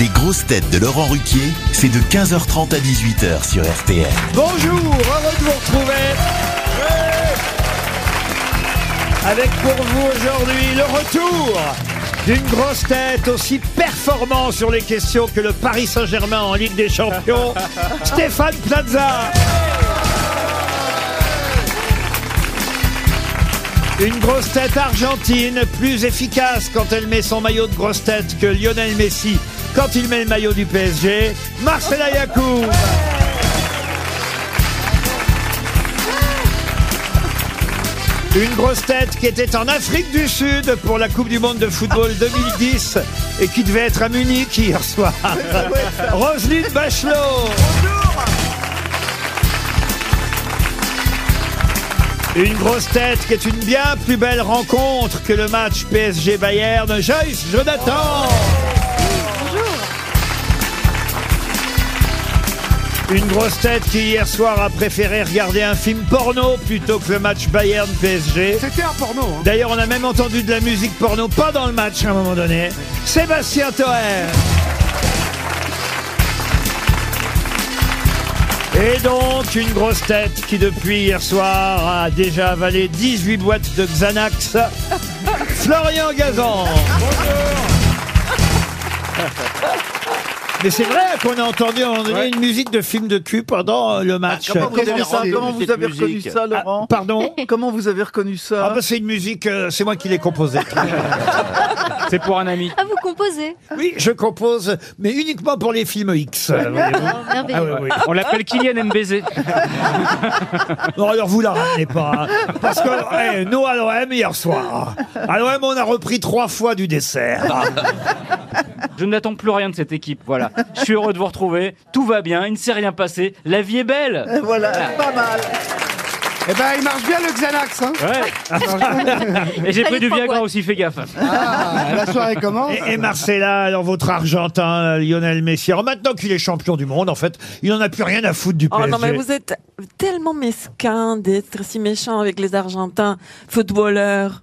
Les grosses têtes de Laurent Ruquier, c'est de 15h30 à 18h sur RTL. Bonjour, heureux de vous retrouver. Avec pour vous aujourd'hui le retour d'une grosse tête aussi performant sur les questions que le Paris Saint-Germain en Ligue des Champions, Stéphane Plaza. Une grosse tête argentine, plus efficace quand elle met son maillot de grosse tête que Lionel Messi quand il met le maillot du PSG, Marcela Yacoub. Une grosse tête qui était en Afrique du Sud pour la Coupe du Monde de football 2010 et qui devait être à Munich hier soir. Roselyne Bachelot. Une grosse tête qui est une bien plus belle rencontre que le match PSG Bayern. Joyce Jonathan. Une grosse tête qui hier soir a préféré regarder un film porno plutôt que le match Bayern PSG. C'était un porno. hein. D'ailleurs, on a même entendu de la musique porno, pas dans le match à un moment donné. Sébastien Toer. Et donc, une grosse tête qui, depuis hier soir, a déjà avalé 18 boîtes de Xanax. Florian Gazan. Mais c'est vrai qu'on a entendu à un moment donné une musique de film de cul pendant euh, le match. vous avez Ah, Comment, ça, reconnu comment vous cette avez reconnu musique ça, Ah, Laurent pardon Comment vous avez reconnu ça Ah bah c'est une musique, euh, c'est moi qui l'ai composée. C'est pour un ami. Ah, vous composez Oui, je compose, mais uniquement pour les films X. euh, voyez-vous. Merveilleux. Ah oui, oui. On l'appelle Kylian MBZ. Non, alors vous la ramenez pas. hein. Parce que eh, nous, à l'OM, hier soir, à l'OM, on a repris trois fois du dessert. Ah bah. Je n'attends plus rien de cette équipe. Voilà. Je suis heureux de vous retrouver. Tout va bien. Il ne s'est rien passé. La vie est Euh, belle. Voilà, Ah. pas mal. Eh ben, il marche bien le Xanax. Hein. Et j'ai Allez, pris du trois Viagra boîtes. aussi. Fais gaffe. Ah, la soirée commence. Et, et Marcella, alors votre Argentin, euh, Lionel Messi. Alors maintenant qu'il est champion du monde, en fait, il n'en a plus rien à foutre du Oh PSG. non, mais vous êtes tellement mesquin d'être si méchant avec les Argentins, footballeurs.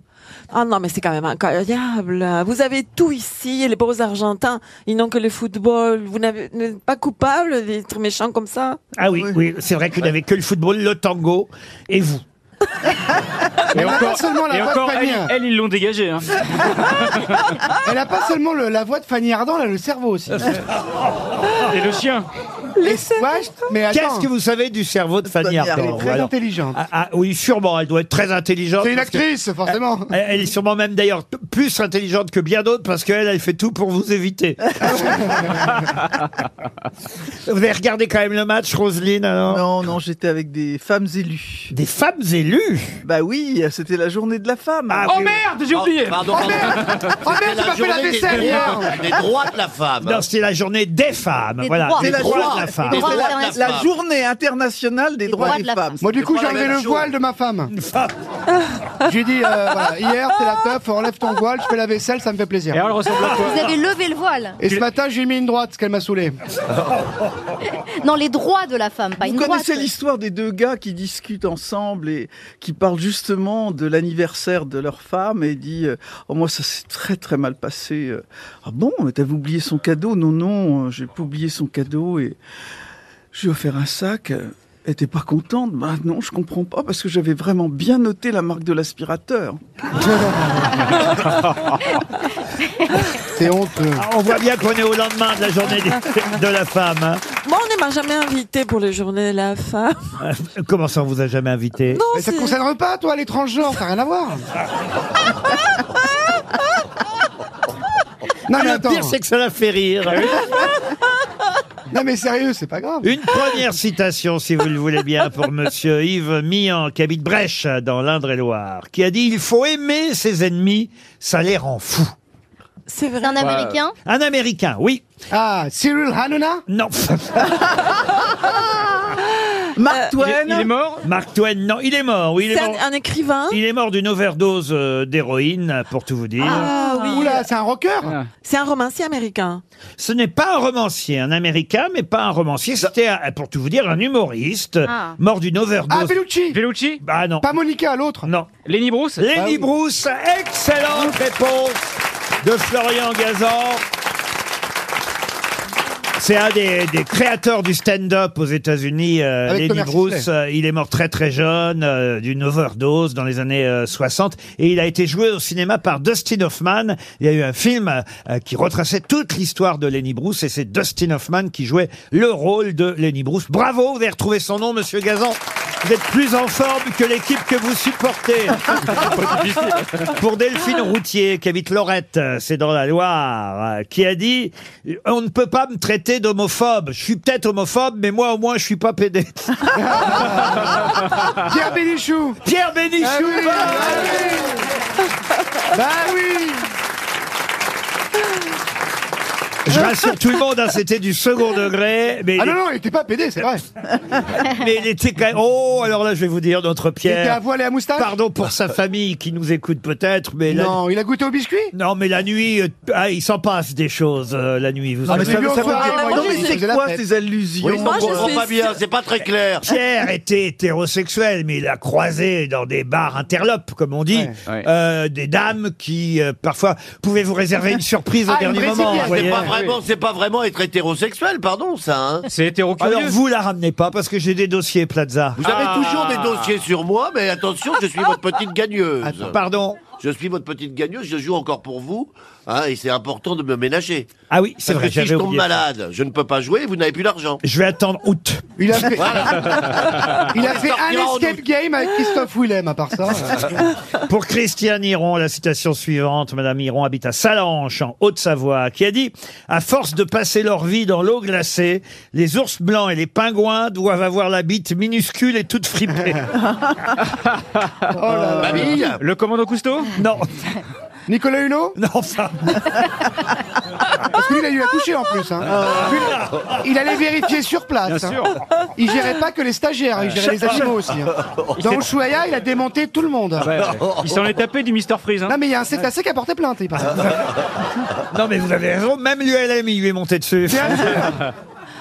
Ah non, mais c'est quand même incroyable. Vous avez tout ici, et les beaux Argentins, ils n'ont que le football. Vous n'avez vous n'êtes pas coupable d'être méchant comme ça Ah oui, oui, c'est vrai qu'il n'avait que le football, le tango et vous. Et elle a pas seulement la Et voix encore, de Fanny. elles, hein. elles, ils l'ont dégagé. hein. Elle a pas seulement le- la voix de Fanny Ardant, elle a le cerveau aussi. Ah. Et le chien. Et- ouais, je- mais attends, Qu'est-ce que vous savez du cerveau de Fanny elle Ardant est vous, très alors intelligente. Ah, ah, oui, sûrement, elle doit être très intelligente. C'est une parce que- actrice, forcément. Elle elle est sûrement même d'ailleurs t- plus intelligente que bien d'autres parce qu'elle, elle fait tout pour vous éviter. vous avez regardé quand même le match, Roselyne euh, alors Non, non, j'étais avec des femmes élues. Des femmes élues Bah oui, c'était la journée de la femme. Ah, Oh merde, j'ai oublié. Pardon, pardon. Oh merde, j'ai pas fait la la journée des, vaisselle hier. droits, des droits de la femme. Non, c'est la journée des femmes. Des voilà, droits. des C'est la droits joie. de la femme. C'est droits la- de la la, femme. journée internationale des, droits, droits des de la femmes. Moi, du coup, j'ai pas la enlevé même le chose. voile de ma femme. Je lui ai dit, euh, voilà, hier, t'es la teuf, enlève ton voile, je fais la vaisselle, ça me fait Et plaisir. alors, elle ressemble à quoi Vous avez levé le voile. Et ce matin, j'ai mis une droite, ce qu'elle m'a saoulé. Non, les droits de la femme, pas Vous une droite. connaissez l'histoire des deux gars qui discutent ensemble et qui parlent justement de l'anniversaire de leur femme et dit euh, Oh, moi, ça s'est très très mal passé. Euh, Ah bon, mais t'avais oublié son cadeau Non, non, euh, j'ai pas oublié son cadeau et je lui ai offert un sac. Euh, Elle était pas contente Bah non, je comprends pas parce que j'avais vraiment bien noté la marque de l'aspirateur. C'est honteux. Ah, On voit bien qu'on est au lendemain de la journée des- de la femme. hein. Moi, on ne m'a jamais invité pour les journées de la femme. Euh, Comment ça, on vous a jamais invité Non, Mais ça te c'est- concerne pas, toi, les transgenres, t'as rien à voir. Non mais Le attends, Ah pire, c'est que ça la fait rire. non mais sérieux, c'est pas grave. Une première citation, si vous le voulez bien, pour monsieur Yves Mian, qui habite Brèche, dans l'Indre-et-Loire, qui a dit Il faut aimer ses ennemis, ça les rend fous. C'est C'est vrai. un américain Bah, Un Américain, oui. Ah, Cyril Hanouna Non. Euh, Mark il, est- Twain il est mort. Mark Twain, non. Il est mort, oui. Il C'est est mort, un, un écrivain il est mort d'une overdose euh, d'héroïne, pour tout vous dire. Ah oui. Oula, c'est un rocker Ah. C'est un romancier américain. Ce n'est pas un romancier, un Américain, mais pas un romancier. C'était, un- pour tout vous dire, un humoriste, Ah. mort d'une Ah, overdose. Bellucci Bellucci. Ah non. Pas Monica, l'autre Non. Lenny Bruce. Lenny Ah oui. Bruce, excellente réponse de Florian Gazan. C'est un des, des créateurs du stand-up aux États-Unis, euh, Avec Lenny Thomas Bruce. Sisley. Euh, Il est mort très très jeune euh, d'une overdose dans les années euh, 60 et il a été joué au cinéma par Dustin Hoffman. Il y a eu un film euh, qui retraçait toute l'histoire de Lenny Bruce et c'est Dustin Hoffman qui jouait le rôle de Lenny Bruce. Bravo, vous avez retrouvé son nom, Monsieur Gazan. Vous êtes plus en forme que l'équipe que vous supportez. pour Delphine Routier, qui habite Lorette, euh, c'est dans la Loire, euh, qui a dit « On ne peut pas me traiter d'homophobe. Je suis peut-être homophobe, mais moi, au moins, je suis pas pédé. Pierre Bénichou » Pierre Bénichou Ah oui, bonne ah oui. Bah oui Je rassure tout le monde, hein, c'était du second degré, mais, Ah non, non, il était pas pédé, c'est vrai. mais il était quand même... Oh, alors là, je vais vous dire, notre Il était à Pierre... voile et à moustache Pardon Oh, pour sa famille qui nous écoute peut-être, mais... La... Non, il a goûté au biscuit Non, mais la nuit, euh, ah, il s'en passe des choses, euh, la nuit. Vous Ah, mais savez. ça- ça- moi, Non, mais je- je c'est la quoi fête. ces allusions moi, je suis- c'est pas très clair. Pierre était hétérosexuel, mais il a croisé dans des bars interlopes, comme on dit, Ouais. Ouais. euh, des dames qui, euh, parfois, pouvaient vous réserver une surprise au Ah, une dernier vraie moment. surprise, vous voyez. vraiment, c'est pas vraiment être hétérosexuel, pardon, ça. hein. C'est hétéro Alors, Ah vous la ramenez pas, parce que j'ai des dossiers, Plaza. Vous avez Ah. toujours des dossiers sur moi, mais attention, je suis votre petite gagneuse. Ah, Pardon Je suis votre petite gagneuse, je joue encore pour vous, hein, et c'est important de me ménager. Ah oui, c'est Parce vrai, que si je j'avais tombe oublié. ça. malade, je ne peux pas jouer, vous n'avez plus l'argent. Je vais attendre août. Il a fait, il a Il fait Ah, un sortira en escape août. game avec Christophe Willem, à part ça. Pour Christiane Hiron, la citation suivante, Madame Hiron habite à Salanches, en Haute-Savoie, qui a dit « À force de passer leur vie dans l'eau glacée, les ours blancs et les pingouins doivent avoir la bite minuscule et toute fripée. Oh là là. Mamie, Le commandant Cousteau » Non, Nicolas Hulot non, enfin... Parce que lui, il a dû la toucher en plus. hein. Puis, Il allait vérifier sur place. hein. Il gérait pas que les stagiaires, il gérait les animaux aussi. hein. Dans Ushuaïa, il a démonté tout le monde. Il s'en est tapé du Mister Freeze. hein. Non mais il y a un cétacé qui a porté plainte, il paraît. Ah. Non, mais vous avez raison, même l'ULM, il lui est monté dessus.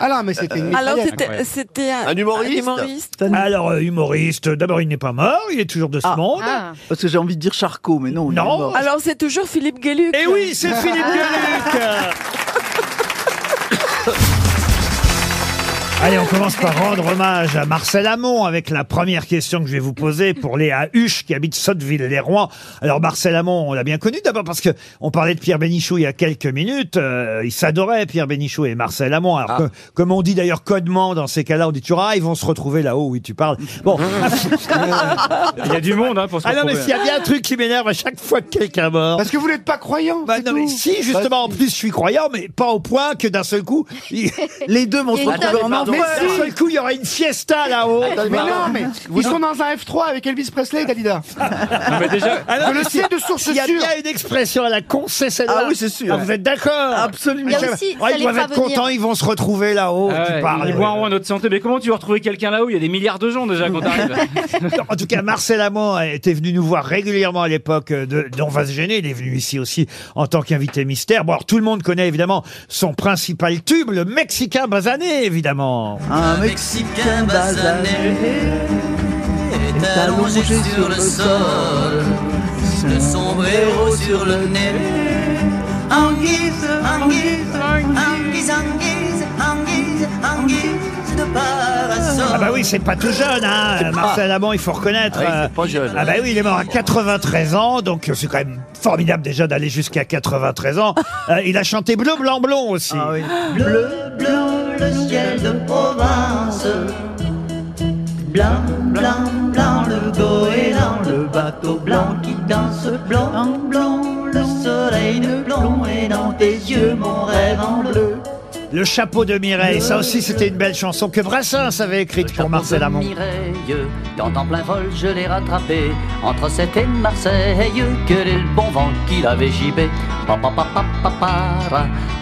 Ah non, mais c'était une Alors, mitraillette. c'était, c'était Un humoriste Alors, euh, humoriste, d'abord, il n'est pas mort, il est toujours de ce Ah. monde. Ah. Parce que j'ai envie de dire Charcot, mais non. il est Non. mort. Alors, c'est toujours Philippe Gueluc. Et Eh oui, c'est Philippe Gueluc Allez, on commence par rendre hommage à Marcel Amont avec la première question que je vais vous poser pour Léa Huche qui habite Sotteville-les-Rouen. Alors Marcel Amont, on l'a bien connu d'abord parce que on parlait de Pierre Bénichou il y a quelques minutes. Euh, ils s'adoraient Pierre Bénichou et Marcel Amont. Ah. Alors que- comme on dit d'ailleurs codement dans ces cas-là, on dit tu verras, ils vont se retrouver là-haut. Oui, tu parles. Bon, Il y a du monde hein, pour se ah non mais retrouver. s'il y a bien un truc qui m'énerve à chaque fois que quelqu'un mort. Parce que vous n'êtes pas croyant. Bah c'est non, mais tout. si, justement, en plus, je suis croyant, mais pas au point que d'un seul coup, il- Les deux vont se Et retrouver t'as- en pardon. enfer. mais d'un seul coup, il y aurait une fiesta là-haut. Ah, Mais non, mais ils sont dans un F3 avec Elvis Presley et Dalida. Non, mais déjà, Je le sais de source Il y a sûre. bien une expression à la con, c'est celle-là. Ah oui, c'est sûr. Ah, vous êtes d'accord Absolument. Il y a aussi, ça Ouais, ils les doivent fera être contents, venir. ils vont se retrouver là-haut. Ah tu ouais, parles. ils boiront à notre santé. Mais comment tu vas retrouver quelqu'un là-haut Il y a des milliards de gens déjà quand t'arrives. En tout cas, Marcel Amand était venu nous voir régulièrement à l'époque euh, de d'On va se gêner. Il est venu ici aussi en tant qu'invité mystère. Bon, alors tout le monde connaît évidemment son principal tube, le Mexicain basané, évidemment. Un Mexicain basané est allongé sur le sol, le sombrero sur le nez. Anguise, anguise, anguise, anguise, anguise, anguise de parasol. Ah bah oui, c'est pas tout jeune, hein, Marcel Amand, il faut reconnaître. Ah oui, c'est euh, pas jeune. Ah bah oui, il est mort à 93 ans, donc euh, c'est quand même formidable déjà d'aller jusqu'à 93 ans. Euh, il a chanté Bleu, Blanc, Blond aussi. Ah oui. Bleu, blanc, le ciel de province. Blanc, blanc, blanc, le goéland, le bateau blanc qui danse. Blanc, blanc, le soleil de plomb et dans tes yeux mon rêve en bleu. Le chapeau de Mireille, ça aussi c'était une belle chanson que Brassens avait écrite pour Marcel Amand. Mireille, dans en plein vol je l'ai rattrapé Entre cette et Marseille, quel est le bon vent qu'il avait gibé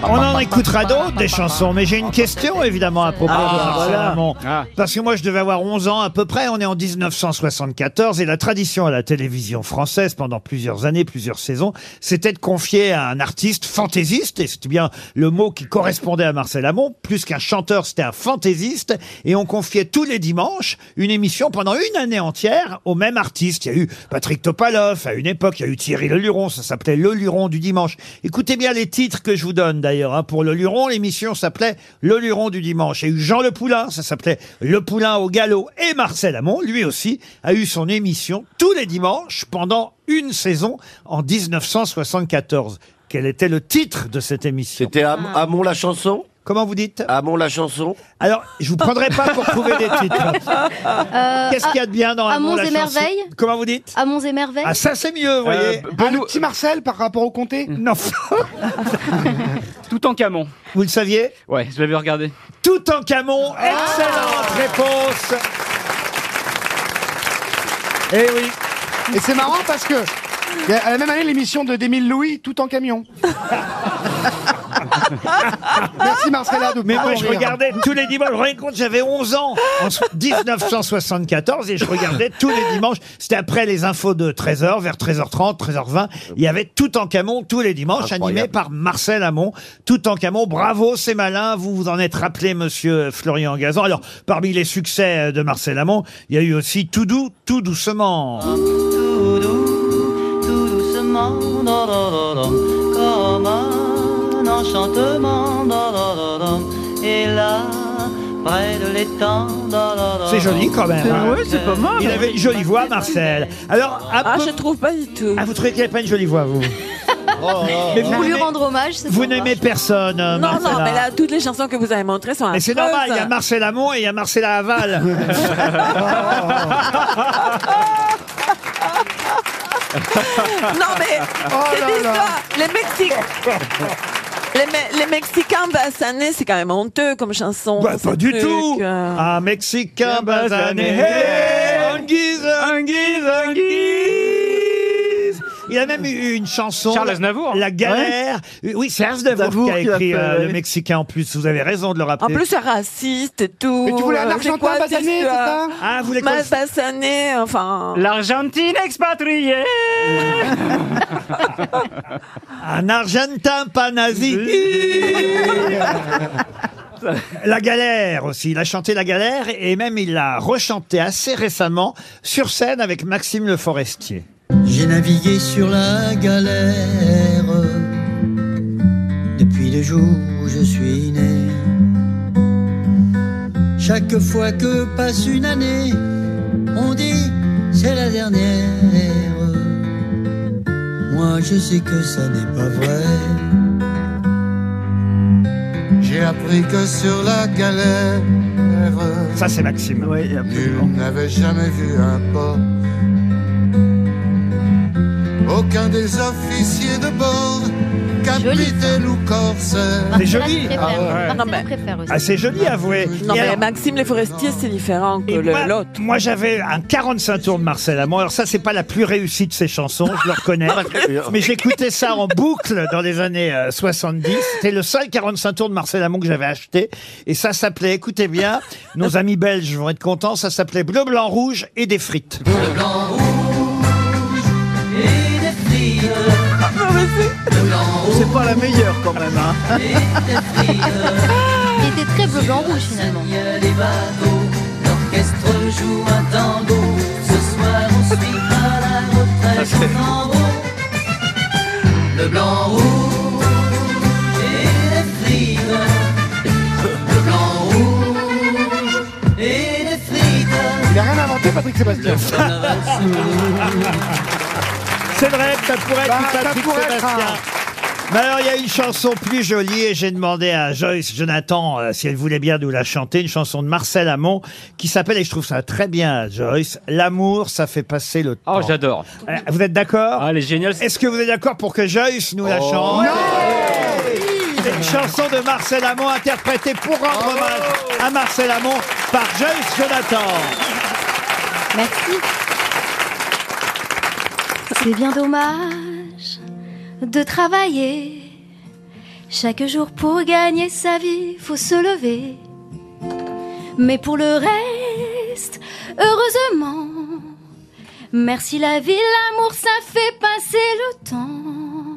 On en écoutera d'autres des chansons, mais j'ai une question évidemment à propos de Marcel Amand. Ah. Parce que moi je devais avoir 11 ans à peu près, on est en 1974 et la tradition à la télévision française pendant plusieurs années, plusieurs saisons, c'était de confier à un artiste fantaisiste, et c'est bien le mot qui correspondait à Marcel Amont, plus qu'un chanteur, c'était un fantaisiste. Et on confiait tous les dimanches une émission pendant une année entière au même artiste. Il y a eu Patrick Topalov à une époque, il y a eu Thierry Leluron, ça s'appelait Leluron du dimanche. Écoutez bien les titres que je vous donne d'ailleurs. hein. Pour Leluron, l'émission s'appelait Leluron du dimanche. Il y a eu Jean Le Poulain, ça s'appelait Le Poulain au galop. Et Marcel Amont, lui aussi, a eu son émission tous les dimanches pendant une saison en 1974. Quel était le titre de cette émission C'était Am- Amon la chanson Comment vous dites Amon la chanson Alors, je vous prendrai pas pour trouver des titres. Qu'est-ce qu'il y a de bien dans à Amont Monts la Euh, et chanson Merveilles Comment vous dites À Monts et Merveilles Ah, ça c'est mieux, vous voyez. Euh, Mm. petit Marcel par rapport au comté Non, Tout en camon. vous le saviez Ouais, je l'avais regardé. Tout en camon, excellente réponse. Eh oui. Et c'est marrant parce que il y a, à la même année l'émission de d'Émile Louis tout en camion. Merci Marcel Haddou. Mais moi, Pardon, je rire. regardais tous les dimanches. Je me rendais compte, j'avais 11 ans en so- 1974 et je regardais tous les dimanches. C'était après les infos de 13h, vers 13h30, 13h20. Il y avait Tout en Camon tous les dimanches, animé par Marcel Hamon. Tout en Camon, bravo, c'est malin. Vous vous en êtes rappelé, monsieur Florian Gazan. Alors, parmi les succès de Marcel Hamon, il y a eu aussi Tout doux, tout doucement. Tout doux, tout doucement, dorororo, comme un enchantement, dorororo. et là, près de l'étang, dorororo. C'est joli quand même. hein. Ouais, c'est pas mal. Il avait une jolie voix, Marcel. Alors, à Ah, peu- je trouve pas du tout. Ah, vous trouvez qu'il n'avait pas une jolie voix, vous Mais Oh, vous Pour lui n'aimez- rendre hommage, c'est Vous sympa. n'aimez personne, euh, Non, non, Marcella. mais là, toutes les chansons que vous avez montrées sont Mais c'est affreuses. normal, il y a Marcel Amont et il y a Marcel Aval. Non, mais Oh là c'est là. l'histoire. Les Mexicains. Les, Me- les Mexicains basanés, c'est quand même honteux comme chanson. Bah, ce pas du truc, tout euh. Un Mexicain basané. Eh, Hey, Anguise, Anguise, Anguise. Il a même eu une chanson. Charles la- Aznavour. La galère. Oui, c'est Aznavour qui Aznavour a qui a écrit fait, euh, Le oui. Mexicain en plus. Vous avez raison de le En rappeler. plus, c'est raciste et tout. Mais tu voulais un C'est Argentin quoi cette basané, c'est ça histoire Ah, vous les Mal connaissez basané, enfin. L'Argentine expatriée Un Argentin pas nazi. La galère aussi, il a chanté La galère et même il l'a rechanté assez récemment sur scène avec Maxime Le Forestier. J'ai navigué sur la galère depuis le jour où je suis né. Chaque fois que passe une année, on dit c'est la dernière. Moi je sais que ça n'est pas vrai. J'ai appris que sur la galère, Ça c'est Maxime. Oui, absolument. nul n'avait jamais vu un port. Aucun des officiers de bord, capitaine ou corsaire. Marcella, C'est joli. je préfère. Ah ouais. Marcella, Ah non, mais- je préfère aussi. Ah, c'est joli avoué. Non, mais Maxime Les Forestiers, c'est différent que le- moi, l'autre. moi, j'avais un 45 tours de Marcel Amand. Alors ça c'est pas la plus réussie de ses chansons, je le reconnais. Mais j'écoutais ça en boucle dans les années euh, 70. C'était le seul 45 tours de Marcel Amont que j'avais acheté. Et ça s'appelait, écoutez bien, nos amis belges vont être contents, ça s'appelait Bleu, Blanc, Rouge et des frites. C'est pas la meilleure quand même. Hein. Il était très bleu, blanc, rouge finalement. Il a rien inventé Patrick Sébastien. C'est vrai, que ça pourrait être Bah, du ça Patrick pourrait être Sébastien. Mais alors, il y a une chanson plus jolie et j'ai demandé à Joyce Jonathan euh, si elle voulait bien nous la chanter, une chanson de Marcel Amont qui s'appelle, et je trouve ça très bien, Joyce, L'amour, ça fait passer le temps. Oh, j'adore. Euh, Vous êtes d'accord Ah, elle est géniale. Oh. Est-ce que vous êtes d'accord pour que Joyce nous la chante C'est une chanson de Marcel Amont interprétée pour Oh. rendre hommage à Marcel Amont par Joyce Jonathan. Merci. C'est bien dommage de travailler. Chaque jour pour gagner sa vie, faut se lever. Mais pour le reste, heureusement, merci la vie, l'amour, ça fait passer le temps.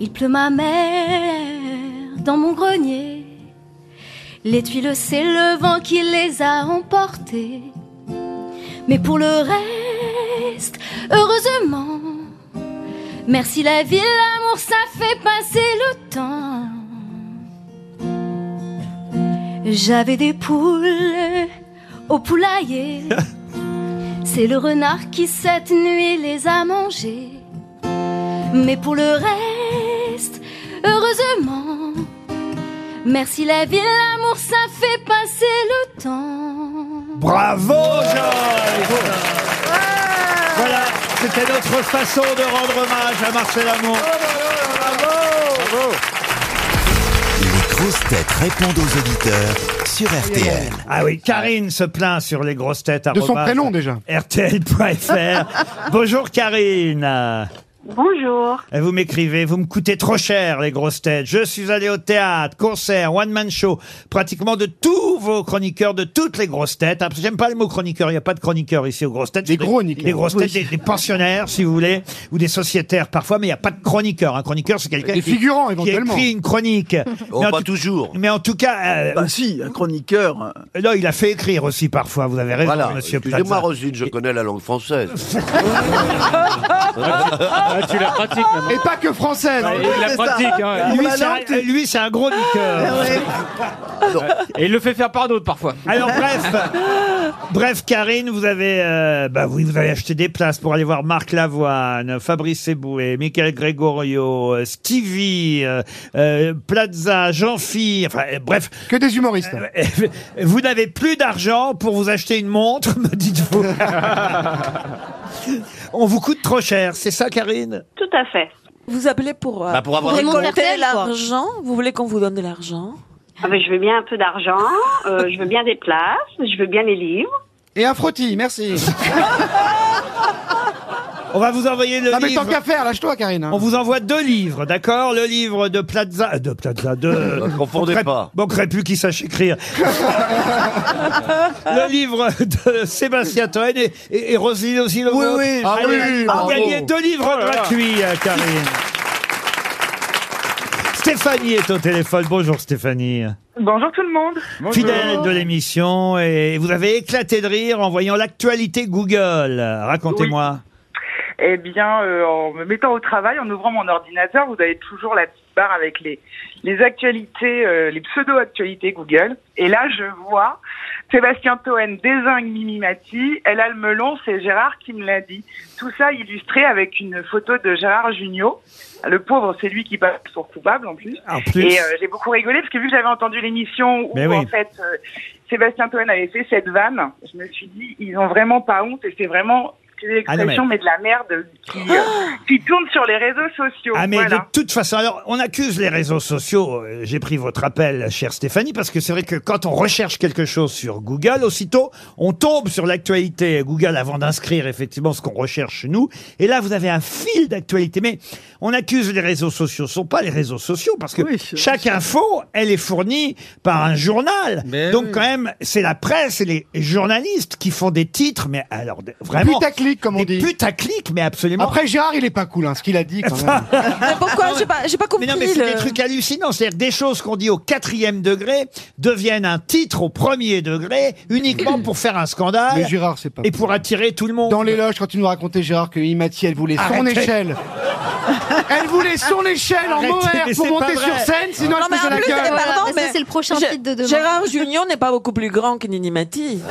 Il pleut ma mère dans mon grenier. Les tuiles, c'est le vent qui les a emportées. Mais pour le reste, heureusement, merci la vie, l'amour, ça fait passer le temps. J'avais des poules au poulailler. C'est le renard qui cette nuit les a mangées. Mais pour le reste, heureusement, merci la vie, l'amour, ça fait passer le temps. Bravo, Joyce Voilà, c'était notre façon de rendre hommage à Marcel Amont. Oh Les grosses têtes répondent aux auditeurs sur RTL. Ah oui, Karine se plaint sur les grosses têtes. De son prénom, déjà. RTL.fr. Bonjour Karine. Bonjour. Et Vous m'écrivez, vous me coûtez trop cher les grosses têtes. Je suis allé au théâtre, concert, one man show, pratiquement de tous vos chroniqueurs, de toutes les grosses têtes. Ah, parce que J'aime pas le mot chroniqueur, il n'y a pas de chroniqueur ici aux grosses têtes. Des chroniqueurs. Des grosses Oui. têtes, des, des pensionnaires si vous voulez, ou des sociétaires parfois, mais il n'y a pas de chroniqueur. Un chroniqueur c'est quelqu'un Des qui, figurants, qui éventuellement. écrit une chronique. Oh, mais, en pas tout, toujours. mais en tout cas, euh, Bah si, un chroniqueur. euh, non, il a fait écrire aussi parfois, vous avez raison Voilà. monsieur Excusez-moi, Plaza. Rosine, je connais la langue française. Ah, tu la pratiques maintenant. Et pas que française. Ah, Il la c'est ça. pratique. hein. Lui, la c'est un- langue, t'es- lui, c'est un gros niqueur. Ah Et il le fait faire par d'autres parfois. Ah, Alors bref, bref Karine, vous avez, euh, bah oui, vous avez acheté des places pour aller voir Marc Lavoine, Fabrice Eboué, Michael Gregorio, euh, Stevie, euh, euh, Plaza, jean phi enfin euh, bref, Euh, Que des humoristes. vous n'avez plus d'argent pour vous acheter une montre, me dites-vous. On vous coûte trop cher, c'est ça Karine Tout à fait. Vous appelez pour, euh, Bah, pour avoir Pour des mon récolter cartel, quoi. l'argent Vous voulez qu'on vous donne de l'argent Ah ben, je veux bien un peu d'argent, euh, je veux bien des places, je veux bien les livres. Et un frottis, merci. On va vous envoyer le Ah, mais livre. tant qu'à faire, lâche-toi, Karine. hein. On vous envoie deux livres, d'accord Le livre de Plaza, euh, de Plaza, de... Ne confondez Manquerait- pas. Manquerait plus qu'il sache écrire. le livre de Sébastien Toen et, et, et Roselyne aussi. le Oui, vôtre. oui, ah Allez, oui, oui, Vous bravo. Oh gagnez deux livres gratuits, euh, Karine. Stéphanie est au téléphone. Bonjour Stéphanie. Bonjour tout le monde. Fidèle de l'émission et vous avez éclaté de rire en voyant l'actualité Google. Racontez-moi. Eh bien, euh, en me mettant au travail, en ouvrant mon ordinateur, vous avez toujours la petite barre avec les, les actualités, euh, les pseudo-actualités Google. Et là, je vois Sébastien Toen désingue Mimimati, Elle a le melon, c'est Gérard qui me l'a dit. Tout ça illustré avec une photo de Gérard Junior. Le pauvre, c'est lui qui passe pour coupable en plus. En plus, Et euh, j'ai beaucoup rigolé parce que vu que j'avais entendu l'émission où Mais oui. en fait euh, Sébastien Toen avait fait cette vanne, je me suis dit ils ont vraiment pas honte et c'est vraiment excusez Ah non, mais- l'expression mais... de la merde qui, euh, qui tourne sur les réseaux sociaux. Ah mais de voilà. toute façon, alors on accuse les réseaux sociaux. Euh, J'ai pris votre appel, chère Stéphanie, parce que c'est vrai que quand on recherche quelque chose sur Google, aussitôt on tombe sur l'actualité Google avant d'inscrire effectivement ce qu'on recherche chez nous. Et là, vous avez un fil d'actualité. Mais on accuse les réseaux sociaux. Ce sont pas les réseaux sociaux parce que Oui, c'est- chaque info, elle est fournie par un journal. Ben Donc quand même, c'est la presse et les journalistes qui font des titres. Mais alors de- vraiment. Putaclic, comme on des dit. putaclics, mais absolument. Après, Gérard, il est pas cool, hein, ce qu'il a dit, quand même. Mais Pourquoi J'ai pas, j'ai pas Mais compris. non, mais c'est le- des trucs hallucinants. C'est-à-dire que des choses qu'on dit au quatrième degré deviennent un titre au premier degré uniquement pour faire un Mais scandale Gérard, c'est pas Ah. et cool. pour attirer tout le monde. Dans les loges, quand tu nous racontais, Gérard, que Imati, elle voulait son Arrêtez. échelle. Elle voulait son échelle en Arrêtez, mohair mais pour c'est pas monter vrai. sur scène, sinon Non, elle mais faisait en la plus, eh, gueule. Voilà, pardon, mais ça, c'est le prochain Gé- titre de demain. Ah. Gérard Junior n'est pas beaucoup plus grand que Nini Mati.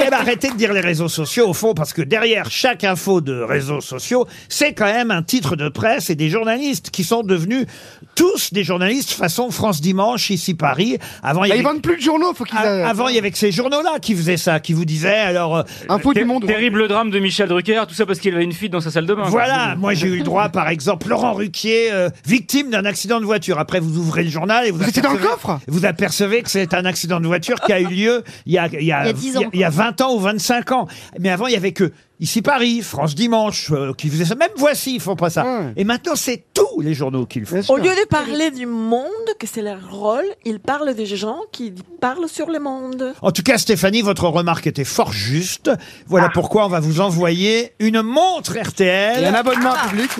Eh ben, arrêtez de dire les réseaux sociaux au fond parce que derrière chaque info de réseaux sociaux, c'est quand même un titre de presse et des journalistes qui sont devenus tous des journalistes façon France Dimanche ici Paris. Avant il y Bah, ils avait vendent plus de journaux, faut qu'ils. a- a- avant, il y avait que ces journaux-là qui faisaient ça, qui vous disaient, alors, euh, Info du monde. Terrible drame de Michel Drucker, tout ça parce qu'il avait une fille dans sa salle de bain. quoi. Voilà, moi j'ai eu le droit, par exemple, Laurent Ruquier, euh, victime d'un accident de voiture. Après, vous ouvrez le journal et vous, Vous étiez dans le apercevez- coffre Vous apercevez que c'est un accident de voiture qui a eu lieu il y a, Il y a dix ans, il y a a 20 ans ou 25 ans. Mais avant, il y avait que Ici Paris, France Dimanche, euh, qui faisait ça. Même Voici, ils font pas ça. Et maintenant, c'est tous les journaux qui le font. Au lieu de parler du monde, que c'est leur rôle, ils parlent des gens qui parlent sur le monde. En tout cas, Stéphanie, votre remarque était fort juste. Voilà Ah. pourquoi on va vous envoyer une montre RTL. Et un abonnement Ah. public.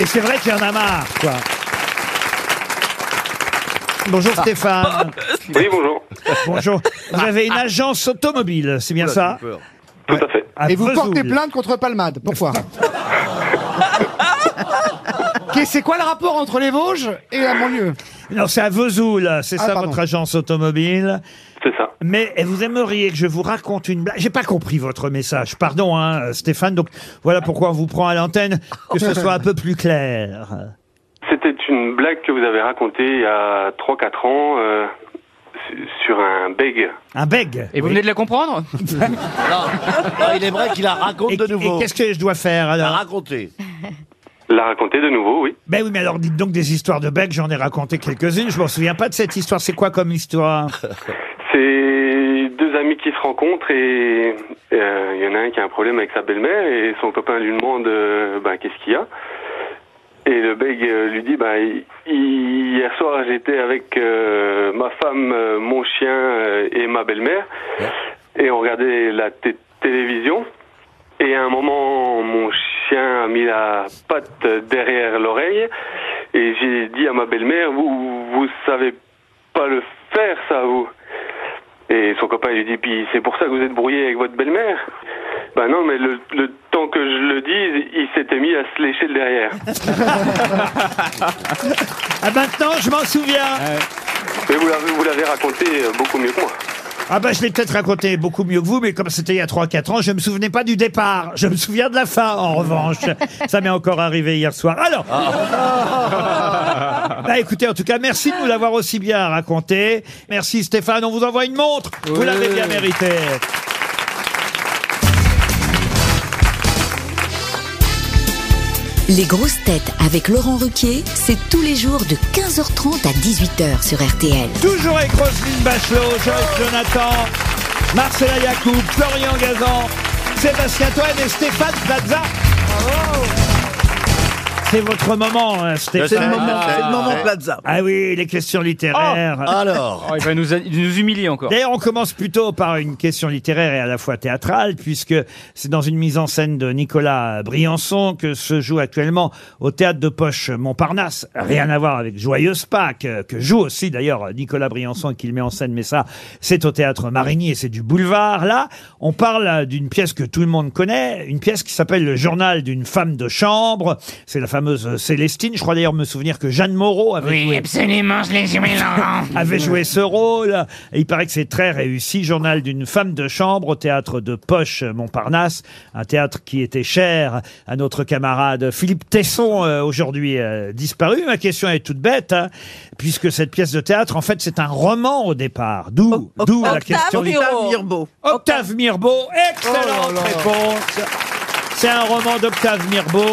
Et c'est vrai qu'il y en a marre, quoi. Bonjour Stéphane. Ah. Oui, bonjour. Ah. Bonjour. Vous avez une agence automobile, c'est bien ça Tout à fait. À Et vous portez Vesoul. plainte contre Palmade. Pourquoi Qu'est- C'est quoi le rapport entre les Vosges et la banlieue Non, c'est à Vesoul, c'est Ah, ça pardon. votre agence automobile C'est ça. Mais vous aimeriez que je vous raconte une blague. J'ai pas compris votre message, pardon hein, euh, Stéphane. Donc voilà pourquoi on vous prend à l'antenne, que ce soit un peu plus clair. C'était une blague que vous avez racontée il y a 3-4 ans euh, su- sur un beg. Un beg. Et vous venez de la comprendre il est vrai qu'il la raconte Et- de nouveau. Et qu'est-ce que je dois faire alors La raconter. La raconter de nouveau, oui. Ben oui, mais alors dites donc des histoires de Beck, j'en ai raconté quelques-unes, je m'en souviens pas de cette histoire. C'est quoi comme histoire C'est deux amis qui se rencontrent et euh, il y en a un qui a un problème avec sa belle-mère et son copain lui demande euh, bah, qu'est-ce qu'il y a. Et le beg euh, lui dit bah, hi- hier soir j'étais avec euh, ma femme, euh, mon chien euh, et ma belle-mère et on regardait la té- télévision et à un moment mon chien a mis la patte derrière l'oreille et j'ai dit à ma belle-mère vous vous savez pas le faire ça vous et son copain lui dit puis c'est pour ça que vous êtes brouillé avec votre belle-mère ben non mais le, le temps que je le dise il s'était mis à se lécher le derrière Ah maintenant, je m'en souviens mais vous l'avez vous l'avez raconté euh, beaucoup mieux que moi Ah ben je l'ai peut-être raconté beaucoup mieux que vous, mais comme c'était il y a 3-4 ans, je me souvenais pas du départ. Je me souviens de la fin, en revanche. Ça m'est encore arrivé hier soir. Alors Bah écoutez, en tout cas, merci de nous l'avoir aussi bien raconté. Merci Stéphane, on vous envoie une montre. Vous Ouais. l'avez bien mérité. Les grosses têtes avec Laurent Ruquier, c'est tous les jours de 15h30 à 18h sur RTL. Toujours avec Roselyne Bachelot, Joyce Jonathan, Marcela Yacoub, Florian Gazan, Sébastien Toen et Stéphane Plaza. C'est votre moment, hein, Stéphane. C'est le moment, c'est le moment Plaza. Ah, Ah oui, les questions littéraires. Alors. Oh, Il va nous, il nous humilier encore. D'ailleurs, on commence plutôt par une question littéraire et à la fois théâtrale, puisque c'est dans une mise en scène de Nicolas Briançon que se joue actuellement au théâtre de poche Montparnasse. Rien à voir avec Joyeuse Pâques, euh, que joue aussi d'ailleurs Nicolas Briançon et qu'il met en scène, mais ça, c'est au théâtre Marigny et c'est du boulevard. Là, on parle euh, d'une pièce que tout le monde connaît, une pièce qui s'appelle Le journal d'une femme de chambre. C'est la fameuse Célestine. Je crois d'ailleurs me souvenir que Jeanne Moreau avait joué absolument, je l'ai joué, Laurent. avait joué ce rôle. Et il paraît que c'est très réussi. Journal d'une femme de chambre au théâtre de Poche Montparnasse, un théâtre qui était cher à notre camarade Philippe Tesson, euh, aujourd'hui euh, disparu. Ma question est toute bête, hein, puisque cette pièce de théâtre, en fait, c'est un roman au départ. D'où, d'où la Octave question. Mirbeau. Octave Mirbeau. Octave Mirbeau, excellente réponse. C'est un roman d'Octave Mirbeau.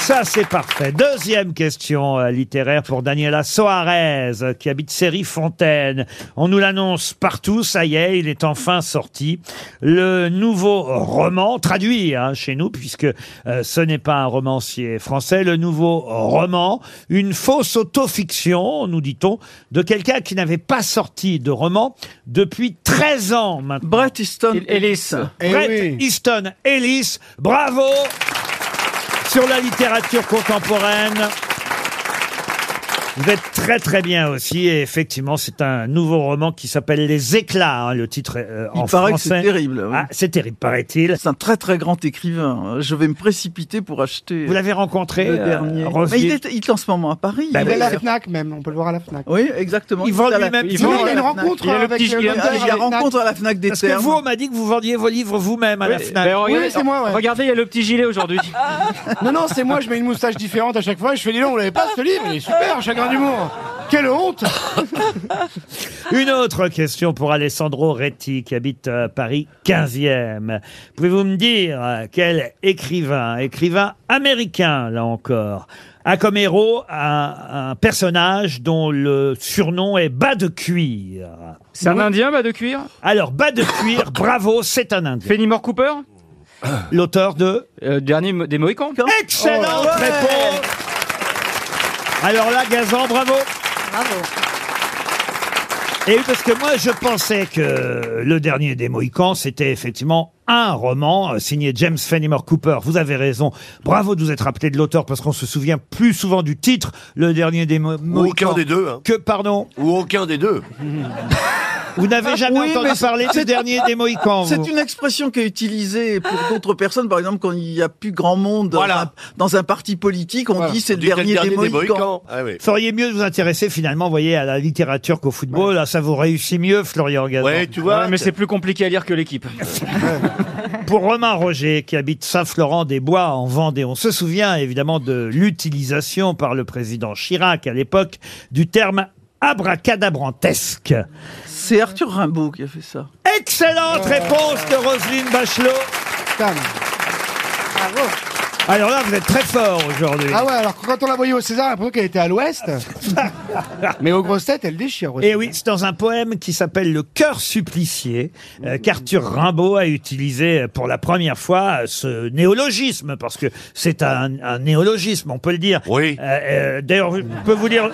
Ça, c'est parfait. Deuxième question euh, littéraire pour Daniela Soares, euh, qui habite Série Fontaine. On nous l'annonce partout, ça y est, il est enfin sorti. Le nouveau roman, traduit hein, chez nous, puisque euh, ce n'est pas un romancier français, le nouveau roman, une fausse autofiction, nous dit-on, de quelqu'un qui n'avait pas sorti de roman depuis 13 ans maintenant. Brett Easton Ellis. Bret Easton Ellis, bravo sur la littérature contemporaine. Vous êtes très très bien aussi et effectivement c'est un nouveau roman qui s'appelle Les éclats, hein, le titre euh, Il en paraît que français. c'est terrible. oui. Ah, c'est terrible, paraît-il. C'est un très très grand écrivain. Je vais me précipiter pour acheter Vous l'avez rencontré le euh, dernier. Mais Roselyne il, est, il est en ce moment à Paris. Bah Il Il est à est- la FNAC même, on peut le voir à la FNAC. Oui, exactement. Il est vend à la- lui-même- Il il vend est Il à a une la Fnac. rencontre Il a le avec petit- le Il y vendeur a à la la FNAC. rencontre à la Fnac des Parce que Termes. vous, on m'a dit que vous vendiez vos livres vous-même à la Ouais, FNAC. ben, regardez- Oui, c'est moi, ouais. Regardez, il y a le petit gilet aujourd'hui. Non, non, c'est moi, je mets une moustache différente à chaque fois. Je fais, dis donc, vous l'avez pas ce livre Il est super, chagrin d'humour. Quelle honte Une autre question pour Alessandro Retti, qui habite euh, Paris 15e. Pouvez-vous me dire euh, quel écrivain, écrivain américain là encore, a comme héros un, un personnage dont le surnom est Bas de cuir. C'est un indien, Bas de cuir Alors, Bas de cuir, bravo, c'est un indien. Fenimore Cooper L'auteur de Euh, Dernier des Mohicans. Excellente Oh, ouais. réponse Alors là, Gazan, bravo Bravo. et oui, parce que moi, je pensais que le dernier des Mohicans, c'était effectivement un roman euh, signé James Fenimore Cooper. Vous avez raison. Bravo de vous être rappelé de l'auteur parce qu'on se souvient plus souvent du titre, le dernier des Mo- Ou aucun Mohicans. des deux. hein. Que, pardon Ou aucun des deux. Vous Ah n'avez jamais Oui, entendu mais parler du c'est- dernier des Mohicans. vous C'est une expression qui est utilisée pour d'autres personnes. Par exemple, quand il n'y a plus grand monde dans un- dans un parti politique, Ah, on Voilà. dit c'est On le dit c'est dernier, des Mohicans. Ah Feriez mieux de vous intéresser finalement, voyez, à la littérature qu'au football. Là, ça vous réussit mieux, Florian Gazan. Ouais, tu vois. Ouais, mais c'est plus compliqué à lire que l'équipe. Pour Romain Roger, qui habite Saint-Florent-des-Bois en Vendée, on se souvient évidemment de l'utilisation par le président Chirac à l'époque du terme abracadabrantesque. C'est Arthur Rimbaud qui a fait ça. Excellente réponse de Roselyne Bachelot. Bravo. Alors là, vous êtes très fort aujourd'hui. Ah ouais, alors quand on la voyait au César, l'impression qu'elle était à l'ouest. Mais aux grosses têtes, elle déchire Et Eh oui, c'est dans un poème qui s'appelle Le cœur supplicié euh, qu'Arthur Rimbaud a utilisé euh, pour la première fois euh, ce néologisme, parce que c'est un, un néologisme, on peut le dire. Oui. D'ailleurs, je peux vous dire...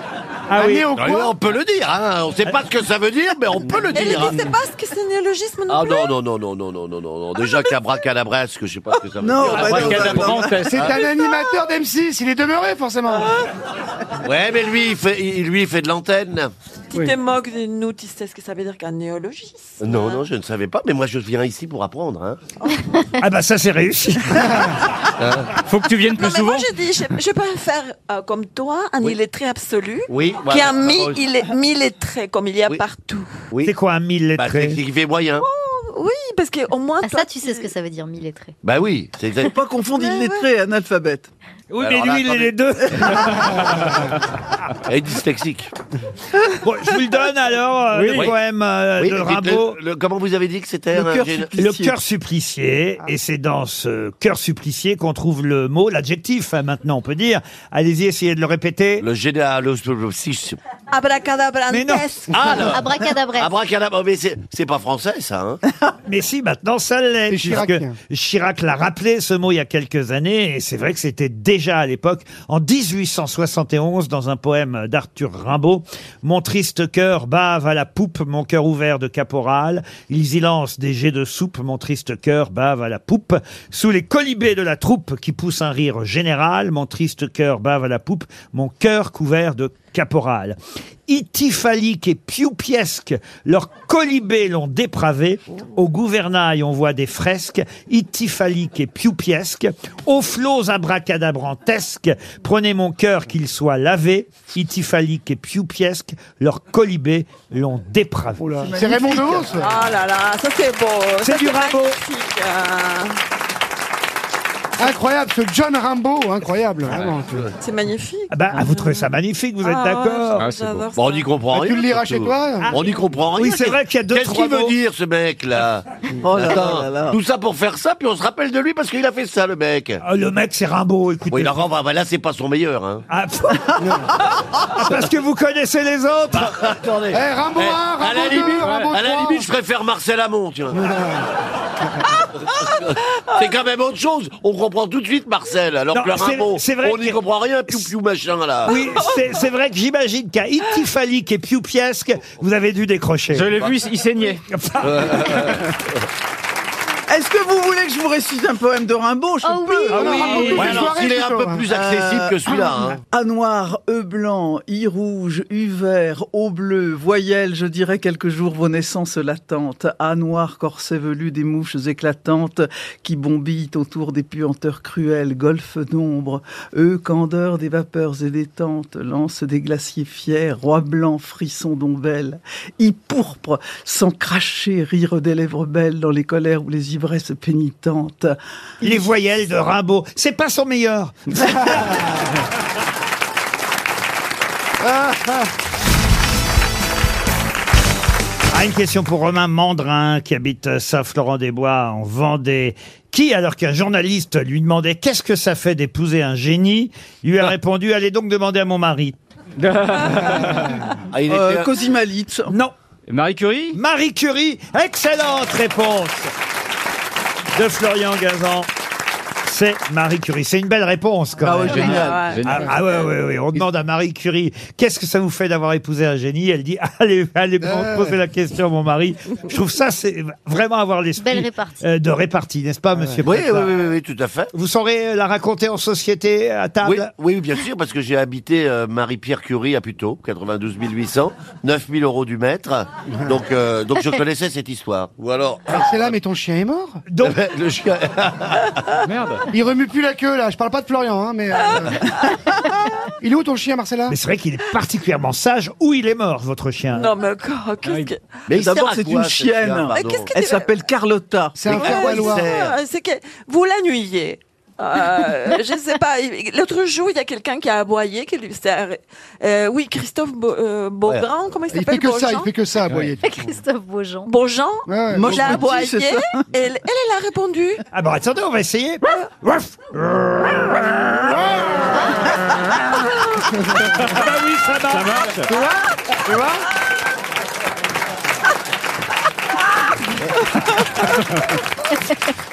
Ah oui. Ouais, on peut le dire, hein. on sait pas ce que ça veut dire, mais on peut le Elle dire. hein. ne sait pas ce que c'est un néologisme non Ah plus non, non, non, non, non, non, non, non, non. Déjà qu'abracadabresque, je sais pas ce que ça veut Non, dire. bah non, Abracadabrantesque. C'est Ah. un animateur d'M6, il est demeuré forcément. Ah. Ouais, mais lui, il fait, il- lui, il fait de l'antenne. Tu te moques de nous, tu sais ce que ça veut dire qu'un néologisme Non, non, je ne savais pas, mais moi, je viens ici pour apprendre. Hein. Ah bah ça, c'est réussi. Hein Faut que tu viennes plus Non, mais souvent. moi je dis, je, je peux faire euh, comme toi, un illettré absolu, Oui, qui voilà, Ah, a mis, Rose. il est, mis les traits, comme il y a partout. C'est quoi un mille lettré Bah, C'est qui fait moyen. Oui, parce qu'au moins. Ah, ça, tu sais ce que ça veut dire, mille lettrés. Bah oui, c'est Faut exact. pas confondre illettré et analphabète. Oui, mais lui, il est les deux. Ah, Et dyslexique. Bon, je vous le donne alors, euh, le poème euh, Oui, de mais dites-le, Rimbaud. le- comment vous avez dit que c'était un- j'ai- Le cœur Ah. supplicié. Et c'est dans ce cœur supplicié qu'on trouve le mot, l'adjectif, hein, maintenant, on peut dire. Allez-y, essayez de le répéter. Le général. le- si- Abracadabrantesque. Ah, non. Abracadabra. Mais c'est c'est pas français, ça. Hein. Mais si, maintenant, ça l'est. C'est Chirac. puisque Chirac l'a rappelé, ce mot, il y a quelques années. Et c'est vrai que c'était déjà à l'époque, en 1871, dans un poème d'Arthur Rimbaud. Mon triste cœur bave à la poupe, mon cœur ouvert de caporal. Ils y lancent des jets de soupe, mon triste cœur bave à la poupe. Sous les colibés de la troupe qui pousse un rire général, mon triste cœur bave à la poupe, mon cœur couvert de caporal. Itifalique et pioupiesque, leurs colibés l'ont dépravé. Au gouvernail, on voit des fresques, itifaliques et pioupiesques. Aux flots abracadabrantesques, prenez mon cœur qu'il soit lavé. Itifalique et pioupiesque, leurs colibés l'ont dépravé. C'est Raymond Devos Ah là là, ça c'est beau. C'est ça, du Rimbaud. magnifique, euh, Incroyable, ce John Rimbaud, incroyable. vraiment. C'est magnifique. Ah bah, vous trouvez ça magnifique, vous êtes Ah ouais, d'accord Ah, c'est beau. j'adore Bon, on n'y comprend Bah, rien. tu le liras surtout. chez toi. Ah. On n'y comprend rien. Oui, c'est vrai qu'il y a deux, Qu'est-ce trois qu'il veut mots. dire, ce mec-là Oh là Attends, là là. Tout ça pour faire ça, puis on se rappelle de lui parce qu'il a fait ça, le mec. Ah, le mec, c'est Rimbaud, écoutez. Oui, Laurent, bah, bah, là, c'est pas son meilleur. Hein. Ah, pff, ah, parce que vous connaissez les autres Attendez. Eh, Rimbaud Eh, un, à la Rimbaud limite, deux, Rimbaud à la trois. limite, je préfère Marcel Amont, tiens. c'est quand même autre chose. On comprend tout de suite Marcel, alors Non, que le c'est- Rimbaud, c'est vrai on n'y comprend rien, piou piou machin là. Oui, Ah. c'est- c'est vrai que j'imagine qu'à Itifalique et Pioupiesque, vous avez dû décrocher. Je l'ai vu, il saignait. Est-ce que vous voulez que je vous récite un poème de Rimbaud Je peux. Euh, Ah oui. Ouais, alors, s'il est un peu plus accessible que celui-là, hein. A noir, E blanc, I rouge, U vert, O bleu, voyelles, je dirais quelques jours vos naissances latentes. A noir, corset velu des mouches éclatantes qui bombillent autour des puanteurs cruelles, golfe d'ombre. E candeur des vapeurs et des tentes, lance des glaciers fiers, roi blanc, frisson d'ombelle. I pourpre, sans cracher, rire des lèvres belles dans les colères ou les ivresses pénitentes. Les voyelles de Rimbaud, c'est pas son meilleur. Ah, Ah, une question pour Romain Mandrin qui habite Saint-Florent-des-Bois en Vendée. Qui, alors qu'un journaliste lui demandait qu'est-ce que ça fait d'épouser un génie, lui Ah. a répondu allez donc demander à mon mari. il était- Euh, Cosima Non. Marie Curie Marie Curie, excellente réponse de Florian Gazan. C'est Marie Curie. C'est une belle réponse quand Ah ouais, même. génial. Ah, Génial. ah ouais, ouais, ouais. On demande à Marie Curie qu'est-ce que ça vous fait d'avoir épousé un génie. Elle dit allez, allez Ah. poser la question à mon mari. Je trouve ça c'est vraiment avoir l'esprit Belle répartie. euh, de répartie, n'est-ce pas, monsieur Oui, oui, Plaza oui, oui, oui, tout à fait. Vous saurez euh, la raconter en société à Oui, table. oui, bien sûr, parce que j'ai habité euh, Marie-Pierre Curie à Puteaux, 92 800, 9 000 euros du mètre. Donc, euh, donc je connaissais cette histoire. Ou alors. C'est là, mais ton chien est mort. Donc. le chien. Merde. Il remue plus la queue là. Je parle pas de Florian, hein, mais. euh, Il est où ton chien, Marcella Mais c'est vrai qu'il est particulièrement sage où il est mort, votre chien. Non, mais encore, qu'est-ce que. Ah, Mais il sert d'abord, à c'est quoi, une ce chienne. chien, Mais pardon qu'est-ce que Elle s'appelle Carlotta. Ouais, c'est- C'est que vous la nuillez. Euh, je sais pas. il- L'autre jour, il y a quelqu'un qui a aboyé, qui lui s'est arrêt- euh, oui, Christophe Bo- euh, Beaugrand, comment il Il s'appelle fait que ça, il Beaujean fait que ça, aboyer. Christophe Beaujean. Beaujean, ouais. il a Moche aboyé, petit, c'est ça. et elle, elle, elle a répondu. Ah bon, attendez, on va essayer. Ruff. Ah bah oui, ça marche. Tu vois Tu vois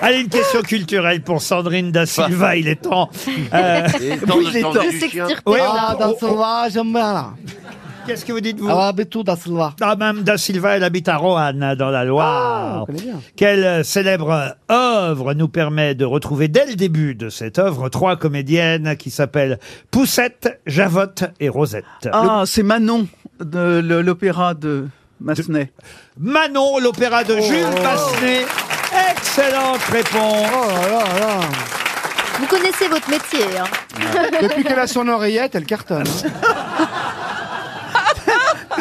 Allez, une question culturelle pour Sandrine Da Silva, il est temps. Euh, Il est temps de changer du chien. Ouais, Ah, on- Da on- Silva, j'aime bien là. Qu'est-ce que vous dites, vous Ah, habite tout Da Silva. Ah, Mme Da Silva, elle habite à Roanne, dans la Loire. Quelle euh, célèbre œuvre nous permet de retrouver dès le début de cette œuvre trois comédiennes qui s'appellent Poussette, Javotte et Rosette. Ah, c'est Manon de le- l'opéra de Massenet. Manon, l'opéra Oh. de Jules Massenet. Excellente réponse. Oh Vous connaissez votre métier, hein Depuis qu'elle a son oreillette, elle cartonne. hein.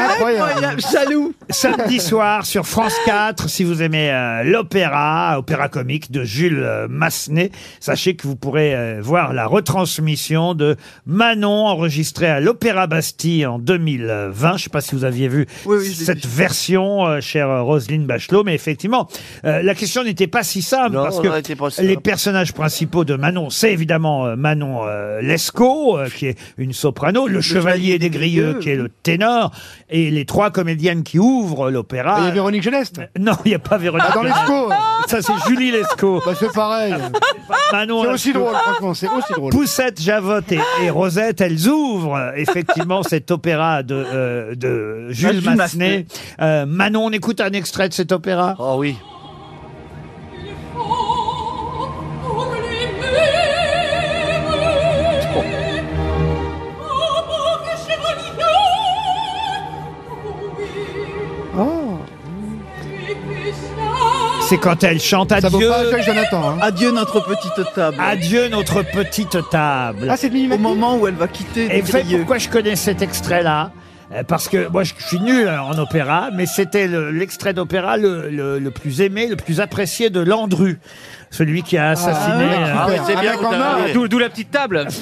Incroyable. Jaloux. Samedi soir sur France 4, si vous aimez euh, l'opéra, opéra comique de Jules euh, Massenet, sachez que vous pourrez euh, voir la retransmission de Manon enregistrée à l'Opéra Bastille en 2020. Je ne sais pas si vous aviez vu cette version, euh, chère euh, Roselyne Bachelot, mais effectivement, euh, la question n'était pas si simple Non, parce on aurait été pas que simple. les personnages principaux de Manon, c'est évidemment euh, Manon euh, Lescaut, euh, qui est une soprano, le, chevalier des Grieux, qui est le ténor, et les trois comédiennes qui ouvrent l'opéra. Il y a Véronique Geneste Non, il n'y a pas Véronique Ah, dans Geneste. Lescaut. Bah, Ça, c'est Julie Lescaut. c'est pareil. Manon C'est aussi Lescaut. drôle, franchement, c'est aussi drôle. Poussette, Javotte et, et Rosette, elles ouvrent euh, effectivement cet opéra de, euh, de Jules Ah, Jules Massenet. Massenet. Euh, Manon, on écoute un extrait de cet opéra Oh oui. Oh. C'est quand elle chante Ça vaut Adieu. pas accueil Jonathan. hein. Adieu notre petite table. Adieu notre petite table. Ah, c'est de Mimi Au moment où elle va quitter Et les vous savez Grieux. pourquoi je connais cet extrait-là Euh, parce que moi je je suis nul euh, en opéra, mais c'était le- l'extrait d'opéra le, le- le plus aimé, le plus apprécié de Landru, celui qui a assassiné. ouais, euh, Ah ouais, c'est bien que t'as- D'où d'où la petite table.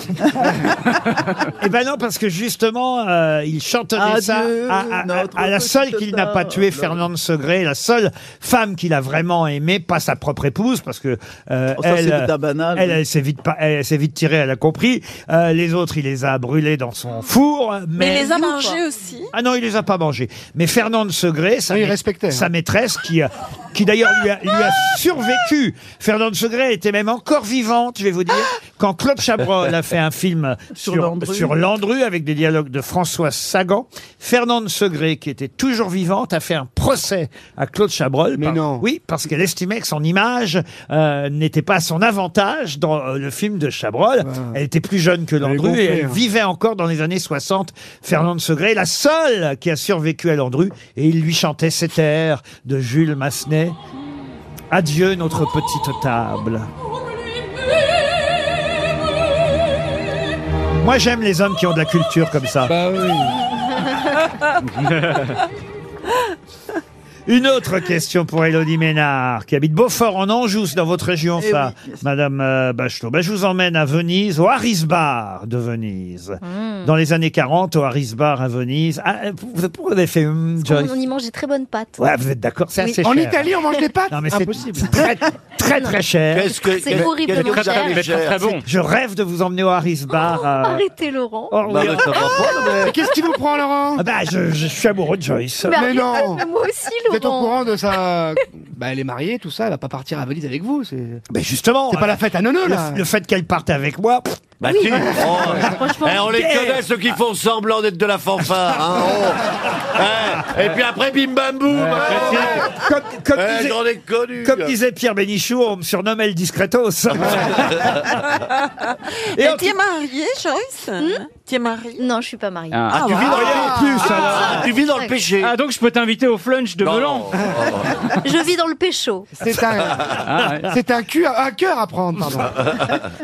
Eh ben non, parce que justement, euh, il chantonnait Adieu, ça à, à- à- à la seule qu'il n'a pas tuée, Fernande Segré, la seule femme qu'il a vraiment aimée, pas sa propre épouse, parce que euh, Oh, ça, c'est elle, de la banale. elle, elle s'est vite, pa- elle, elle s'est vite tirée, elle a compris. Euh, les autres, il les a brûlés dans son four, mais, Mais, elle les a mangés aussi. Ah non, il les a pas mangés. Mais Fernande Segré, sa, Oui, il mait- respectait, hein. sa maîtresse, qui, euh, qui d'ailleurs lui a, lui a survécu. Fernande Segré était même encore vivante, je vais vous dire, quand Claude Chabrol a fait un film sur, Sur sur Landru. Landru. avec des dialogues de François Sagan. Fernande Segré, qui était toujours vivante, a fait un procès à Claude Chabrol. Mais par- non. Oui, parce qu'elle estimait que son image euh, n'était pas à son avantage dans euh, le film de Chabrol. Ah. Elle était plus jeune que Landru gonflée, et elle hein. vivait encore dans les années 60. Fernande Segré, est la seule qui a survécu à Landru, et il lui chantait cet air de Jules Massenet. Adieu notre petite table. Moi j'aime les hommes qui ont de la culture comme ça. Une autre question pour Élodie Ménard, qui habite Beaufort en Anjou, c'est dans votre région, Eh ça, oui, Madame euh, Bachelot. Ben, je vous emmène à Venise, au Harris Bar de Venise. Mm. Dans les années 40, au Harris Bar à Venise. Ah, vous- pourquoi vous avez fait hum, Joyce On y mange des très bonnes pâtes. Ouais, vous êtes d'accord, c'est Oui. assez En cher. Italie, on mange des pâtes Non, mais c'est c'est très, très, très cher. Qu'est-ce que- C'est qu'est-ce que- horriblement qu'est-ce que vous cher. appelez cher Je rêve de vous emmener au Harris Bar. euh, Arrêtez, Laurent. Oh, oui. Mais Qu'est-ce qui vous prend, Laurent Ah bah, je, je suis amoureux de Joyce. Mais non Moi aussi, Laurent Vous êtes au courant de sa... Bah, elle est mariée, tout ça, elle va pas partir à Valise avec vous. c'est- Mais Bah, justement. C'est pas la fête à Nono, le- là Le, fait qu'elle parte avec moi. pff, Ah, Bah oui. si. Oh, eh, on les connaît ceux qui font semblant d'être de la fanfare. hein, oh. Eh, Et puis après, bim bam boum. hein. Comme, comme Eh, disait, j'en ai connu. Ah comme disait Pierre Bénichou, on me surnomme El Discretos. Et tu es mariée, Joyce Tu es mariée Hein Non, je suis pas mariée. Ah, tu vis dans rien en plus, alors. Tu vis dans le péché. Ah, donc je peux t'inviter au flunch de Melan. oh. Je vis dans le pécho. C'est Ah, Ah, un... C'est un, cul- un cœur à prendre, pardon.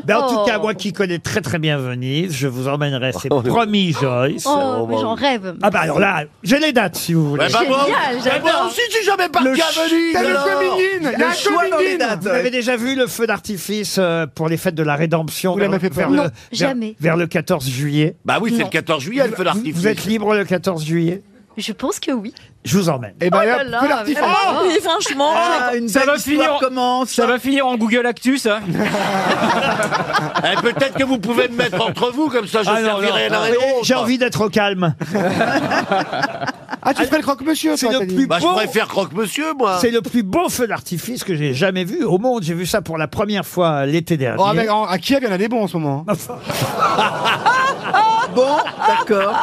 Ben, en tout Oh. cas, moi qui connais très très bien Venise, je vous emmènerai, c'est Oh, promis, Joyce. Oh, mais j'en rêve. Ah bah alors là, j'ai les dates si vous voulez. Ouais, bah, moi- Eh Génial, ben, bah, moi j'adore. aussi, je suis jamais parti Le à Venise. ch- T'as le alors. communine, Le la choix dans les communine. dates, Vous ouais. avez déjà vu le feu d'artifice euh, pour les fêtes de la Rédemption Vous vers, l'avez fait vers peur. le, Non, vers- jamais. vers le 14 juillet Bah oui, c'est Non. le 14 juillet, le feu d'artifice. Vous êtes libre le 14 juillet Je pense que oui. Je vous emmène. Et Oh bah, là là, là, feu d'artifice. vraiment. Ah, Oui, Ah, franchement, j'ai- Ça va, finir, ça va finir en Google hein. Actu, ça Eh, Peut-être que vous pouvez me mettre entre vous, comme ça je Ah, non, servirai non, l'un et non. l'autre. J'ai envie d'être au calme. Ah, tu ferais le croque-monsieur, C'est toi, le t'as dit. plus Bah, je beau- préfère croque-monsieur, moi. C'est le plus beau feu d'artifice que j'ai jamais vu au monde. J'ai vu ça pour la première fois l'été dernier. Oh, mais en- à Kiev, il y en a des bons en ce moment. Bon, d'accord.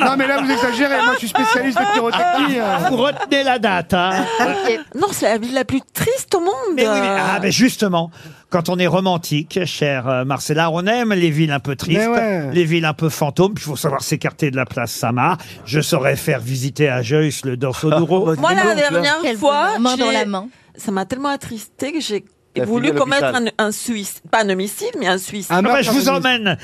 Non, mais là, vous exagérez. Moi, je suis spécialiste de pyrotechnie. euh. Vous retenez la date, hein non, c'est la ville la plus triste au monde. Mais oui, mais- ah, mais justement, quand on est romantique, cher euh, Marcella, on aime les villes un peu tristes, Mais ouais. les villes un peu fantômes. Il faut savoir s'écarter de la place Samar. Je saurais faire visiter à Joyce le Dorso d'Ouro. Moi, la dernière Quel fois, bonheur, main dans j'ai- la main. ça m'a tellement attristée que j'ai T'as voulu fini à commettre un, l'hôpital. un suicide. Pas un homicide, mais un suicide. Un Ah bah, meurtre je vous organisé. emmène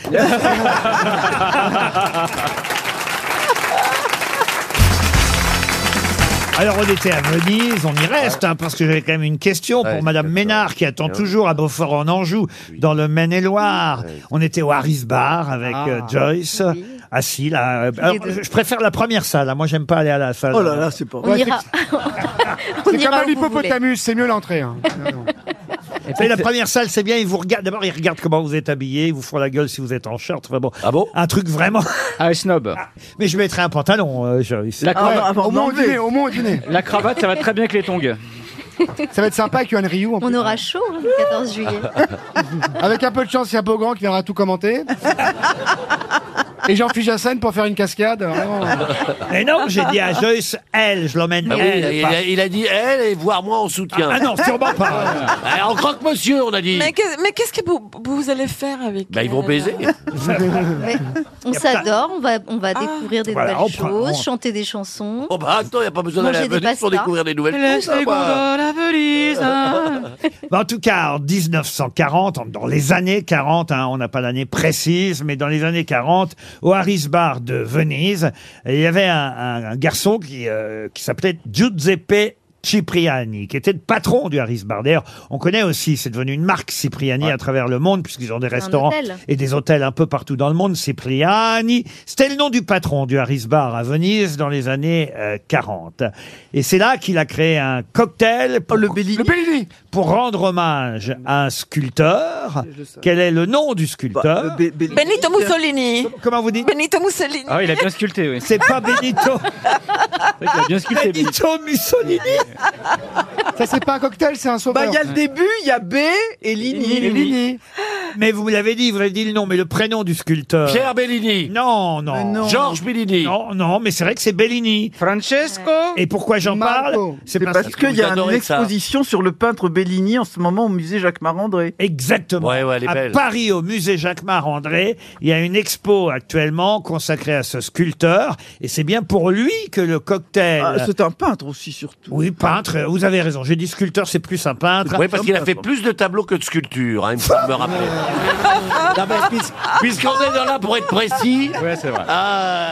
Alors on était à Venise, on y reste, hein, parce que j'avais quand même une question pour Ouais, Madame c'est Ménard ça. qui attend Bien. toujours à Beaufort-en-Anjou, dans le Maine-et-Loire. On était au Harris Bar avec euh, Joyce, Oui. assis là. Euh, alors, deux. je je préfère la première salle, hein. moi j'aime pas aller à la salle. Oh là là, c'est pas. On Ouais, ira. on C'est comme ira un où vous voulez. hippopotamus, c'est mieux l'entrée. hein. Et la première salle, c'est bien, ils vous regardent. D'abord, ils regardent comment vous êtes habillé, ils vous font la gueule si vous êtes en shirt. Enfin bon, Ah bon un truc vraiment. Ah, snob. Mais je mettrai un pantalon, euh, Joyce. La, Ah, cravate- non, avant Au moins au d'enlever. dîner, au moins au dîner. la cravate, ça va très bien avec les tongs. Ça va être sympa avec Yohan Ryu. en plus. On aura chaud hein, le 14 juillet. Avec un peu de chance, il y a Beaugrand qui viendra tout commenter. Et Jean-Philippe Jassin pour faire une cascade. vraiment. Mais non, j'ai dit à Joyce, elle, je l'emmène. Ah oui, elle, il, pas- a, il a dit elle et voire moi en soutien. Ah non, sûrement pas. Eh, en croque-monsieur, on a dit. Mais que- mais qu'est-ce que vous, vous allez faire avec Bah, ils vont elle baiser. Mais on s'adore, on va, on va Ah. découvrir des Voilà, nouvelles on prend- choses, on- chanter des chansons. Oh bah attends, il n'y a pas besoin d'aller Manger à des Venise pour pastas. découvrir des nouvelles choses. ah, bah. Mais en tout cas, en 1940, en- dans les années 40, hein, on n'a pas l'année précise, mais dans les années 40, au Harris Bar de Venise, il y avait un, un- un garçon qui, euh, qui s'appelait Giuseppe Cipriani, qui était le patron du Harris Bar. D'ailleurs, on connaît aussi, c'est devenu une marque Cipriani à travers le monde, puisqu'ils ont des restaurants hôtel. et des hôtels un peu partout dans le monde. Cipriani, c'était le nom du patron du Harris Bar à Venise dans les années euh, 40. Et c'est là qu'il a créé un cocktail. Oh, pour- le Bellini. Le Bellini pour rendre hommage à un sculpteur. Je le sais. Quel est le nom du Bah, sculpteur le Be- Bellini. Benito Mussolini. Comment vous dites Benito Mussolini. Ah, il a bien sculpté, oui. C'est pas Benito, C'est vrai qu'il a bien sculpté. Benito. Benito Mussolini. Ça, c'est pas un cocktail, c'est un sauveur. Bah, il y a le début, il y a B et Lini. Bellini. Mais vous me l'avez dit, vous avez dit le nom, mais le prénom du sculpteur. Pierre Bellini. Non, non. Mais non. Georges Bellini. Non, non, mais c'est vrai que c'est Bellini. Francesco Et pourquoi j'en Marco. parle C'est C'est parce parce qu'il y a une Vous adorez ça. exposition sur le peintre Bellini en ce moment au musée Jacques Marandré. Exactement. Ouais, ouais, elle est à belle. Paris, au musée Jacques-Mar André, il y a une expo actuellement consacrée à ce sculpteur. Et c'est bien pour lui que le cocktail. Ah, c'est un peintre aussi, surtout. oui, peintre, vous avez raison. J'ai dit sculpteur, c'est plus un peintre. Oui, Ah, parce qu'il a fait plus de tableaux que de sculptures, hein, il me semble me rappeler. Non, mais puis- Puisqu'on est dans là pour être précis. Euh. Ouais, c'est vrai. Ah,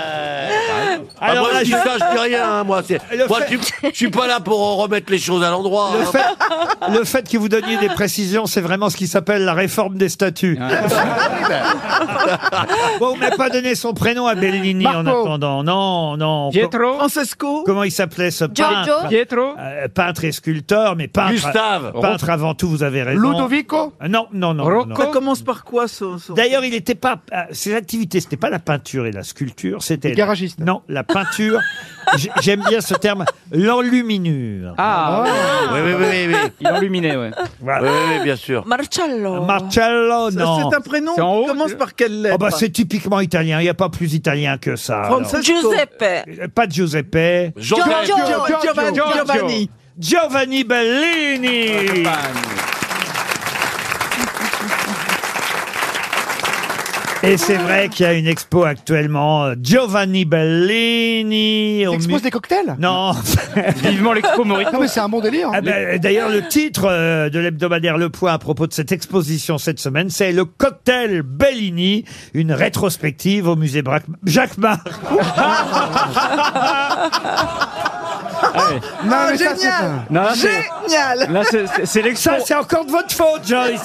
Ah, Alors, moi, là, je dis je- ça, je dis rien. hein, moi, c'est- Le moi, fait- tu- je suis pas là pour euh, remettre les choses à l'endroit. Le hein. fait, le fait que vous donniez des précisions, c'est vraiment ce qui s'appelle la réforme des statuts. bah. bon, on n'a pas donné son prénom à Bellini en attendant. Non, non. Pietro Francesco Comment il s'appelait ce Giorgio peintre Pietro Euh, Peintre et sculpteur, mais peintre. Gustave. Peintre avant tout, vous avez raison. Euh, Ludovico Non, non, non. non, non. Ça commence par quoi ce- ce- D'ailleurs, il n'était pas euh, ses activités, c'était pas la peinture et la sculpture, c'était Les garagiste. Non, la peinture. J'ai- J'aime bien ce terme, l'enluminure. Ah, oui, oui, oui, oui, oui. Il enluminait, ouais. Oui, oui, bien sûr. Marcello. Marcello, Ça, non. c'est un prénom qui euh. commence par quelle lettre Oh bah c'est typiquement italien, il n'y a pas plus italien que ça. alors. Francesco. Eh Giuseppe. ben, Euh, Pas Giuseppe. Giorgio. Giorgio. Giovanni. Giovanni. Giovanni Bellini. Et c'est vrai qu'il y a une expo actuellement, euh, Giovanni Bellini. au Expose mu- des cocktails Non. Vivement l'expo Non, mais c'est un bon délire. Ah ben, D'ailleurs, le titre euh, de l'hebdomadaire Le Point à propos de cette exposition cette semaine, c'est Le cocktail Bellini, une rétrospective au musée Brac- Jacquemart. Non, mais ça, c'est ça. Ah, Non, là, c'est- Ah, Génial Là, c'est- c'est c'est l'expo. Ça, c'est encore de votre faute, Joyce.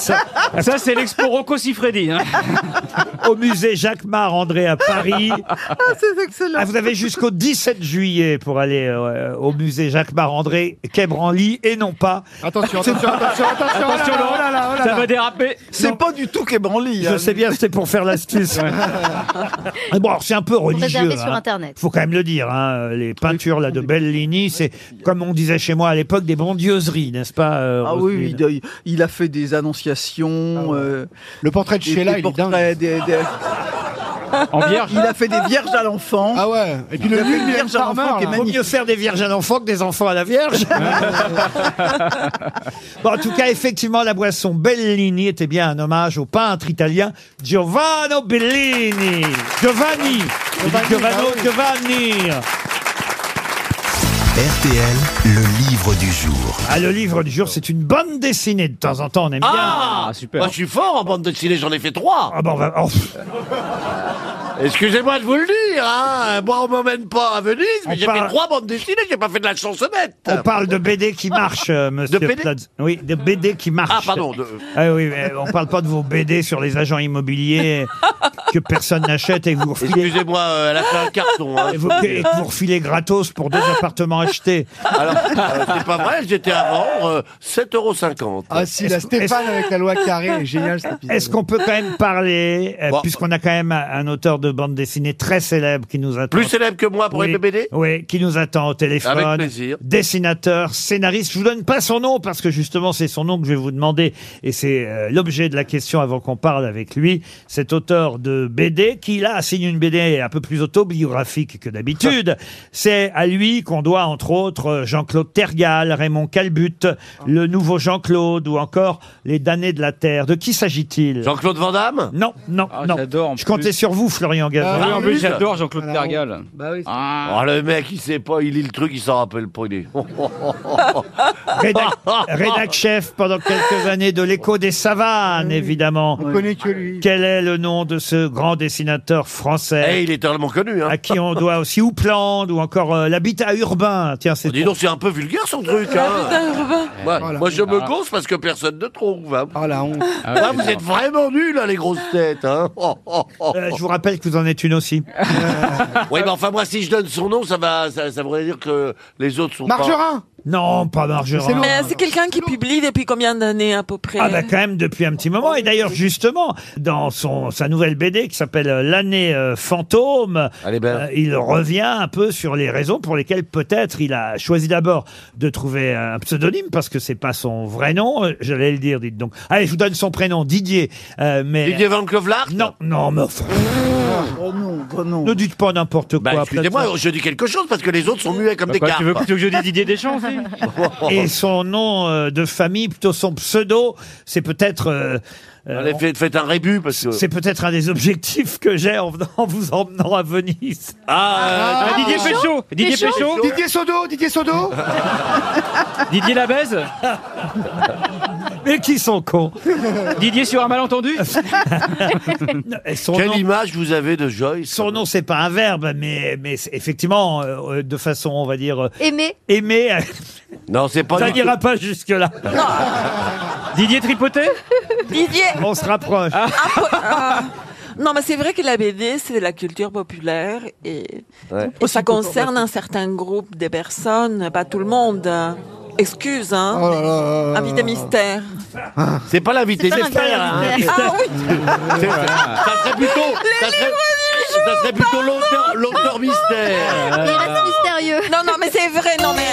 Ça, c'est l'expo Rocco Siffredi. hein. au musée Jacquemart André à Paris. Ah, c'est excellent. Ah, vous avez jusqu'au 17 juillet pour aller euh, au musée Jacquemart André Quai Branly et non pas. Attention, attention, attention, attention. oh là Attention, là, Laurent, oh là là, oh là ça là. va déraper. C'est pas du tout qu'ébranli. Je sais bien, c'était pour faire l'astuce. Mais Ah, Bon, alors, c'est un peu religieux. réserver sur hein. Internet. Faut quand même le dire. hein, Les peintures là de Bellini, c'est comme on disait chez moi à l'époque des bondieuseries, n'est-ce pas euh, Ah oui, Roselyne il, il- il a fait des annonciations. euh, Le portrait de des- Sheila, il des est dingue. portraits, des- des- En vierge. Il a fait des vierges à l'enfant. Ah ouais. Et puis le Il a fait nul une de Vierge à l'enfant qui est Farmer. Vaut magnifique. mieux faire des vierges à l'enfant que des enfants à la vierge. Bon, en tout cas, effectivement, la boisson Bellini était bien un hommage au peintre italien Giovanni Bellini. Giovanni. Je dis Giovanni, bah Giovanni. RTL, le livre du jour. Ah, le livre du jour, c'est une bande dessinée. De temps en temps, on aime bien. Ah, super. Moi, je suis fort en bande dessinée, j'en ai fait trois. Ah, bon, on va- oh, pff, Excusez-moi de vous le dire, hein. Moi, on m'emmène pas à Venise, On mais j'ai parle- fait trois bandes dessinées, j'ai pas fait de la chansonnette. on parle de BD qui marche, euh, monsieur BD? Plaza. Oui, de BD qui marche. Ah, pardon. de- Ah oui, mais on parle pas de vos BD sur les agents immobiliers que personne n'achète et que vous refilez Excusez-moi, euh, elle a fait un carton. Hein. Et vous, et que vous refilez gratos pour deux appartements achetés. Alors, euh, c'est pas vrai, j'étais à vendre euh, 7,50€. Ah si, la Stéphane avec la loi carrée est génial cet épisode. Est-ce qu'on peut quand même parler, euh, Bon. puisqu'on a quand même un auteur de bande dessinée très célèbre qui nous attend. Plus célèbre que moi pour oui, les BBD Oui, qui nous attend au téléphone. Avec plaisir. Dessinateur, scénariste. Je vous donne pas son nom parce que justement c'est son nom que je vais vous demander et c'est euh, l'objet de la question avant qu'on parle avec lui. Cet auteur de BD qui là signe une BD un peu plus autobiographique que d'habitude. c'est à lui qu'on doit entre autres euh, Jean-Claude Tergal, Raymond Calbut, le nouveau Jean-Claude ou encore les damnés de la terre. De qui s'agit-il Jean-Claude Van Damme Non, non, Ah, non. j'adore, en Je plus. comptais sur vous, Florian Gazan. Ah oui, en plus, oui, ça- j'adore Jean-Claude Tergal. Ah. Oh, le mec, il sait pas, il lit le truc, il s'en rappelle pas. Il est... Rédac, rédac chef pendant quelques années de l'écho des savanes, évidemment. Ah On connaît que lui. Quel est le nom de ce grand dessinateur Eh, français il est tellement connu. Hein. à qui on doit aussi Oupland ou encore euh, l'habitat urbain Tiens, c'est Oh, Ah, Dis donc, c'est un peu vulgaire son truc. Hein. Putain, Robin. Moi, Voilà. moi, je me gosse parce que personne ne trouve. hein. Oh la honte. Ah ouais, Là, vous êtes vraiment nuls, hein, les grosses têtes. Hein. Oh, oh, oh. Euh, je vous rappelle que vous en êtes une aussi. Oui, mais enfin, moi, si je donne son nom, ça, va, ça, ça voudrait dire que les autres sont pas... Margerin Non, pas C'est Margerin. l'autre. Mais c'est quelqu'un qui publie depuis combien d'années à peu près Ah bah quand même depuis un petit moment. Et d'ailleurs justement, dans son, sa nouvelle BD qui s'appelle euh, L'année euh, fantôme, Elle est belle. euh, il revient un peu sur les raisons pour lesquelles peut-être il a choisi d'abord de trouver un pseudonyme parce que c'est pas son vrai nom. Euh, J'allais le dire, dites donc. Allez, je vous donne son prénom, Didier. Euh, mais Didier Van Clevelaert non, non, mais enfin, Oh non, oh non. ne dites pas n'importe quoi. Bah, peut-être ça- excusez-moi, je dis quelque chose parce que les autres sont muets comme des Bah, Quoi, tu, veux, carpes. tu veux que je dise Didier Deschamps aussi Et son nom euh, de famille, plutôt son pseudo, c'est peut-être. euh, euh, Allez, faites, faites un rébut parce que. c'est peut-être un des objectifs que j'ai en, venant- en vous emmenant à Venise. Ah, Ah, Didier Péchaud. Péchaud. Didier Péchaud. Péchaud. Didier Sodo, Didier Sodo Didier Labèze Mais qui sont cons Eh Didier sur un malentendu Quelle image vous avez de Joyce Eh, Son nom, c'est pas un verbe, mais, mais c'est- effectivement, euh, euh, de façon, on va dire. euh, Aimer. Aimer, Non, c'est pas. ça du- n'ira pas jusque-là. Didier Tripoté Didier On se rapproche. Ah, Non, mais c'est vrai que la BD, c'est de la culture populaire et, Ouais. et Oh, ça concerne un certain groupe de personnes, pas tout le monde. Excuse, hein. Oh Invité mystère. C'est pas l'invité C'est pas mystère. l'invité hein. mystère. Ah oui. C'est- Ça serait Eh, plutôt. Ça serait, ça serait plutôt l'auteur- l'auteur Ah. mystère. Il reste mystérieux. Non, non, mais c'est vrai, non, mais.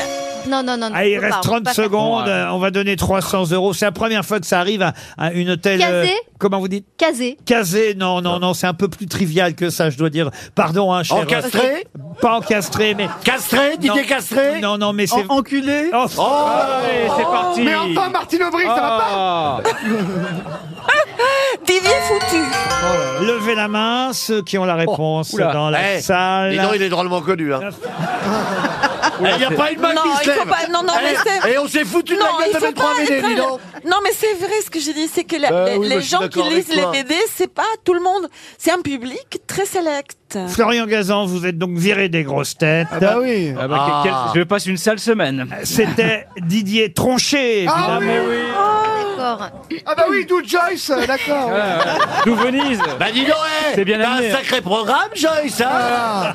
Non, non, non. Ah, il reste 30 secondes, Ouais. euh, on va donner 300 euros. C'est la première fois que ça arrive à, à une telle... euh, Casé. comment vous dites Casé. Casé, non, non, non, c'est un peu plus trivial que ça, je dois dire. Pardon, hein, cher... Encastré Pas encastré, mais... Castré Didier Non. Castré Oh. Non, non, mais c'est... Enculé Oh, Allez, c'est parti Mais enfin, Martine Aubry, ça va pas Ah. Didier foutu. Oh Levez la main, ceux qui ont la réponse oula. dans la Oh. Eh, salle. Et non, il est drôlement connu. Hein. Eh, Il n'y a pas une main Non, qui se il faut lève. pas- non, non, mais c'est- Eh, Et on s'est foutu de Non, la il gueule de faut pas 23 minutes, arrêter. dis donc. Non, mais c'est vrai, ce que j'ai dit, c'est que la- Bah les, oui, les bah, je suis gens qui d'accord lisent avec les toi. BD, c'est pas tout le monde. C'est un public très select. Florian Gazan, vous êtes donc viré des grosses têtes. Ah bah oui Ah bah, quel- Ah. quel- Je passe une sale semaine. C'était Didier Tronchet, évidemment. Ah oui D'accord. Ah bah oui, d'où Joyce, euh, d'accord. D'où Venise Bah dis donc, eh, C'est bien t'as hein. amené, un sacré programme, Joyce. hein.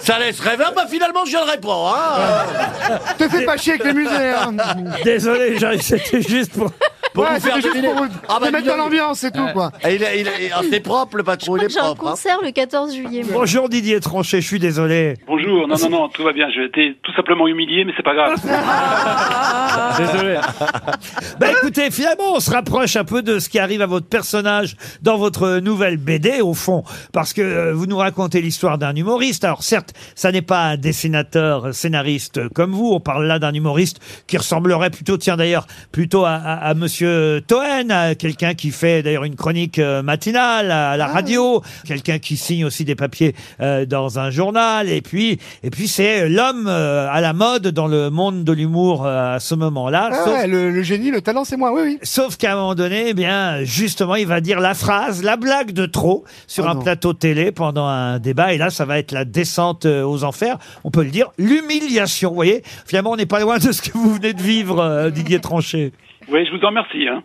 Ça laisse rêver. Bah finalement, je le réponds. Hein. Te fais pas chier avec les musées. hein. Désolé, Jean, c'était juste pour... Pour ouais, vous faire c'était juste deviner. pour Ah bah, te mettre dis donc. dans l'ambiance et tout, quoi. Oh, Eh, il a- il a- ah, c'est propre, le patron, il est J'ai un propre. hein. concert le 14 juillet. moi. Bonjour Didier Tronchet, je suis désolé. Bonjour, non, non, non, tout va bien. J'ai été tout simplement humilié, mais c'est pas grave. Ah. Désolé. Bah écoutez, finalement, on se rapproche un peu de ce qui arrive à votre personnage dans votre nouvelle BD, au fond, parce que euh, vous nous racontez l'histoire d'un humoriste. Alors certes, ça n'est pas un dessinateur, euh, scénariste euh, comme vous, on parle là d'un humoriste qui ressemblerait plutôt, tiens d'ailleurs, plutôt à, à- à Monsieur Toen, à quelqu'un qui fait d'ailleurs une chronique euh, matinale à la radio, quelqu'un qui signe aussi des papiers euh, dans un journal, et puis, et puis c'est l'homme euh, à la mode dans le monde de l'humour euh, à ce moment-là. Ah sauf ouais, le, le génie, le talent, c'est moi, oui, oui. Sauf qu'à un moment donné, eh bien, justement, il va dire la phrase, la blague de trop sur Ah un non. plateau télé pendant un débat. Et là, ça va être la descente euh, aux enfers. On peut le dire, l'humiliation. Vous voyez, finalement, on n'est pas loin de ce que vous venez de vivre, euh, Didier Tranchet. Oui, je vous en remercie. Hein.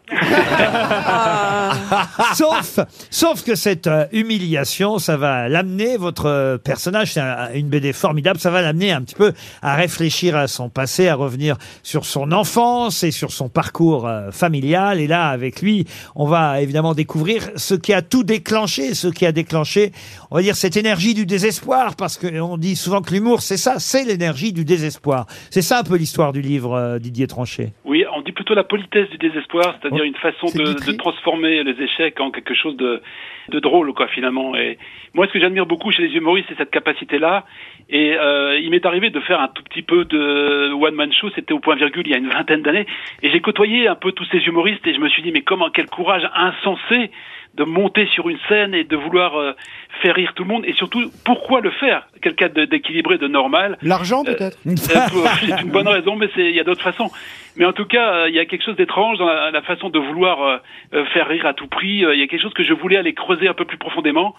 sauf, sauf que cette euh, humiliation, ça va l'amener, votre euh, personnage, c'est un- une BD formidable, ça va l'amener un petit peu à réfléchir à son passé, à revenir sur son enfance et sur son parcours euh, familial. Et là, avec lui, on va évidemment découvrir ce qui a tout déclenché, ce qui a déclenché, on va dire, cette énergie du désespoir, parce qu'on dit souvent que l'humour, c'est ça, c'est l'énergie du désespoir. C'est ça un peu l'histoire du livre, euh, Didier Tranchet. Oui, on dit plutôt la politesse du désespoir, c'est-à-dire une façon C'est de, Guitry. de transformer les échecs en quelque chose de, de drôle, quoi, finalement. Et moi, ce que j'admire beaucoup chez les humoristes, c'est cette capacité-là. Et euh, il m'est arrivé de faire un tout petit peu de one-man show, c'était au point virgule il y a une vingtaine d'années, et j'ai côtoyé un peu tous ces humoristes, et je me suis dit, mais comment, quel courage insensé de monter sur une scène et de vouloir euh, faire rire tout le monde, et surtout, pourquoi le faire Quelqu'un de- d'équilibré, de normal, L'argent, peut-être euh, pour- c'est une bonne raison, mais c'est- il y a d'autres façons. Mais en tout cas, euh, il y a quelque chose d'étrange dans la, la façon de vouloir euh, euh, faire rire à tout prix. Euh, Il y a quelque chose que je voulais aller creuser un peu plus profondément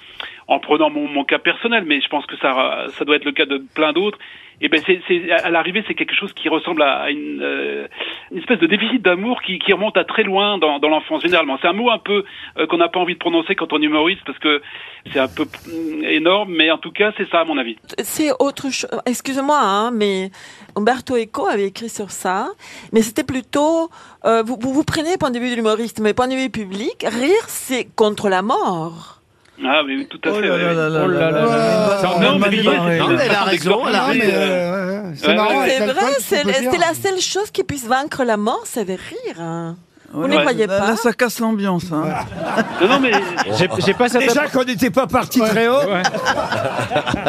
en prenant mon, mon cas personnel, mais je pense que ça, euh, ça doit être le cas de plein d'autres. Et ben, c'est, c'est- à à l'arrivée, c'est quelque chose qui ressemble à à une, euh, une espèce de déficit d'amour qui, qui remonte à très loin dans, dans l'enfance généralement. C'est un mot un peu euh, qu'on n'a pas envie de prononcer quand on est humoriste parce que c'est un peu mm, énorme, mais en tout cas, c'est ça à mon avis. c'est autre chose. Excusez-moi, hein, mais Umberto Eco avait écrit sur ça. Mais c'était plutôt, euh, vous, vous vous prenez le point de vue de l'humoriste, mais point de vue public, rire, c'est contre la mort. Ah, mais tout à Oh fait. là ouais. là là Oh là là là. Non, Non, mais mais l'idée, c'est Non, de- mais elle a raison, elle a Ah, mais, raison. euh, ouais, ouais, Ouais, c'est marrant. ouais. avec C'est vrai, l'alcool, tu c'est peux dire. c'était la seule chose qui puisse vaincre la mort, c'est de rire. hein. Vous ne croyez Là, pas là, Bah, ça casse l'ambiance. hein. Non, non, mais J'ai- j'ai pas cette- Déjà qu'on n'était pas parti très haut.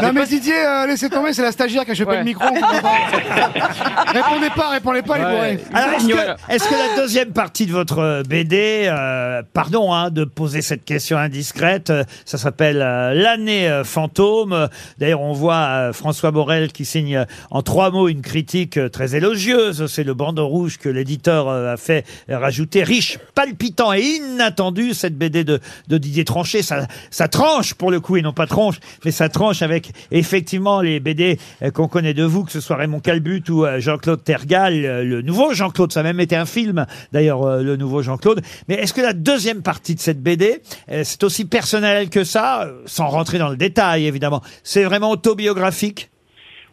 Non mais Didier, euh, laissez tomber, c'est la stagiaire qui a chopé le micro. on comprend pas. répondez pas, répondez pas, les bourrés. Alors, est-ce que, est-ce que Ah, la deuxième partie de votre euh, BD, euh, pardon hein, de poser cette question indiscrète, euh, ça s'appelle euh, L'année euh, fantôme. Euh, D'ailleurs, on voit euh, François Morel qui signe euh, en trois mots une critique euh, très élogieuse. C'est le bandeau rouge que l'éditeur euh, a fait rajouter. Riche, palpitant et inattendu, cette BD de, de Didier Tranchet. Ça, ça tranche pour le coup, et non pas tronche, mais ça tranche avec effectivement les BD euh, qu'on connaît de vous, que ce soit Raymond Calbut ou euh, Jean-Claude Tergal, euh, le nouveau Jean-Claude. Ça a même été un film, d'ailleurs, euh, le nouveau Jean-Claude. Mais est-ce que la deuxième partie de cette BD, euh, c'est aussi personnel que ça, euh, sans rentrer dans le détail, évidemment C'est vraiment autobiographique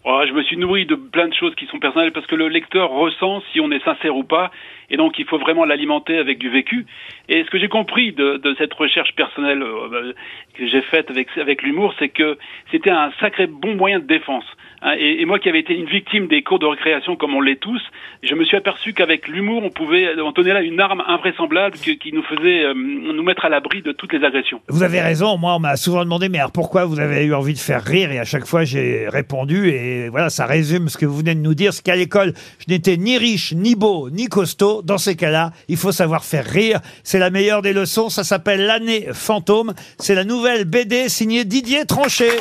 Oh, je me suis nourri de plein de choses qui sont personnelles parce que le lecteur ressent si on est sincère ou pas, et donc il faut vraiment l'alimenter avec du vécu. Et ce que j'ai compris de, de cette recherche personnelle euh, bah, que j'ai faite avec, avec l'humour, c'est que c'était un sacré bon moyen de défense. hein. et, et moi qui avais été une victime des cours de récréation comme on l'est tous, je me suis aperçu qu'avec l'humour, on pouvait, on tenait là une arme invraisemblable que- qui nous faisait euh, nous mettre à l'abri de toutes les agressions. Vous avez raison, moi on m'a souvent demandé, mais alors pourquoi vous avez eu envie de faire rire Et à chaque fois j'ai répondu, et voilà, ça résume ce que vous venez de nous dire, c'est qu'à l'école, je n'étais ni riche, ni beau, ni costaud. Dans ces cas-là, il faut savoir faire rire. C'est la meilleure des leçons, ça s'appelle L'année fantôme. C'est la nouvelle BD signée Didier Tranchet.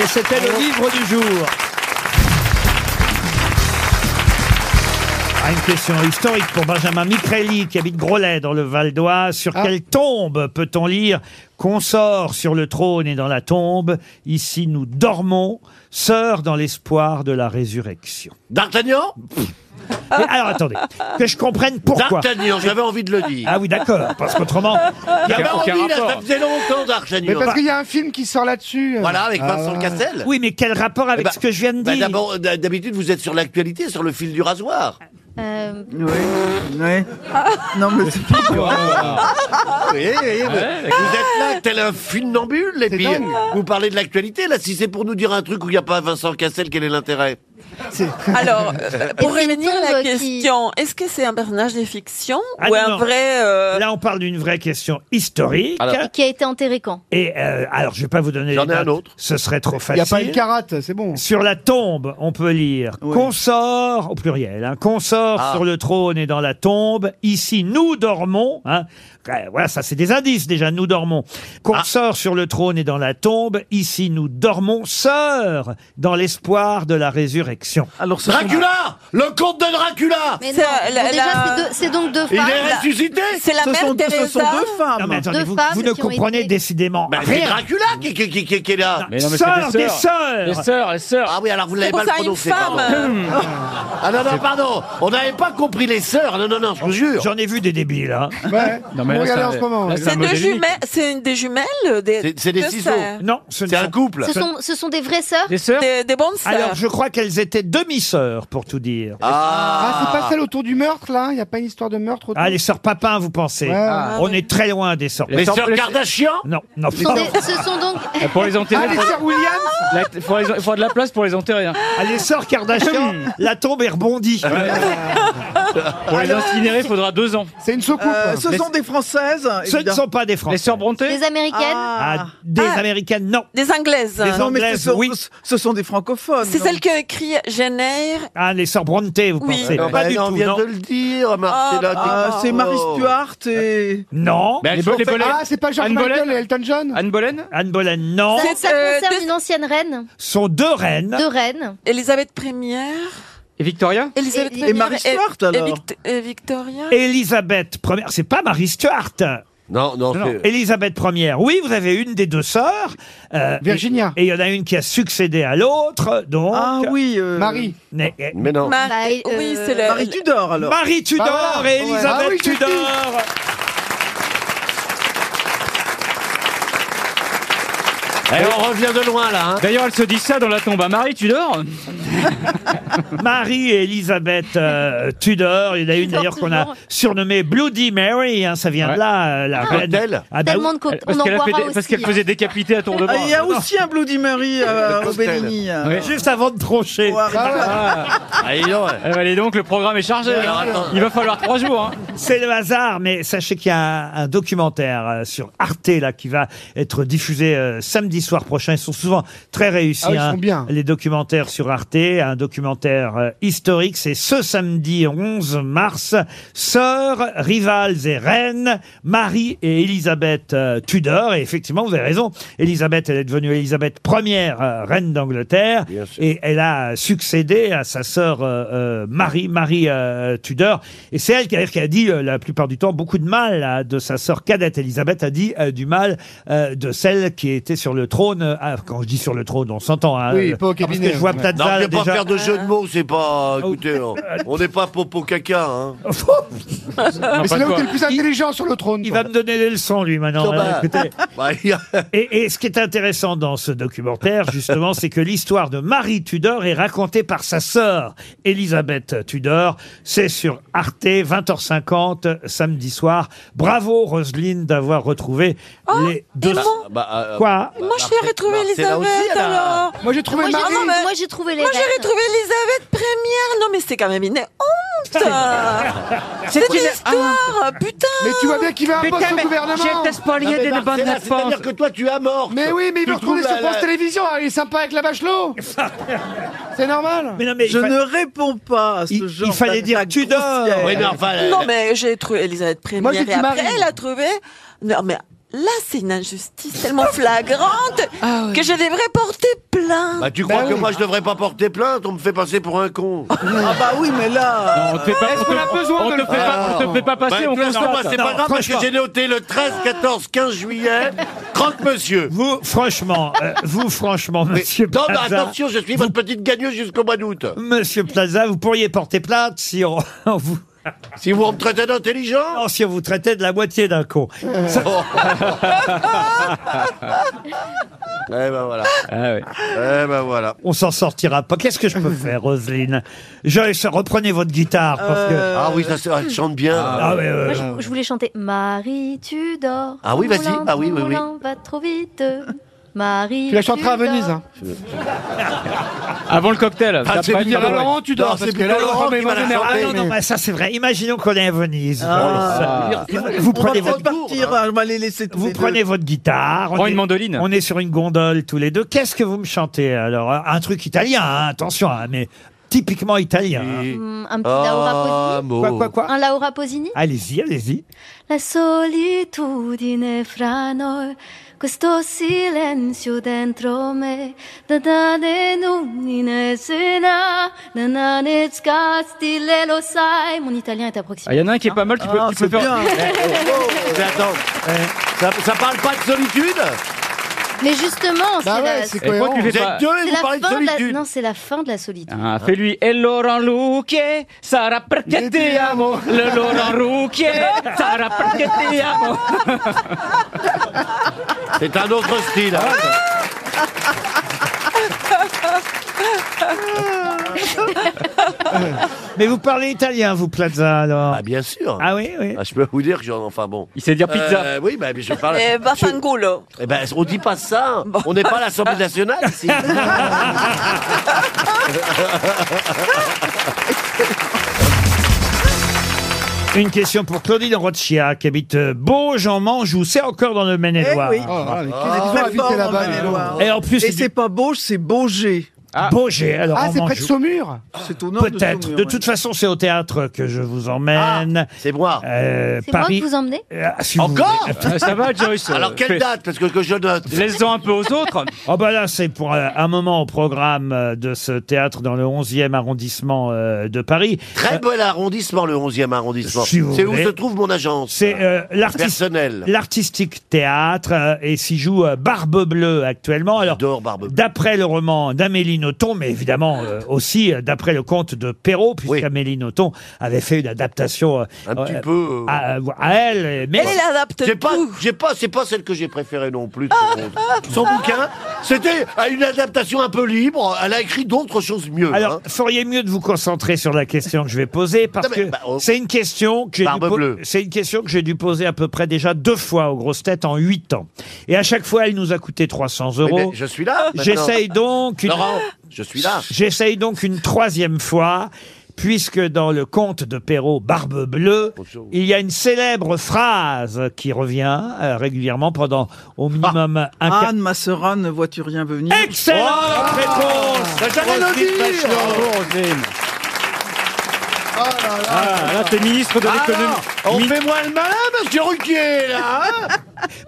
Et c'était le livre du jour. Ah, une question historique pour Benjamin Micrelli, qui habite Grolet, dans le Val d'Oise. Sur Ah. quelle tombe peut-on lire Consort sur le trône et dans la tombe, ici nous dormons, sœurs dans l'espoir de la résurrection. D'Artagnan Mais alors attendez, que je comprenne pourquoi. D'Artagnan, j'avais envie de le dire. Ah oui, d'accord, parce qu'autrement. J'avais envie, là, ça faisait longtemps d'Artagnan. Mais parce qu'il y a un film qui sort là-dessus. euh. Voilà, avec Ah, Vincent Cassel. Oui, mais quel rapport avec ce que je viens de dire D'abord, d- d'habitude, vous êtes sur l'actualité, sur le fil du rasoir. Euh, Oui, oui. Non, mais c'est pas Oui, oui, Ouais, oui. vous êtes là, tel un funambule, et puis dingue. vous parlez de l'actualité. Là, si c'est pour nous dire un truc où il n'y a pas Vincent Cassel, quel est l'intérêt Alors, euh, pour Est-ce qu'il revenir à la tombe qui- question, est-ce que c'est un personnage de fiction Ah ou non, un non. vrai... euh, Là, on parle d'une vraie question historique. Et qui a été enterré quand Et euh, alors, je vais pas vous donner. J'en ai un autre. Ce serait trop Il facile. n'y a pas une carate, c'est bon. Sur la tombe, on peut lire consort au pluriel, hein, consort Ah. sur le trône et dans la tombe. Ici, nous dormons. Hein, Ouais, voilà, ça c'est des indices déjà. Nous dormons. Consort sur le trône et dans la tombe. Ici, nous dormons, sœurs, dans l'espoir de la résurrection. Alors, Dracula Le comte de Dracula Mais C'est non, la- bon, déjà, la- c'est deux- c'est donc deux Il femmes. est ressuscité C'est la Ce mère sont deux- ce sont Teresa. deux femmes. Non mais attendez, Deux vous, femmes vous ne qui ont comprenez été- décidément Bah, c'est rien. Dracula qui, qui, qui, qui- qui est là. mais non, mais Sœurs, c'est des des sœurs. sœurs. Les sœurs, les sœurs. Ah oui, alors vous ne l'avez C'est pour pas ça une prononcé. femme. pardon. Ah non, non, pardon. On n'avait pas compris les sœurs. Non, non, non, je vous jure. J'en ai vu des débiles. hein. Ouais. Vous regardez en ce moment. ouais. C'est deux jumelles, c'est une des jumelles, des, C'est- c'est des deux ciseaux. sœurs. Non, ce ne C'est un sont- couple. Ce sont, ce sont des vraies sœurs Les sœurs des, des bonnes sœurs. Alors, je crois qu'elles étaient demi-sœurs, pour tout dire. Ah, c'est pas Ah, celle autour du meurtre, là Il n'y a pas une histoire de meurtre autour Ah, les sœurs papins, vous pensez Ouais. Ah, On est très loin des sœurs. les sœurs Kardashian Non, non. ce sont, des- ce sont donc. Euh, Pour les enterrer, Ah, les sœurs Williams il faut, les- faut de la place pour les enterrer. hein. Hum. Ah, les sœurs Kardashian, la tombe est rebondie. Pour les incinérer, il faudra deux ans. C'est une soucoupe. Euh, ce sont des Françaises. Ce ne évidemment. sont pas des Français. Les sœurs Bronté Des américaines Ah, des Ah. Américaines, non. Des anglaises. Des Non, mais Anglaises, ce sont, oui. ce sont des francophones. C'est donc. celle qui a écrit Jenner. Ah, les sœurs Bronté, vous Oui. pensez Non, Pas bah, du non, on tout, vient non. de le dire, Marcella. Ah, t'es- c'est Marie Oh. Stuart et. Non. Mais elles Les font Bo- les les- Boleyn. Ah, c'est pas George Anne Michael Boleyn et Elton John Anne Boleyn Anne Boleyn, non. C'est- Ça Euh, concerne deux- une ancienne reine Sont deux reines. Deux reines Elisabeth Première. Et Victoria Elisabeth Et- Première et Marie Stuart, et- et alors Vict- et Victoria. Élisabeth première, c'est pas Marie Stuart. Non, non, Non, c'est- Élisabeth première. Oui, vous avez une des deux sœurs. euh, Virginia. Et et il y en a une qui a succédé à l'autre, donc. Ah oui. euh, Marie. Mais- eh, Mais non. Marie- Bah, et, oui, euh, c'est la- Marie Tudor alors. Marie Tudor Bah voilà, et ouais. Ah Elisabeth oui, j'ai Tudor. Et on revient de loin, là. hein. Eh, hein. D'ailleurs, elle se dit ça dans la tombe. Ah, Marie, tu dors Marie et Elisabeth euh, Tudor. Il y en a une d'ailleurs qu'on a toujours. surnommée Bloody Mary. hein, ça vient de là, euh, la Ah, reine. bah hôtel. Tellement de co- Parce on en qu'elle a boira fait des- parce aussi, qu'elle hein. faisait décapiter à tour Ah, il y a aussi un Bloody Mary à Robellini. Euh, Juste avant de trancher. Ah, Allez donc, le programme est chargé. Bien alors, sûr. attends. Il va falloir trois jours. hein. C'est le hasard, mais sachez qu'il y a un, un documentaire euh, sur Arte là qui va être diffusé euh, samedi soir prochain. Ils sont souvent très réussis. hein. Ah oui, ils sont bien. Les documentaires sur Arte, un documentaire euh, historique. C'est ce samedi 11 mars. Sœurs, rivales et reines, Marie et Elisabeth euh, Tudor. Et effectivement, vous avez raison. Elisabeth, elle est devenue Elisabeth première euh, reine d'Angleterre. Et elle a succédé à sa sœur euh, euh, Marie, Marie euh, Tudor. Et c'est elle qui a, qui a dit euh, la plupart du temps beaucoup de mal là, de sa sœur cadette. Elisabeth a dit euh, du mal euh, de celle qui était sur le trône. euh, ah, quand je dis sur le trône, on s'entend. hein. Oui, Euh, pas au ah, parce cabinet, que je vois ouais. Plaza, Non, je vais pas déjà- faire de jeu de mots, c'est pas. Écoutez, on- on n'est pas popo caca. Hein. Ah, Mais c'est là où t'es le plus intelligent sur le trône. Il va me donner des leçons, lui, maintenant. Ça va. Écoutez. Bah, et, et ce qui est intéressant dans ce documentaire, justement, c'est que l'histoire de Marie Tudor est racontée par sa sœur, Elisabeth Tudor. C'est sur Arte, 20h50, samedi soir. Bravo, Roselyne, d'avoir retrouvé les deux... moi Bah, euh, Quoi Moi, je l'ai retrouvée, Elisabeth, alors. Moi, j'ai trouvé Marie. Moi, j'ai trouvé les Moi, j'ai reines. retrouvé Elisabeth première. Non, mais c'est quand même une honte. c'est une une histoire, putain. Mais tu vois bien qu'il veut un poste au gouvernement. Non, Ah, mais Marcella, C'est-à-dire que toi, tu as mort. Mais oui, mais il veut retrouver sur France Télévisions. hein, Il est sympa avec la Bachelot. C'est normal. Mais non, mais je ne réponds pas à ce genre genre fallait dire d'attaque grossière. Non, mais j'ai trouvé Elisabeth Première. Moi, j'ai dit et après, Marie. elle a trouvé. Non, mais là, c'est une injustice tellement Ah, flagrante que je devrais porter plainte. Bah, tu crois Ben que oui. moi, je devrais pas porter plainte On me fait passer pour un con. Ah bah oui, mais là. on te fait pas- Est-ce on te- qu'on a besoin on de te le fait pas- faire on Ah. te fait pas passer, on constate. Bah, Non, franchement. noté le 13, 14, 15 juillet, 30 monsieur. Vous, franchement, euh, vous, franchement, monsieur Non, mais Plaza- attention, je suis votre petite gagneuse jusqu'au mois d'août. Monsieur Plaza, vous pourriez porter plainte si on, on vous... Si vous me traitez d'intelligent Oh. Non, si on vous traitait de la moitié d'un con. Ça- Eh ben voilà. Eh ben voilà. On s'en sortira pas. Qu'est-ce que je peux faire, Roselyne Joyce, reprenez votre guitare. Parce que... Euh, Ah oui, ça, c'est- elle chante bien. Ah, ouais, ouais, Moi, ouais. je, je voulais chanter Marie, tu dors. Ah oui, ton vas-y. moulin, Ah oui, ton oui, oui. moulin va trop vite. Marie. Tu la chanteras à dors. Venise. hein. Avant le cocktail. Ah, c'est T'as pas plutôt dit- Laurent, tu dors, Non, parce c'est que plutôt là, Laurent Laurent, qui il va va la démerder. chanter. Ah non, non, bah, ça c'est vrai. Imaginons qu'on est à Venise. Ah. Vous- vous prenez on va votre hein, peut-être partir, on va les laisser tous vous les deux. prenez votre guitare. Prends est- une mandoline. On est sur une gondole tous les deux. Qu'est-ce que vous me chantez alors Un un truc italien, hein, attention, hein, mais typiquement italien. hein. Mm, Un petit Ah, Laura Pausini. Quoi, quoi, quoi Un Laura Pausini. Allez-y, allez-y. La solitudine fra noi, questo silenzio dentro me, da da ne numine sena, da da ne scasti le lo sai. Mon italien est Hein. approximatif. Ah, hein. Il y en a un qui est pas mal, tu peux, tu peux faire. Eh, Mais attends, ça, ça parle pas de solitude Mais justement, Bah c'est la... Et toi, tu fais Vous pas- êtes deux et c'est vous la parlez de fin de la- solitude. Non, c'est la fin de la solitude. Ah, fais-lui Et Laurent Rouquier, Sarà perché ti amo. Le Laurent Rouquier, Sarà perché ti Ah, amo. C'est un autre style. hein. Ah, Mais vous parlez italien, vous, Plaza, alors Ah, bien sûr. Ah oui, oui. Ah, je peux vous dire que j'en. Enfin bon. Il sait dire pizza. Euh, oui, bah, mais je parle. Et Bafangulo. Eh ben, on dit pas ça. On n'est pas à l'Assemblée nationale ici. Une question pour Claudine Rochia, qui habite euh, Beauge-en-Manjou. C'est encore dans le Maine-et-Loire. Eh oui. Oh, voilà, mais qui Ah, Il est est toujours très fort invité dans là-bas. le Maine-et-Loire. Et en plus, Et c'est c'est du pas Beauge, c'est Beaugé. Beaugé, alors Ah, en c'est près de Manjou. Saumur. C'est au nord de Peut-être. Saumur, De ouais. toute façon, c'est au théâtre que je vous emmène. Ah, C'est moi. Euh, C'est moi Paris. que vous emmenez Euh, si vous Encore voulez. Ah, Ça va, Joyce. Alors, quelle date Parce que, que je note. Laisse-en un peu aux autres. Ah bah là, c'est pour euh, un moment au programme euh, de ce théâtre dans le 11e arrondissement euh, de Paris. Très bel arrondissement, le 11e arrondissement. Si vous c'est où voulez. se trouve mon agence. C'est euh, l'artiste- personnel. l'artistique théâtre euh, et s'y joue euh, Barbe Bleue actuellement. Alors, J'adore Barbe Bleue. d'après le roman d'Amélie Nothomb, mais évidemment euh, aussi euh, d'après le conte de Perrault, puisqu'Amélie Nothomb avait fait une adaptation euh, Un petit euh, peu, euh, à, à elle. Mais Elle, elle adapte J'ai pas, tout. j'ai pas, c'est pas celle que j'ai préférée non plus. son- Son bouquin, C'était une adaptation un peu libre. Elle a écrit d'autres choses mieux. hein. Alors, feriez mieux de vous concentrer sur la question que je vais poser parce Non, mais, que bah, c'est une question que j'ai dû Barbe po- bleue. c'est une question que j'ai dû poser à peu près déjà deux fois aux grosses têtes en huit ans. Et à chaque fois, elle nous a coûté 300 euros. mais Eh ben, je suis là, maintenant. J'essaye donc. Laurent, je suis là. J'essaye donc une troisième fois. Puisque dans le conte de Perrault, Barbe Bleue, il y a une célèbre phrase qui revient euh, régulièrement pendant au minimum un quart Ah. Anne Masserin ne vois-tu rien venir Excellente Oh, Oh, réponse Roselyne Bachelot. Ah, là, t'es ministre de l'économie. On fait moins le malin, bah, monsieur Ruquier, là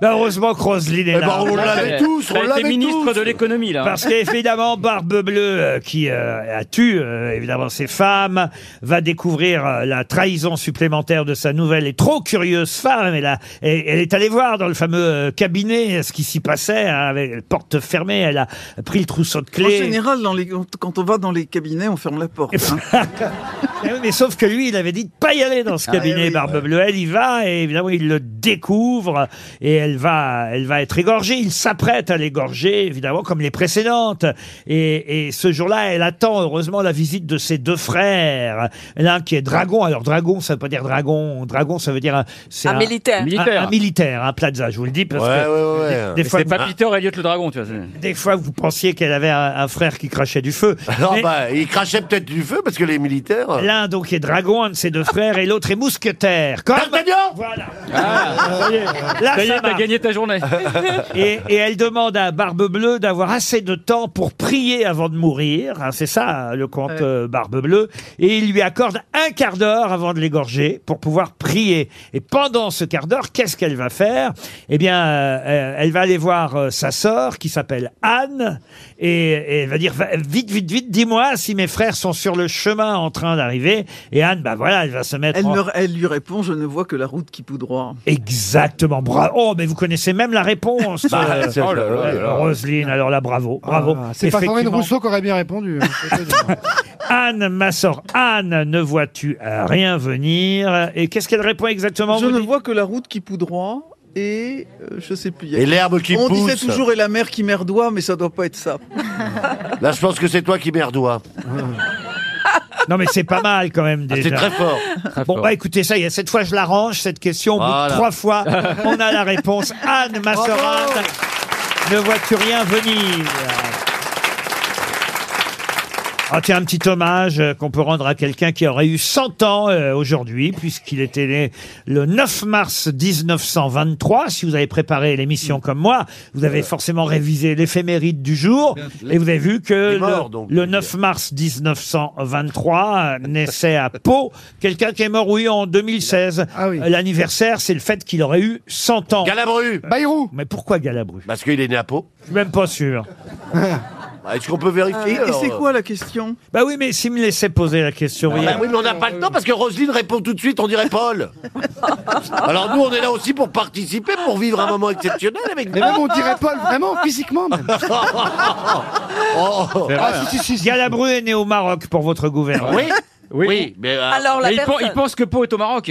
Ben, heureusement que Roselyne est Eh ben, là. on l'avait tous, on T'as été l'avait ministre tous. de l'économie, là. Parce qu'évidemment, Barbe Bleue, euh, qui euh, a tué euh, évidemment ses femmes, va découvrir euh, la trahison supplémentaire de sa nouvelle et trop curieuse femme. Elle, a- elle- elle est allée voir dans le fameux euh, cabinet euh, ce qui s'y passait, hein, avec la porte fermée. Elle a pris le trousseau de Oh, En clés. général, dans les- quand on va dans les cabinets, on ferme la porte. hein. Eh oui, mais sauf que lui, il avait dit de pas y aller dans ce Ah, eh cabinet oui, Barbe Bleue. Elle y va et évidemment, il le découvre et elle va, elle va être égorgée. Il s'apprête à l'égorger, évidemment, comme les précédentes. Et, et ce jour-là, elle attend heureusement la visite de ses deux frères. L'un qui est dragon. Alors, dragon, ça veut pas dire dragon. Dragon, ça veut dire un, c'est Un militaire. Un, un militaire, un plaza, je vous le dis. Parce Ouais, que ouais, ouais. Mais c'est pas Peter Elliott le dragon, tu vois. Des fois, vous pensiez qu'elle avait un, un frère qui crachait du feu. Non, Mais- bah, il crachait peut-être du feu parce que les militaires. L'un donc est dragon, un de ses deux frères, et l'autre est mousquetaire. Comme- Voilà. Là, ça y ça est, t'as marche. gagné ta journée. et, et elle demande à Barbe Bleue d'avoir assez de temps pour prier avant de mourir. hein, c'est ça le conte euh, Barbe Bleue. Et il lui accorde un quart d'heure avant de l'égorger pour pouvoir prier. Et pendant ce quart d'heure, qu'est-ce qu'elle va faire Eh bien, euh, euh, elle va aller voir euh, sa sœur qui s'appelle Anne et, et elle va dire Va- vite, vite, vite, dis-moi si mes frères sont sur le chemin en train d'arriver. Et Anne, bah voilà, elle va se mettre. Elle, en- me- elle lui répond Je ne vois que la route qui poudroie. Exactement. Bravo. Oh, mais vous connaissez même la réponse. Bah, euh, c'est- oh là là euh, là là. Roselyne, alors là, bravo. Bravo. Ah, C'est pas Sandrine Effectivement. Rousseau qui aurait bien répondu. hein. Anne, ma sœur Anne, ne vois-tu euh, rien venir Et qu'est-ce qu'elle répond exactement Je vous ne dites vois que la route qui poudroie et euh, je sais plus. il y a- Et l'herbe qui On disait pousse. toujours et la mer qui merdoie, mais ça doit pas être ça. Là, je pense que c'est toi qui merdois. Non, mais c'est pas mal quand même. Ah, Déjà. c'est très fort. Bon, bah écoutez, ça y est, cette fois je l'arrange, cette question. Au bout de Voilà. trois fois, on a la réponse. Anne, ma sœur Bravo. Anne, ne vois-tu rien venir Ah tiens, un petit hommage euh, qu'on peut rendre à quelqu'un qui aurait eu 100 ans euh, aujourd'hui, puisqu'il était né le 9 mars 1923. Si vous avez préparé l'émission comme moi, vous avez forcément révisé l'éphéméride du jour, et vous avez vu Il que est mort, le, donc. le 9 mars 1923 euh, naissait à Pau quelqu'un qui est mort, oui, en 2016. Euh, L'anniversaire, c'est le fait qu'il aurait eu 100 ans. Galabru Bayrou Mais pourquoi Galabru Parce qu'il est né à Pau. Je suis même pas sûr. Bah, Est-ce qu'on peut vérifier Euh, et alors euh c'est quoi la question Bah oui, mais si me laissait poser la question, vous Ah bah voyez. oui, mais on n'a pas le temps parce que Roselyne répond tout de suite, on dirait Paul. Alors nous, on est là aussi pour participer, pour vivre un moment exceptionnel avec Mais même on dirait Paul, vraiment, physiquement même. C'est vrai, hein. Galabru est né au Maroc pour votre gouvernement. Oui. Oui, mais euh, Alors, la Mais il pen- personne- il pense que Pau est au Maroc.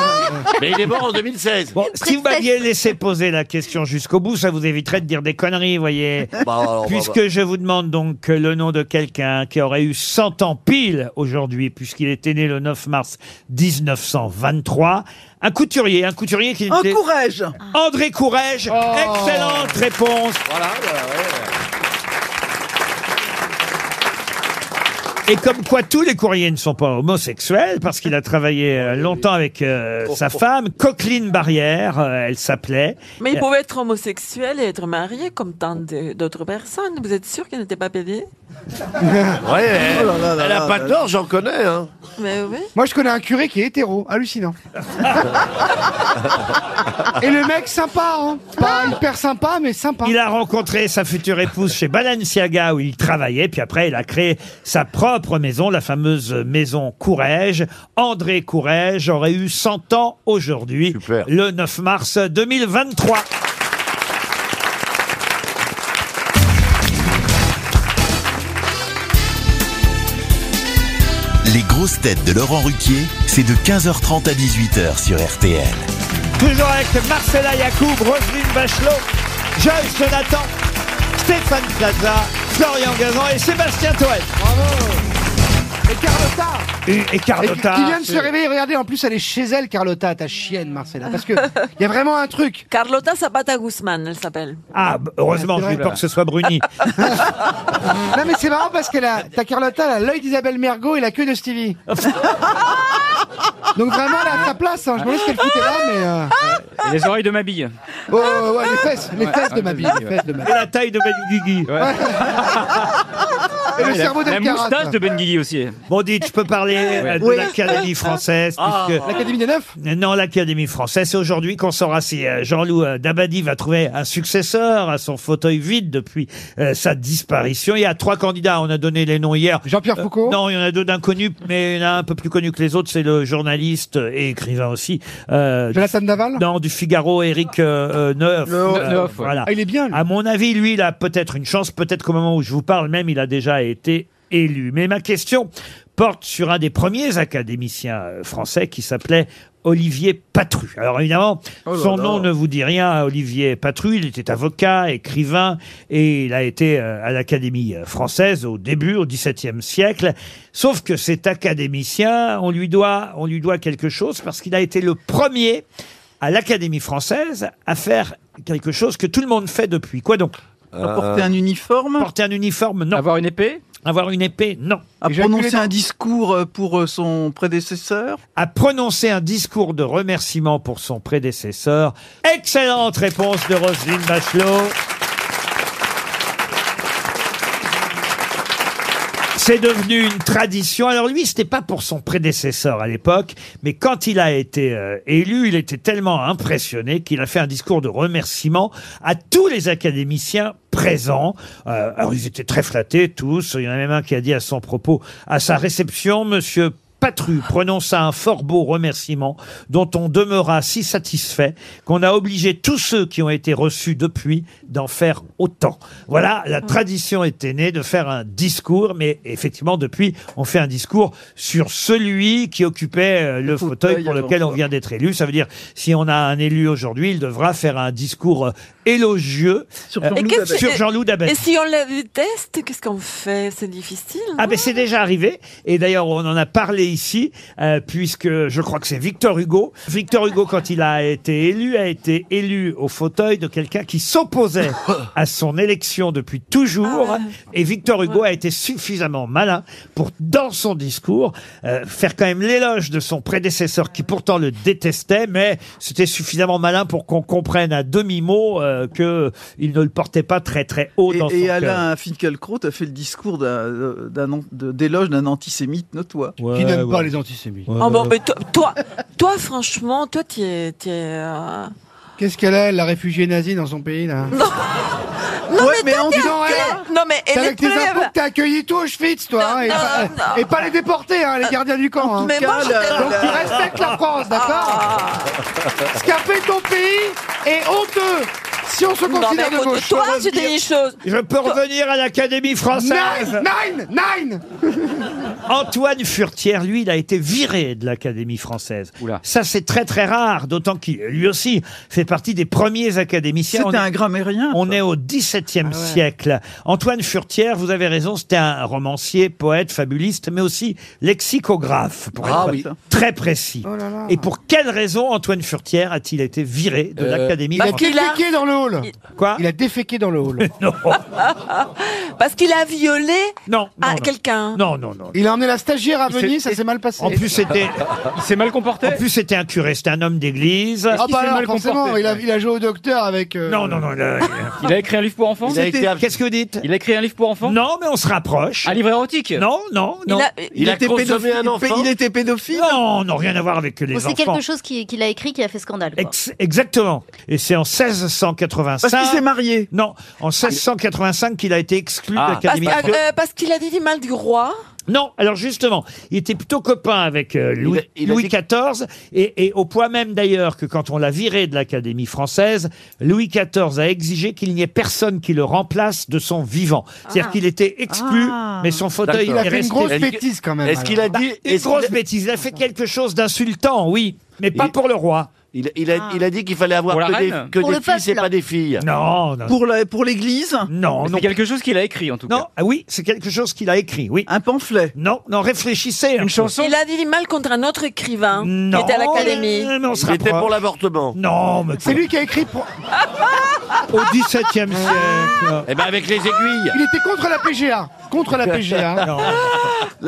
mais il est mort en 2016. Bon, si vous m'aviez laissé poser la question jusqu'au bout, ça vous éviterait de dire des conneries, voyez. Bah, alors, bah, Puisque bah. je vous demande donc le nom de quelqu'un qui aurait eu 100 ans pile aujourd'hui, puisqu'il était né le 9 mars 1923. Un couturier, un couturier qui Un était... courage André Courrèges, excellente réponse. Et comme quoi tous les courriers ne sont pas homosexuels, parce qu'il a travaillé euh, longtemps avec euh, sa femme, Coqueline Barrière, euh, elle s'appelait. Mais il Euh, pouvait être homosexuel et être marié comme tant de- d'autres personnes. Vous êtes sûr qu'il n'était pas payé Ouais, Oh elle, elle a pas tort, j'en connais. Hein. Mais oui. Moi, je connais un curé qui est hétéro, hallucinant. Et le mec sympa, hein. Pas hyper sympa, mais sympa. Ah. Euh, Il a rencontré sa future épouse chez Balenciaga où il travaillait, puis après il a créé sa propre maison, la fameuse maison Courrèges. André Courrèges aurait eu 100 ans aujourd'hui, le 9 mars 2023. Les grosses têtes de Laurent Ruquier, c'est de 15h30 à 18h sur RTL. Toujours avec Marcella Yacoub, Roselyne Bachelot, Joyce Jonathan, Stéphane Plaza, Florian Gazan et Sébastien Toët. Et Carlotta Et, et Carlotta. Qui vient de se réveiller, regardez, en plus elle est chez elle, Carlotta, ta chienne, Marcella. Parce que il y a vraiment un truc. Carlota Zapata Guzman, elle s'appelle. Ah, bah, heureusement, C'est je vrai. n'ai pas que ce soit Bruni. Non mais c'est marrant parce que la, ta Carlotta, elle a l'œil d'Isabelle Mergot et la queue de Stevie. Donc vraiment, elle a sa place. hein. Je me demande ce qu'elle foutait là, mais... euh, Et les oreilles de ma bille. Oh, ouais, ouais, les fesses, les Ouais, fesses de ouais, ma de bille, Mabille, les ouais. fesses de ma Et la taille de Ben Guigui. Et le cerveau Ah, La d'Alcaraz. moustache de Ben Guigui aussi. Bon, dites, je peux parler euh, de Oui. l'Académie française. Ah. puisque- Euh, L'Académie des Neufs Non, l'Académie française. C'est aujourd'hui qu'on saura si euh, Jean-Loup euh, Dabadi va trouver un successeur à son fauteuil vide depuis euh, sa disparition. Il y a trois candidats. On a donné les noms hier. Euh, Jean-Pierre Foucault Non, il y en a deux d'inconnus, mais il y en a un peu plus connu que les autres. C'est le journaliste et écrivain aussi. Euh, Jonathan Daval Non, du Figaro, Éric euh, euh, Neuf. Neuf, Neuf, ouais. voilà. Ah, il est bien, À mon avis, lui, il a peut-être une chance. Peut-être qu'au moment où je vous parle, même, il a déjà été élu. Mais ma question porte sur un des premiers académiciens euh, français qui s'appelait Olivier Patru. Alors évidemment, Oh là son là. nom ne vous dit rien, Olivier Patru. Il était avocat, écrivain, et il a été euh, à l'Académie euh, française au début, au XVIIe siècle. Sauf que cet académicien, on lui doit, on lui doit quelque chose parce qu'il a été le premier à l'Académie française à faire quelque chose que tout le monde fait depuis. Quoi donc Porter un uniforme Porter un uniforme, non. Avoir une épée Avoir une épée, non. À prononcer un discours euh, pour euh, son prédécesseur À prononcer un discours de remerciement pour son prédécesseur. Excellente réponse de Roselyne Bachelot. C'est devenu une tradition. Alors lui, c'était pas pour son prédécesseur à l'époque, mais quand il a été euh, élu, il était tellement impressionné qu'il a fait un discours de remerciement à tous les académiciens présents. Euh, alors ils étaient très flattés tous. Il y en a même un qui a dit à son propos, à sa réception, Monsieur Patru prononça un fort beau remerciement dont on demeura si satisfait qu'on a obligé tous ceux qui ont été reçus depuis d'en faire autant. Voilà, la tradition était née de faire un discours, mais effectivement, depuis, on fait un discours sur celui qui occupait euh, le fauteuil pour avant lequel on vient d'être élu. Ça veut dire, si on a un élu aujourd'hui, il devra faire un discours euh, élogieux euh, Et qu'est-ce- sur Jean-Loup Dabadie. Et si on la déteste, qu'est-ce qu'on fait C'est difficile. Ah ben c'est déjà arrivé et d'ailleurs on en a parlé ici euh, puisque je crois que c'est Victor Hugo. Victor Hugo quand il a été élu a été élu au fauteuil de quelqu'un qui s'opposait à son élection depuis toujours Ah et Victor Hugo a été suffisamment malin pour dans son discours euh, faire quand même l'éloge de son prédécesseur qui pourtant le détestait mais c'était suffisamment malin pour qu'on comprenne à demi-mot euh, que il ne le portait pas très très haut Et, dans et son cœur. Alain Finkielkraut a fait le discours d'un- euh, d'un an- de- d'éloge d'un antisémite notoire. Qui n'aime ouais. pas les antisémites. Oh, bon, mais to- toi, toi, franchement, toi, tu es. t'y es, euh, Qu'est-ce qu'elle est, la réfugiée nazie dans son pays, là Non, Ouais, mais, mais en toi, t'es disant, accueilli- elle, Non, mais C'est elle est avec tes impôts pleuve. que t'as accueilli tout Auschwitz, toi, hein, et, non, pas, non. et pas les déportés, hein, les gardiens du camp. hein. mais moi, je t'aime. Ah. Donc tu respectes la France, d'accord Ce qu'a fait ton pays est honteux si on se Non, mais considère de écoute, gauche. toi, je te dis une chose. Je peux revenir à l'Académie française. Nine, nine, nine Antoine Furtière, lui, il a été viré de l'Académie française. Ça, c'est très très rare, d'autant qu'il, lui aussi, fait partie des premiers académiciens. C'était On est- un grammairien. Ah On est au XVIIe siècle. Antoine Furtière, vous avez raison, c'était un romancier, poète, fabuliste, mais aussi lexicographe, pour Ah être oui. très précis. Oh Et pour quelle raison Antoine Furtière a-t-il été viré Euh, de l'Académie bah, Il a française déféqué dans le hall. Quoi Il a déféqué dans le hall. Non. Parce qu'il a violé non, à quelqu'un. Non, non, non. Il a emmené la stagiaire à Il s'est- Venise, ça s'est mal passé. Ah, En plus, c'était. Ah, Il s'est mal comporté. En plus, c'était un curé, c'était un homme d'église. Ah bah alors, forcément, il a, il a joué au docteur avec... euh, Non, non, non. le- Il a écrit un livre pour enfants Il a été- Qu'est-ce que vous dites Il a écrit un livre pour enfants Non, mais on se rapproche. Un livre érotique Non, non, non. Il a- Il était pédophile. il pé- Il était pédophile. Non, non, rien à voir avec les Bon, enfants. c'est quelque chose qui- qu'il a écrit qui a fait scandale. quoi. Ex- exactement. Et c'est en 1685. Parce qu'il s'est marié. Non, en 1685 qu'il a été exclu Ah. de Parce, l'Académie. euh, euh, parce qu'il a dit du mal du roi. Non, alors justement, il était plutôt copain avec euh, Louis, il a Louis dit- XIV, et, et au point même d'ailleurs que quand on l'a viré de l'Académie française, Louis XIV a exigé qu'il n'y ait personne qui le remplace de son vivant. C'est-à-dire Ah. qu'il était exclu, mais son fauteuil Il a est fait une resté. grosse bêtise quand même. Est-ce qu'il a alors. Bah, dit une est-ce qu'il grosse a- bêtise, il a fait quelque chose d'insultant, oui, mais pas pour le roi. Il, il a, Ah. il a dit qu'il fallait avoir Pour la que des, reine que Pour des le fils et peuple. pas des filles. Non, non. Pour la- pour l'Église Non, C'est quelque chose qu'il a écrit en tout cas. Ah oui, c'est quelque chose qu'il a écrit, oui. Un pamphlet Non, non, réfléchissez. Une chanson Il a dit du mal contre un autre écrivain Non, qui était à l'académie. Oh, mais- mais on se Il était rapproche. pour l'avortement. Non, mais C'est lui qui a écrit pour. Au XVIIe siècle. Eh ben avec les aiguilles. Il était contre la PGA. Contre la PGA. Non. hein.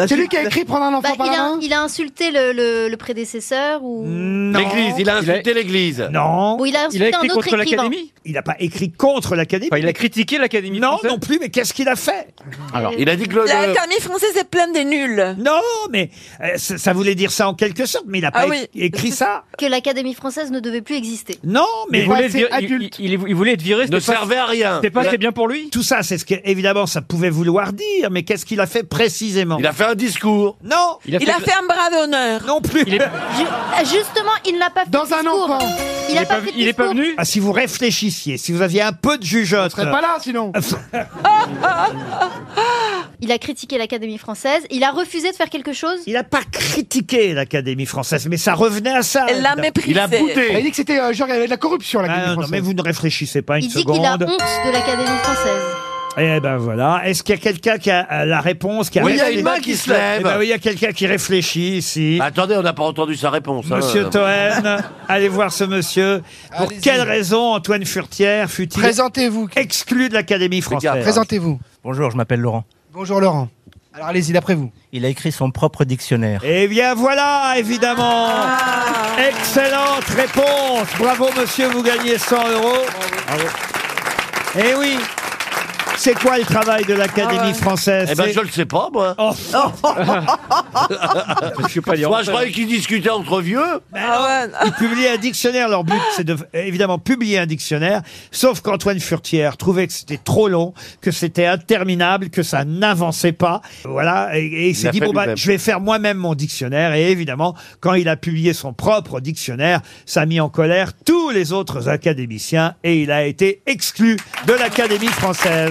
C'est lui qui a écrit prendre un enfant Bah, par il, la a, main. il a insulté le, le- le prédécesseur ou Hmm, L'église, il a insulté l'église. Non. Ou il a insulté un autre écrivain. Il n'a pas écrit contre l'académie. il a critiqué l'académie. Non, non plus, mais qu'est-ce qu'il a fait Alors, il a dit que le- le- L'académie française est pleine de nuls. Non, mais euh, ça, ça voulait dire ça en quelque sorte, mais il n'a pas Ah é- oui. écrit ça. que l'Académie française ne devait plus exister. Non, mais Il voulait, vir- il- il- il- il voulait être viré. Ne c'était pas- servait à rien. C'était pas Il a- c'est bien pour lui. Tout ça, c'est ce que, évidemment, ça pouvait vouloir dire, mais qu'est-ce qu'il a fait précisément Il a fait un discours. Non Il a, fait un bras d'honneur. Non plus. Ju- Justement, il n'a pas fait Dans un enfant Il n'a pas, fait de discours. Ah, si vous réfléchissiez, si vous aviez un peu de jugeote. euh, serait pas là, sinon. Il a critiqué l'Académie française, il a refusé de faire quelque chose. Il n'a pas critiqué l'Académie française, mais ça revenait à ça. Elle l'a évidemment. méprisé. Il a bouté. Il a dit que c'était euh, genre il y avait de la corruption Ah, l'académie non, française. mais vous ne réfléchissez pas une Il dit seconde. qu'il a honte de l'Académie française. Eh ben voilà. Est-ce qu'il y a quelqu'un qui a euh, la réponse qui Oui, il y a une main qui se lève. Eh ben oui, il y a quelqu'un qui réfléchit ici. Attendez, on n'a pas entendu sa réponse. hein. Monsieur Toen, euh, allez voir ce monsieur. Pour quelle raison Antoine Furtière fut-il Présentez-vous. exclu de l'Académie française Présentez-vous. Bonjour, je m'appelle Laurent. Bonjour Laurent. Alors allez-y d'après vous. Il a écrit son propre dictionnaire. Eh bien voilà, évidemment. Ah. Excellente réponse. Bravo monsieur, vous gagnez 100 euros. Eh oui. C'est quoi le travail de l'Académie Ah ouais. française Eh ben, C'est- je le sais pas, moi. Oh. je suis pas Moi, l'enfer. je croyais qu'ils discutaient entre vieux. Ils publient un dictionnaire. Leur but, c'est de, évidemment, publier un dictionnaire. Sauf qu'Antoine Furtière trouvait que c'était trop long, que c'était interminable, que ça n'avançait pas. Voilà. Et, et il s'est l'a dit, fait bon, bah, lui-même. je vais faire moi-même mon dictionnaire. Et évidemment, quand il a publié son propre dictionnaire, ça a mis en colère tous les autres académiciens et il a été exclu de l'Académie française.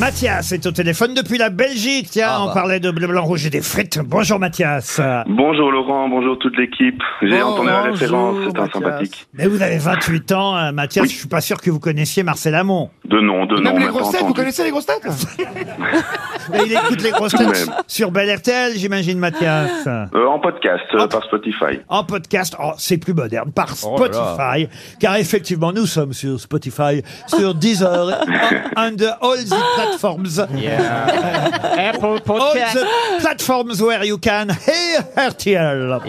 Mathias est au téléphone depuis la Belgique. Tiens, Ah on bah. parlait de bleu, blanc, rouge et des frites. Bonjour Mathias. Bonjour Laurent, bonjour toute l'équipe. J'ai Bonjour, entendu la référence, c'est un Mathias. sympathique. Mais vous avez 28 ans, hein, Mathias. Je suis pas sûr que vous connaissiez Marcel Amont. De nom, de nom, Même on les m'a pas grosses têtes, vous entendu. connaissez les grosses têtes Mais il écoute les grosses Tout de têtes même. sur Bel RTL, j'imagine, Mathias. Euh, en podcast, Ah. euh, par Spotify. En podcast, oh, c'est plus moderne, par Oh là là. Spotify, car effectivement, nous sommes sur Spotify, sur Deezer, and all the platforms. Apple All the platforms where you can hear RTL.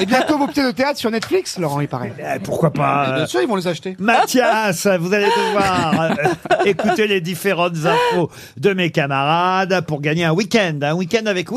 Et bientôt vos pieds de théâtre sur Netflix, Laurent, il paraît. Eh, Pourquoi pas euh, Bien sûr, ils vont les acheter. Mathias, vous allez devoir euh, écouter les différentes infos de mes camarades pour gagner un week-end, un week-end avec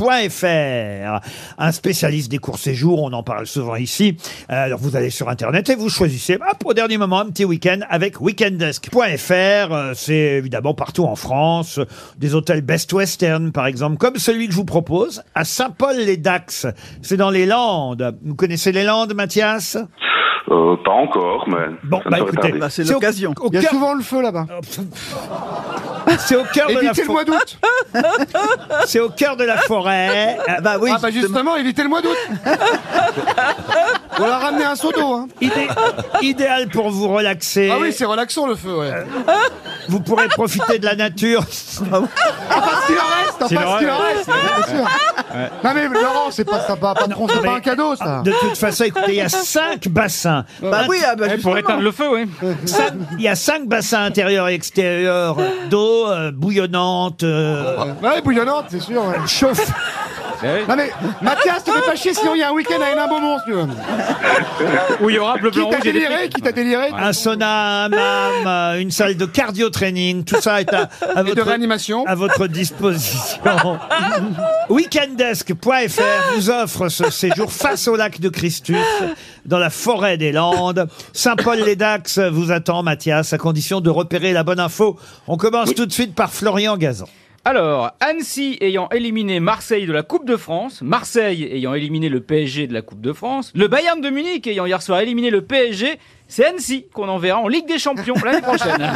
weekendesk.fr. Un spécialiste des courts séjours, on en parle souvent ici. Euh, Alors vous allez sur Internet et vous choisissez, hop, au dernier moment, un petit week-end avec weekendesk.fr. Euh, C'est évidemment partout en France, des hôtels Best Western, par exemple, comme celui que je vous propose à Saint-Paul-les-Dax. C'est dans les Landes. Vous connaissez les Landes, Mathias Euh, pas encore, mais Bon, ça ne bah saurait écoutez, tarder. au- au Il y a cœur- souvent le feu là-bas. c'est au cœur de la Évitez le mois forêt. d'août. C'est au cœur de la forêt. Ah, bah oui. Ah bah justement, évitez le mois d'août. On leur a ramené un seau d'eau. Hein. Idé- idéal pour vous relaxer. Ah oui, c'est relaxant le feu, ouais. Vous pourrez profiter de la nature. Enfin, ce qu'il en reste, S'il en enfin, ce qu'il en reste, reste. bien sûr. Non mais Laurent, c'est pas sympa, patron, c'est pas un cadeau ça. Ah, De toute façon, écoutez, il y a cinq bassins. Bah oui, ah bah Eh, pour justement. éteindre le feu, oui. Il y a cinq bassins intérieurs et extérieurs d'eau euh, bouillonnante. euh, Ah, Ouais, bouillonnante, c'est sûr. Ouais. Chauffe. Eh Non mais Mathias, te fais pas chier sinon il y a un week-end à Hénin Beaumont, si tu veux. Où il y aura bleu, Qui blanc, t'a rouge et des déliré frites. Qui t'a déliré Un sauna, un hammam, euh, une salle de cardio training, tout ça est à, à votre, réanimation. à votre disposition. Weekendesk.fr vous offre ce séjour face au lac de Christus, dans la forêt des Landes. Saint-Paul-les-Dax vous attend, Mathias, à condition de repérer la bonne info. On commence tout de suite par Florian Gazan. Alors, Annecy ayant éliminé Marseille de la Coupe de France, Marseille ayant éliminé le PSG de la Coupe de France, le Bayern de Munich ayant hier soir éliminé le PSG, c'est Annecy qu'on enverra en Ligue des Champions l'année prochaine.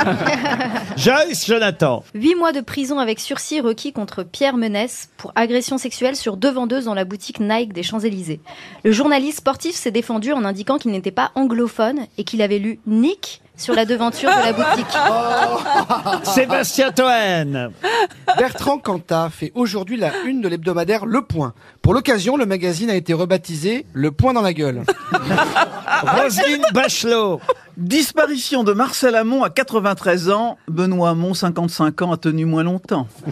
Joyce Jonathan. 8 mois de prison avec sursis requis contre Pierre Menès pour agression sexuelle sur deux vendeuses dans la boutique Nike des Champs-Élysées. Le journaliste sportif s'est défendu en indiquant qu'il n'était pas anglophone et qu'il avait lu Nick sur la devanture de la boutique. Sébastien Toen. Bertrand Cantat fait aujourd'hui la une de l'hebdomadaire Le Point. Pour l'occasion, le magazine a été rebaptisé Le Point dans la gueule. Roselyne Bachelot. Ah, bah, Disparition de Marcel Hamon à 93 ans. Benoît Hamon, 55 ans, a tenu moins longtemps.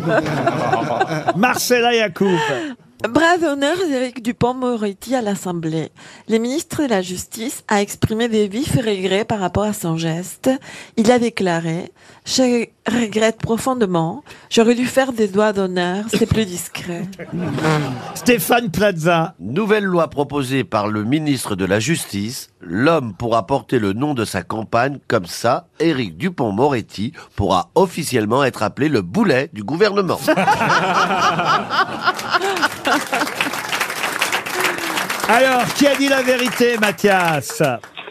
Marcella Yacoub. Brave honneur d'Éric Dupont-Moretti à l'Assemblée. Le ministre de la Justice a exprimé des vifs regrets par rapport à son geste. Il a déclaré « Je regrette profondément. J'aurais dû faire des doigts d'honneur. C'est plus discret. » Stéphane Plaza. Nouvelle loi proposée par le ministre de la Justice. L'homme pourra porter le nom de sa campagne comme ça. Éric Dupont-Moretti pourra officiellement être appelé le boulet du gouvernement. Alors, qui a dit la vérité, Mathias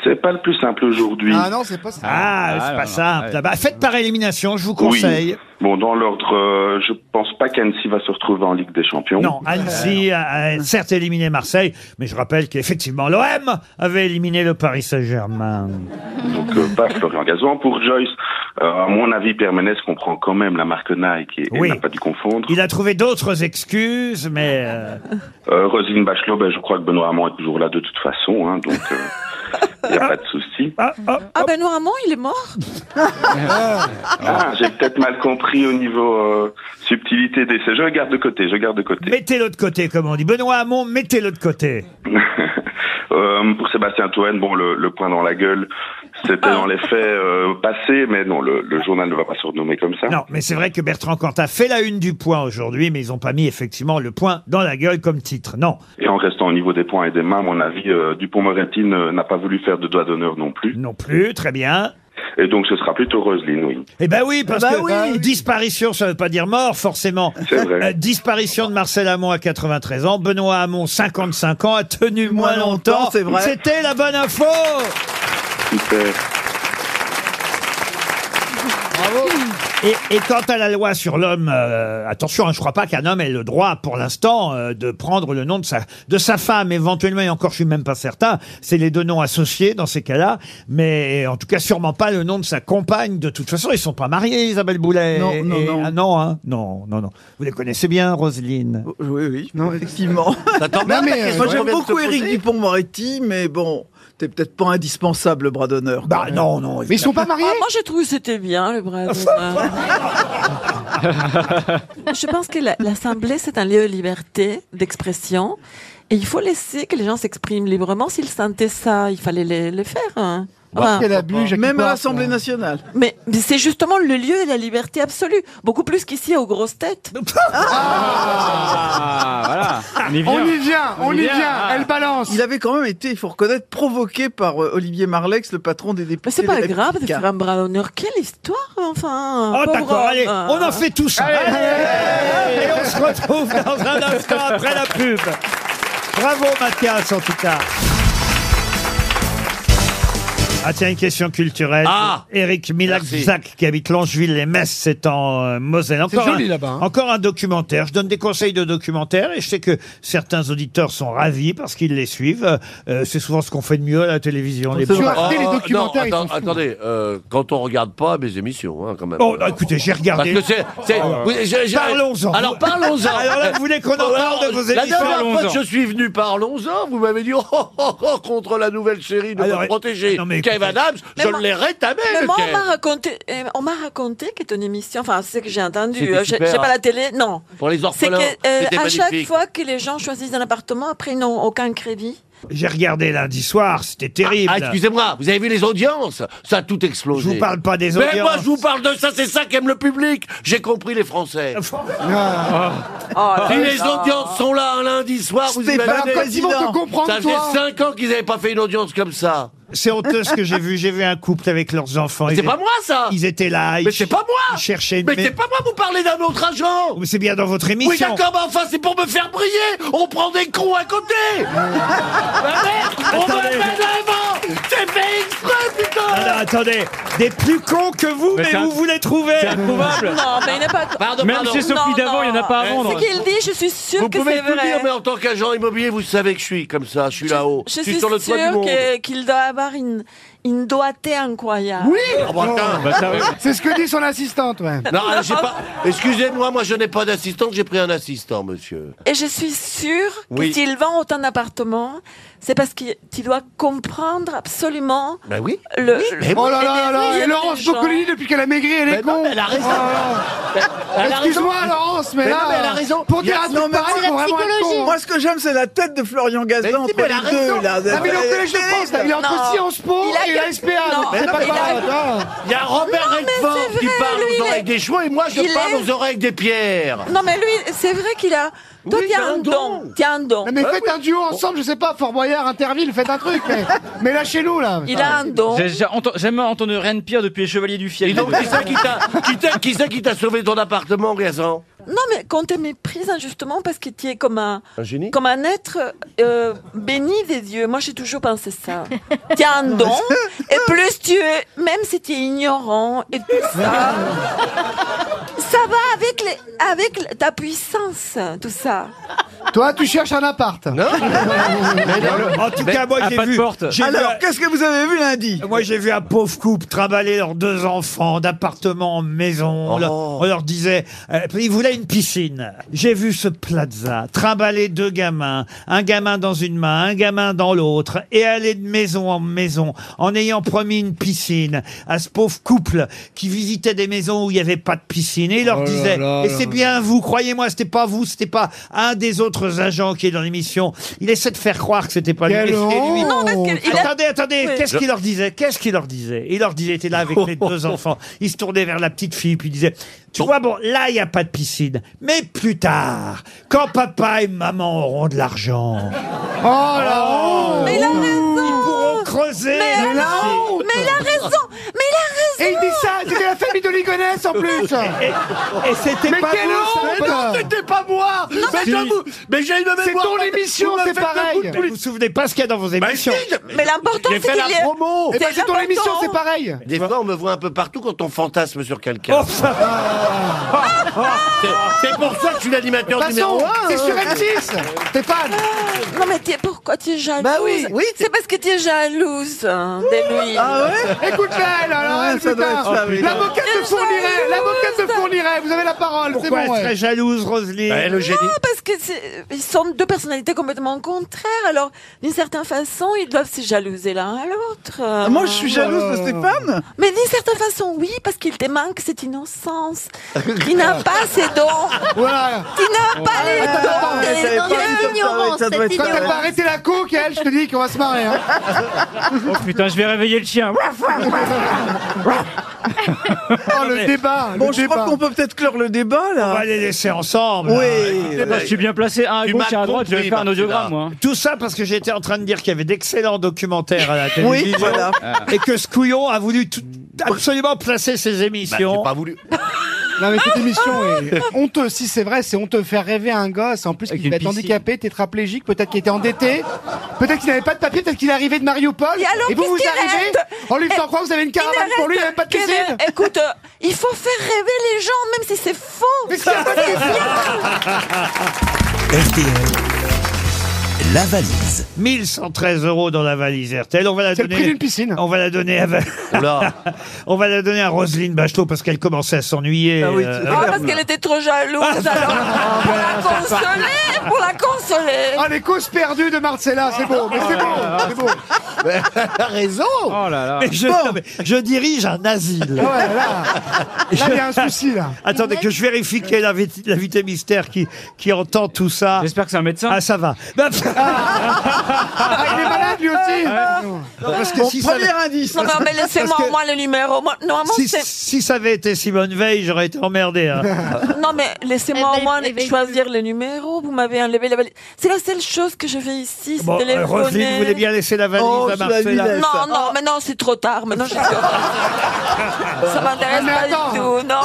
C'est pas le plus simple aujourd'hui. Ah non, c'est pas ça. Ah, c'est pas simple. Bah, faites par élimination, je vous conseille. Oui. Bon, dans l'ordre, euh, je pense pas qu'Annecy va se retrouver en Ligue des Champions. Non, Annecy a a certes éliminé Marseille, mais je rappelle qu'effectivement l'OM avait éliminé le Paris Saint-Germain. Donc, euh, pas Florian Gazan. Pour Joyce, euh, à mon avis, Permanès comprend quand même la marque Nike et, et Oui. n'a pas dû confondre. Il a trouvé d'autres excuses, mais euh, Euh, Roselyne Bachelot, ben, je crois que Benoît Hamon est toujours là de toute façon, hein, donc il n'y a pas de souci. Ah ben normalement, il est mort Ah, j'ai peut-être mal compris au niveau euh, subtilité des... Je garde de côté, je garde de côté. mettez-le de côté, comme on dit. Benoît Hamon, mettez-le de côté. Hein Euh, pour Sébastien Toen, bon, le, le point dans la gueule, c'était dans les faits euh, passés, mais non, le, le journal ne va pas se renommer comme ça. Non, mais c'est vrai que Bertrand Cantat fait la une du point aujourd'hui, mais ils n'ont pas mis effectivement le point dans la gueule comme titre. Non, Et en restant au niveau des points et des mains, à mon avis, euh, Dupont-Moretti ne- n'a pas voulu faire de doigt d'honneur non plus. non plus, très bien. Et donc, ce sera plutôt Roselyne, oui. Eh ben oui, parce Eh ben que oui. disparition, ça veut pas dire mort, forcément. C'est vrai. Euh, disparition de Marcel Hamon à 93 ans, Benoît Hamon, 55 ans, a tenu moins longtemps, longtemps. c'est vrai. C'était la bonne info Super. et, et quant à la loi sur l'homme, euh, attention, hein, je crois pas qu'un homme ait le droit, pour l'instant, euh, de prendre le nom de sa, de sa femme, éventuellement, et encore, je suis même pas certain, c'est les deux noms associés dans ces cas-là, mais en tout cas, sûrement pas le nom de sa compagne, de toute façon, ils sont pas mariés, Isabelle Boulet. Non, non, Et- non. ah non, hein, non, non, non. Vous les connaissez bien, Roselyne Oh, Oui, oui, effectivement. Ça tombe Non, bien, mais, ta euh, question moi, J'aime qu'on vient de te beaucoup Éric poser. Dupont-Moretti, mais bon, t'es peut-être pas indispensable, bras d'honneur. Bah non, non. Mais ils sont pas mariés Ah, moi, j'ai trouvé que c'était bien, le brave. honneur. je pense que la- l'Assemblée, c'est un lieu de liberté, d'expression. Et il faut laisser que les gens s'expriment librement. S'ils sentaient ça, il fallait les, les faire. hein. Bah, Enfin, Quel abus, Jacques Même à Porte, l'Assemblée là. nationale. mais mais c'est justement le lieu de la liberté absolue. Beaucoup plus qu'ici, aux grosses têtes. Ah, voilà. On y On vient. y vient, on y vient, vient, ah. elle balance. Il avait quand même été, il faut reconnaître, provoqué par euh, Olivier Marlex, le patron des députés. Mais c'est pas Les grave de Républicains. faire un bras d'honneur. Quelle histoire, enfin Oh pauvre d'accord, allez, homme. on en fait tout ça. Allez, et on se retrouve dans un instant après la pub. Bravo Mathias en tout cas. Ah tiens, une question culturelle. Ah Eric Merci. Milac-Zac qui habite Longeville les Metz, c'est en euh, Moselle. Encore joli, un- là-bas, hein. Encore un documentaire. Je donne des conseils de documentaires et je sais que certains auditeurs sont ravis parce qu'ils les suivent. Euh, euh, c'est souvent ce qu'on fait de mieux à la télévision. Les Sur bons- Arte, les Oh, documentaires, ils non, sont attends- fous. attendez, euh, quand on regarde pas mes émissions, hein, quand même. Bon, Oh, écoutez, j'ai Parce regardé. Oh, que c'est. c'est- vous- j'ai- j'ai- Parlons-en. Alors parlons-en. Alors là, vous voulez qu'on en Alors, parle de vos La émissions dernière fois que Parlons-en. je suis venu, parlons-en, vous m'avez dit oh, oh, oh, oh, contre la nouvelle série de Alors, votre protégé, non, mais écoutez- Kev Adams, Mais moi- je l'ai rétamé. Mais le moi, on Kev. m'a raconté, euh, on m'a raconté que ton émission, enfin, c'est ce que j'ai entendu. C'était euh, J'ai super. hein. j'ai pas la télé, non. Pour les C'est orphelins, que euh, c'était à chaque magnifique. fois que les gens choisissent un appartement, après ils n'ont aucun crédit. J'ai regardé lundi soir, c'était terrible. Ah, excusez-moi, vous avez vu les audiences Ça a tout explosé. je vous parle pas des audiences. Mais moi, je vous parle de ça, c'est ça qu'aime le public. J'ai compris les Français. Enfin, Ah, Si les audiences sont là un lundi soir, vous Stéphane, imaginez quand ils vont te comprendre, Ça faisait toi. 5 ans qu'ils n'avaient pas fait une audience comme ça. C'est honteux ce que j'ai vu. J'ai vu un couple avec leurs enfants. Mais Ils c'est pas étaient- moi, ça Ils étaient là. Mais c'est pas Ils moi cherchaient une Mais mai- c'est pas moi, vous parlez d'un autre agent Mais C'est bien dans votre émission. Oui, d'accord, mais enfin, c'est pour me faire briller On prend des cons à côté Ma mère On va Attendez. avant C'est fait exprès, putain Alors, Ah attendez, des plus cons que vous, mais, c'est vous un- voulez trouver. c'est improbable. Non, mais il n'est pas. Pardon, Même pardon. chez Sophie Non, d'avant, il n'y en a pas à Eh, vendre. Ce qu'il dit, je suis sûre Vous que pouvez c'est tout dire, vrai. mais en tant qu'agent immobilier, vous savez que je suis comme ça, je suis là-haut. Je suis suis sur le toit du sûre monde. que- qu'il doit avoir une, une doigté incroyable. Oui Ah, bah, attends. Oh, Bon. Bah, ça, oui. C'est ce que dit son assistante, ouais. Non, j'ai pas. Excusez-moi, moi je n'ai pas d'assistante, j'ai pris un assistant, monsieur. Et je suis sûre Oui. que s'il vend autant d'appartements, c'est parce que tu dois comprendre absolument Ben oui. le. mais Oh là là là là, oui, et Laurence les gens. Boccolini, depuis qu'elle a maigri, elle est con. elle a raison. Oh là là. Elle a Excuse-moi, raison. Laurence, mais, Mais là. non, mais elle a raison. Pour dire Il y a- un Non, truc mais pareil, c'est la faut vraiment être con. hein. Moi, ce que j'aime, c'est la tête de Florian Mais si, Gazan mais entre elle a les deux. raison. Là, Ah, mais il est au collège de Elle est France, là. Il est entre Non. Sciences Po Il a et que- la SPA. Non. C'est pas Il a- pareil, attends. Il y a Robert Non, mais Redford c'est qui vrai, parle lui, aux il oreilles est- des chevaux et moi je il parle est- aux oreilles avec des pierres. Non, mais lui, c'est vrai qu'il a. Toi, Oui, t'as il a un un don. don. T'as un don. Non, mais faites un duo ensemble, je sais pas, Fort Boyard, Interville, faites un truc, mais, mais lâchez-nous, là. Il a un don. J'ai- j'ai ento- J'ai jamais entendu rien de pire depuis les Chevaliers du Fiel. Et donc, qui c'est qui t'a- qui t'a- qui c'est qui t'a sauvé ton appartement, Gazan Non, mais quand t'es méprise injustement parce que tu es comme un, Un génie comme un être euh, béni des dieux. Moi, j'ai toujours pensé ça. Tu as un don, et plus tu es, même si tu es ignorant et tout ça, ça va avec, les, avec le- ta puissance, tout ça. Toi, tu cherches un appart. Non En tout Ben, cas, moi à j'ai pas de vu. porte. j'ai vu Alors, qu'est-ce que vous avez vu lundi un- Moi, j'ai vu un pauvre couple trimballer leurs deux enfants d'appartement en maison. On, leur, Oh. on leur disait, euh, ils voulaient une piscine. J'ai vu ce plaza trimballer deux gamins, un gamin dans une main, un gamin dans l'autre, et aller de maison en maison, en ayant promis une piscine à ce pauvre couple qui visitait des maisons où il n'y avait pas de piscine. Et il leur Oh disait, et c'est bien vous, croyez-moi, c'était pas vous, c'était pas un des autres agents qui est dans l'émission. Il essaie de faire croire que c'était pas lui, mais Quelle c'était lui. honte. Non, parce que il a- Attendez, attendez, Oui. qu'est-ce qu'il leur disait Qu'est-ce qu'il leur disait Il leur disait, il était là Oh. avec les deux enfants, il se tournait vers la petite fille, puis il disait, tu vois, bon, là, il n'y a pas de piscine, mais plus tard, quand papa et maman auront de l'argent, Oh la honte Mais il a raison pourront creuser Mais la elle a piscine. Mais il a raison Mais il a raison Et il dit ça, c'était la famille de Ligonesse, en plus Et, et c'était Mais pas quelle vous, ça. honte C'était pas moi Mais si. je vous- Mais j'ai une mémoire C'est ton émission, c'est pareil Vous vous souvenez pas ce qu'il y a dans vos Bah, si, émissions Mais l'important, J'ai c'est fait qu'il la est- promo Eh ben, C'est ton important. émission, c'est pareil Des fois, on me voit un peu partout quand on fantasme sur quelqu'un. Oh, ça va. C'est- C'est pour ça que je suis l'animateur numéro Passons, 1 c'est sur M6 Stéphane Ah, Non, mais t'es- pourquoi tu es jalouse Bah oui, oui, C'est parce que tu es jalouse hein, de lui. Ah ouais Écoute-la, elle, alors, Ouais, elle, ça doit putain. être ça, oui. L'avocate Quelle te fournirait jalouse. L'avocate te fournirait Vous avez la parole, c'est Pourquoi bon, elle serait ouais. jalouse, Roselyne Eh, le génie. Non, parce que c'est- ils sont deux personnalités complètement contraires. Alors, d'une certaine façon, ils doivent se jalouser l'un à l'autre. Euh, Ah, Moi, je suis Ah, jalouse de Stéphane. Mais d'une certaine façon, oui, parce qu'il te manque cette innocence. Il n'a pas ses dons. Voilà Il n'a pas les attends, attends, dons. mais des- ça va des- pas. ignorance, Ça doit Quand être cette t'as ignorance. pas arrêté la coke, elle, je te dis qu'on va se marrer, hein Oh putain, je vais réveiller le chien. Oh, le débat Bon, le je crois débat. qu'on peut peut-être clore le débat, On là. va les laisser ensemble. Oui. Je suis bien placé, un à Tu gauche, m'as un à droite, je vais compris, faire un Marcella. audiogramme, moi. hein. Tout ça parce que j'étais en train de dire qu'il y avait d'excellents documentaires à la télévision Oui, voilà. et que ce couillon a voulu tout- absolument placer ses Bah, j'ai émissions. pas voulu. Non mais cette émission est honteux. Si c'est vrai, c'est honteux. Faire rêver à un gosse, en plus Avec qu'il une va être piscine. handicapé, tétraplégique, peut-être qu'il était endetté, peut-être qu'il n'avait pas de papier, peut-être qu'il est arrivé de Mariupol. Et alors, vous qu'est-ce vous qu'il arrivez reste en lui Et- faisant croire que vous avez une il ne caravane pour lui, il n'avait reste pas de que des- piscine. Écoute, euh, il faut faire rêver les gens, même si c'est faux. Mais s'il y a pas de C'est bien. RTL, la valise. 1113 euros dans la valise RTL. On va la C'est le donner. prix d'une piscine. On va la donner à Val- Oula. on va la donner à Roselyne Bachelot parce qu'elle commençait à s'ennuyer. Ah oui, euh, tu- Ah, parce qu'elle était trop Ah, jalouse, alors. Pour la consoler, pour la consoler. ben, Ah les causes perdues de Marcella, c'est beau, mais c'est beau, c'est beau. T'as raison Oh là là. mais je, mais je dirige un asile. Ah ouais, là, là il y a un souci là. Attendez que je vérifie qui est l'invité l'invité mystère qui, qui entend tout ça. J'espère que c'est un médecin. Ah ça va. Bah, Ah, il est malade lui aussi. Parce que Bon, si ça- premier indice. Non, mais laissez-moi Parce que- au moins le numéro. Moi, normalement, si, c'est. si ça avait été Simone Veil, j'aurais été emmerdé. hein. non, mais laissez-moi Elle va- au moins elle va- choisir les numéros. Vous m'avez enlevé la valise. C'est la seule chose que je fais ici, c'est Bon, euh, téléphoner. Roselyne, vous voulez bien laisser la valise Oh, Oh, à Marcella Non, non, maintenant c'est trop tard. Maintenant, j'ai Ça m'intéresse Mais pas attends. du tout. Non,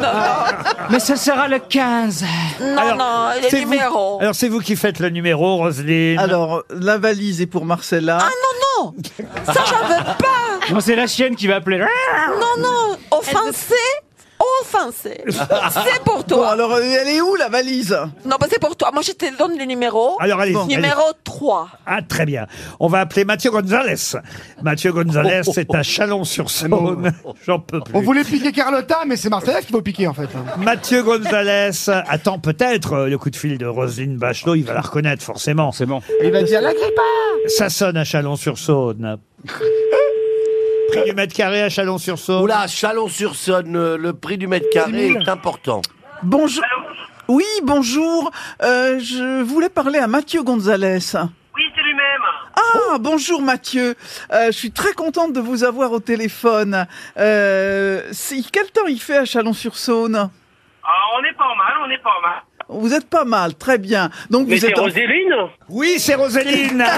non, non. Mais ça sera le 15. Non, non, les c'est vous- numéros. Alors c'est vous qui faites le numéro, Roselyne. Alors, la valise est pour Marcella. Ah non, non Ça, j'en veux pas Non, c'est la chienne qui va appeler. Non, non, offensé, offensé. C'est pour toi. Bon, alors, euh, elle est où la valise Non, bah, c'est pour toi. Moi, je te donne le numéro. Alors, Ah, allez-y, allez-y. Numéro 3. Ah, très bien. On va appeler Mathieu Gonzalez. Mathieu Gonzalez, c'est à Chalon-sur-Saône. J'en peux plus. Oh. On voulait piquer Carlotta, mais c'est Marcella qu'il faut piquer en fait. Mathieu Gonzalez attend peut-être euh, le coup de fil de Roselyne Bachelot. Il va la reconnaître forcément. C'est bon. Et il va dire la grippe hein. Ça sonne à Chalon-sur-Saône. Prix du mètre carré à Chalon-sur-Saône. Oula, Chalon-sur-Saône, euh, le prix du mètre carré est important. Bonjour. Oui, bonjour. Euh, je voulais parler à Mathieu Gonzalez. Oui, c'est lui-même. Ah, bonjour Mathieu. Euh, je suis très contente de vous avoir au téléphone. Euh, si- quel temps il fait à Chalon-sur-Saône Ah, on est pas mal, on est pas mal. Vous êtes pas mal, très bien. Donc Mais vous c'est êtes en- Roséline Oui, c'est Roséline.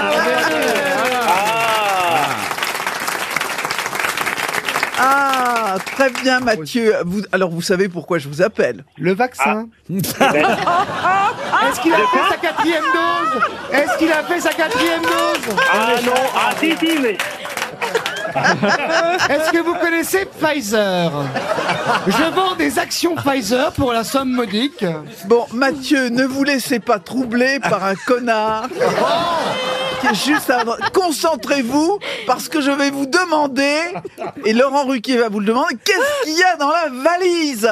Ah, très bien Mathieu. Vous, alors vous savez pourquoi je vous appelle Le vaccin. Ah. Eh ben. Est-ce qu'il a fait sa quatrième dose Est-ce qu'il a fait sa quatrième dose Ah non, ah si, si, mais... Est-ce que vous connaissez Pfizer Ah, Je vends des actions Pfizer pour la somme modique. Bon, Mathieu, ne vous laissez pas troubler par un connard. Oh. qui est Juste avant- Concentrez-vous parce que je vais vous demander, et Laurent Ruquier va vous le demander, qu'est-ce qu'il y a dans la valise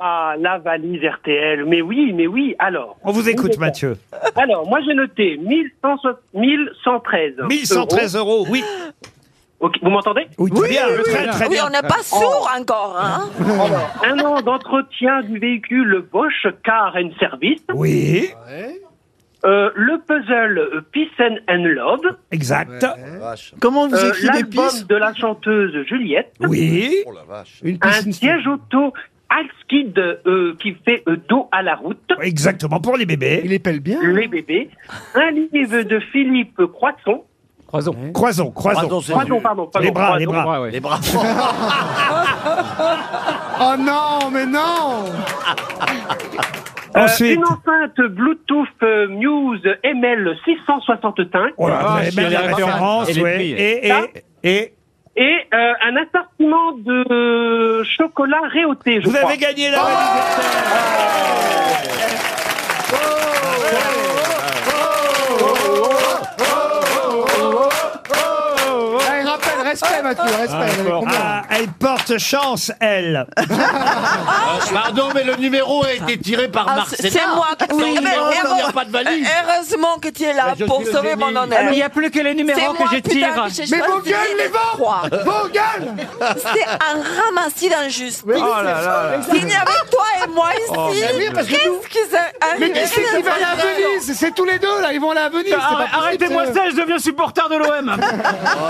Ah, la valise RTL. Mais oui, mais oui, alors... On vous écoute, Mathieu. Alors, moi, j'ai noté 1100 1113 1113 euros, oui. Ok, vous m'entendez Oh. Oui, très bien, très, très oui, bien. on n'est pas sourd encore. Hein. Un an d'entretien du véhicule Bosch Car and Service. Oui. Euh, le puzzle Peace and- and Love. Exact. Comment vous Euh, écrivez l'album Peace de la chanteuse Juliette. Oh Oui. un siège auto Alskid euh, qui fait euh, dos à la route. Exactement, pour les bébés. Il épelle bien. Les bébés. Un livre de Philippe Croisson. Croisons. Croisons, croisons. Croisons, c'est Croisons, nul. pardon, pardon. Les bras, les Croisons. bras. Les bras. Oh non, mais non Euh, Ensuite. une enceinte Bluetooth euh, Muse ML 665. Oh là, vous avez même la référence, Et les ouais. prix. Et, et, et Et euh, un assortiment de chocolat réauté, je vous crois. avez gagné la valise. Ah, Allez, rappel, respect Mathieu, respect. Ah, elle porte chance, elle. Ah, Pardon, mais le numéro a été tiré par Ah, Marcella. c'est c'est moi qui Oui, Eh ben, non, heure- il n'y a pas de valise. Heureusement que tu es là Mais je pour suis le sauver génie. mon Ah, honneur. mais il n'y a plus que les C'est numéros que moi, je putain, tire. que j'ai Mais vos choisi gueules, les les trois. vents Vos gueules C'est un ramassis d'injustice. Oh là là là. Il n'y avait toi et moi ici. mais oui, parce que nous- Qu'est-ce qu'ils a- Mais qui c'est qui va aller à Rien. Venise C'est tous les deux là, ils vont aller à Venise. c'est pas Arrête- possible, Ah, Arrêtez-moi c'est- ça, je deviens supporter de l'OM. Oh,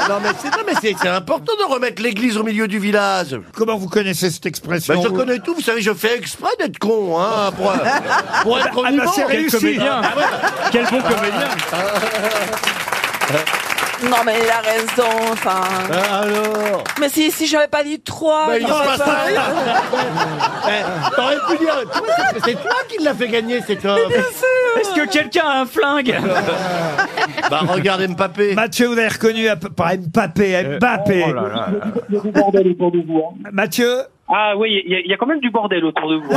non, mais c'est non, mais c'est- c'est important de remettre l'église au milieu du village. Comment vous connaissez cette expression Ben, je vous connais tout, vous savez, je fais exprès d'être con, hein, pour, pour être Ah, connivant. bah, c'est Quel réussi. comédien. Quel bon comédien. Non, mais il a raison. Enfin. Ah. Alors Mais si, si j'avais pas dit trois. Bah, Ah, il y aurait passe pas- Eh, T'aurais pu dire, tu vois, c'est- c'est toi qui l'as fait gagner cet homme. Est-ce que quelqu'un a un flingue Bah regardez Mbappé. Mathieu, vous avez reconnu euh, à peu- par Mbappé, Mbappé. Oh là là. Il y a du bordel autour de vous. hein. Mathieu, Ah oui, il y, a- il y a quand même du bordel autour de vous.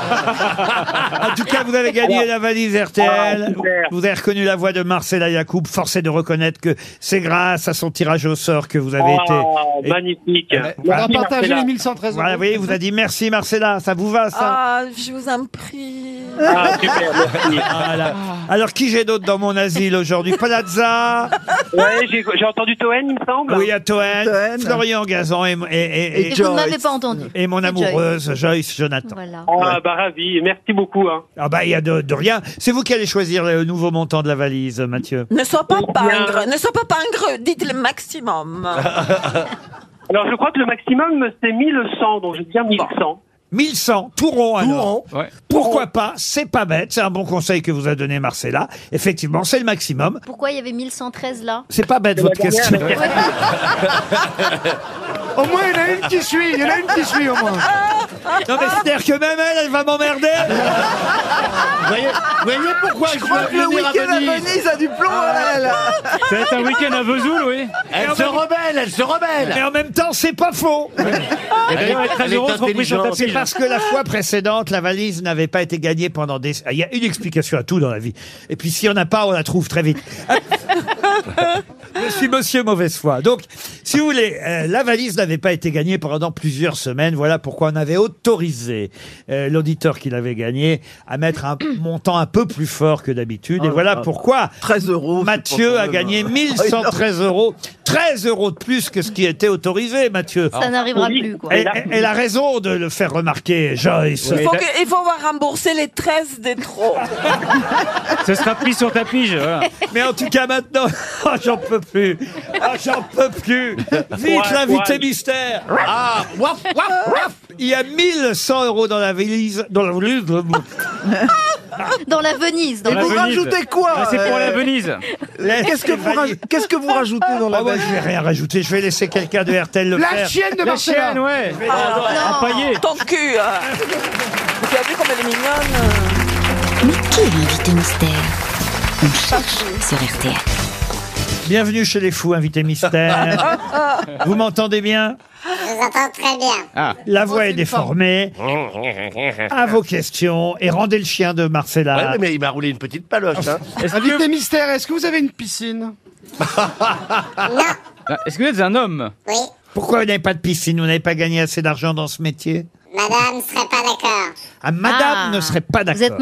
en tout cas, vous avez gagné la valise RTL. Ah, super. Vous avez reconnu la voix de Marcella Yacoub. Force est de reconnaître que c'est grâce à son tirage au sort que vous avez été. Ah, magnifique. On va Merci, partager Marcella. les 1113 euros. Voilà, vous voyez, il vous a dit merci Marcella, ça vous va ça Ah, je vous en prie. Ah, super, merci. Voilà. Alors qui j'ai d'autre dans mon asile aujourd'hui Palazza, Ouais, j'ai j'ai entendu Toen, il me semble. oui à Toen, Toen. Florian Gazan et, et- et- et- Et vous ne m'avez pas entendu. et mon Et amoureuse Joyce, Jonathan. Voilà. Ah, bah ravi, merci beaucoup. Hein. Ah bah il y a de, de rien. C'est vous qui allez choisir le nouveau montant de la valise, Mathieu. Ne sois pas pingre, ne sois pas pingre, dites le maximum. Alors, je crois que le maximum, c'est 1100, donc j'ai bien 1100. 1100, tout rond alors. Pourquoi pas C'est pas bête, c'est un bon conseil que vous a donné Marcella. Effectivement, c'est le maximum. Pourquoi il y avait 1113 là C'est pas bête votre question. Au moins, il y en a une qui suit, il y en a une qui suit au moins. Non mais c'est-à-dire que même elle, elle va m'emmerder. voyez, voyez pourquoi je crois que le week-end à Venise a du plomb elle. Ça va être un week-end à Vesoul, oui. Elle se rebelle, elle se rebelle. Mais en même temps, c'est pas faux. Et d'ailleurs, elle est très heureuse qu'on prise sur C'est tapis. parce que la fois précédente, la valise n'avait pas été gagnée pendant des. Ah, Il y a une explication à tout dans la vie. Et puis s'il y en a pas, on la trouve très vite. Je suis monsieur mauvaise foi. Donc, si vous voulez, euh, la valise n'avait pas été gagnée pendant plusieurs semaines. Voilà pourquoi on avait autorisé euh, l'auditeur qui l'avait gagnée à mettre un montant un peu plus fort que d'habitude. Et Ah, voilà ah, pourquoi 13 euros. Mathieu a gagné 1113 euros. 13 euros de plus que ce qui était autorisé, Mathieu. Ça n'arrivera Oui. plus, quoi. Elle, elle a raison de le faire remarquer, Joyce. Il faut, que- il faut avoir remboursé les 13 des trop. Ce sera pris sur ta pige. Mais en tout cas, maintenant, oh, j'en peux plus. Oh, j'en peux plus. Vite, Ouais, l'invité ouais. mystère. Ah, waf, waf, waf. Il y a 1100 euros dans la valise. Dans la valise. Dans la Venise. Dans Et la vous Venise. rajoutez quoi, Ah, c'est pour la Venise. euh, Qu'est-ce que, vous raj- qu'est-ce que vous rajoutez dans la Ah ouais, je vais rien rajouter. Je vais laisser quelqu'un de RTL le La faire. chienne de La Marcella. chienne, ouais. Je vais- Ah, non. Empaillée. Ton cul. hein. Vous avez vu comme elle est mignonne. hein. Mais qui est l'invité mystère On cherche sur RTL. Bienvenue chez les fous, invité mystère. Vous m'entendez bien Je vous entends très bien. Ah. La voix est déformée. À vos questions et rendez le chien de Marcella. Ouais, mais il m'a roulé une petite paloche. Hein. Invité mystère, est-ce que vous avez une piscine Ah, Est-ce que vous êtes un homme Oui, Pourquoi vous n'avez pas de piscine Vous n'avez pas gagné assez d'argent dans ce métier madame ne serait pas d'accord. Ah, madame Ah. ne serait pas d'accord.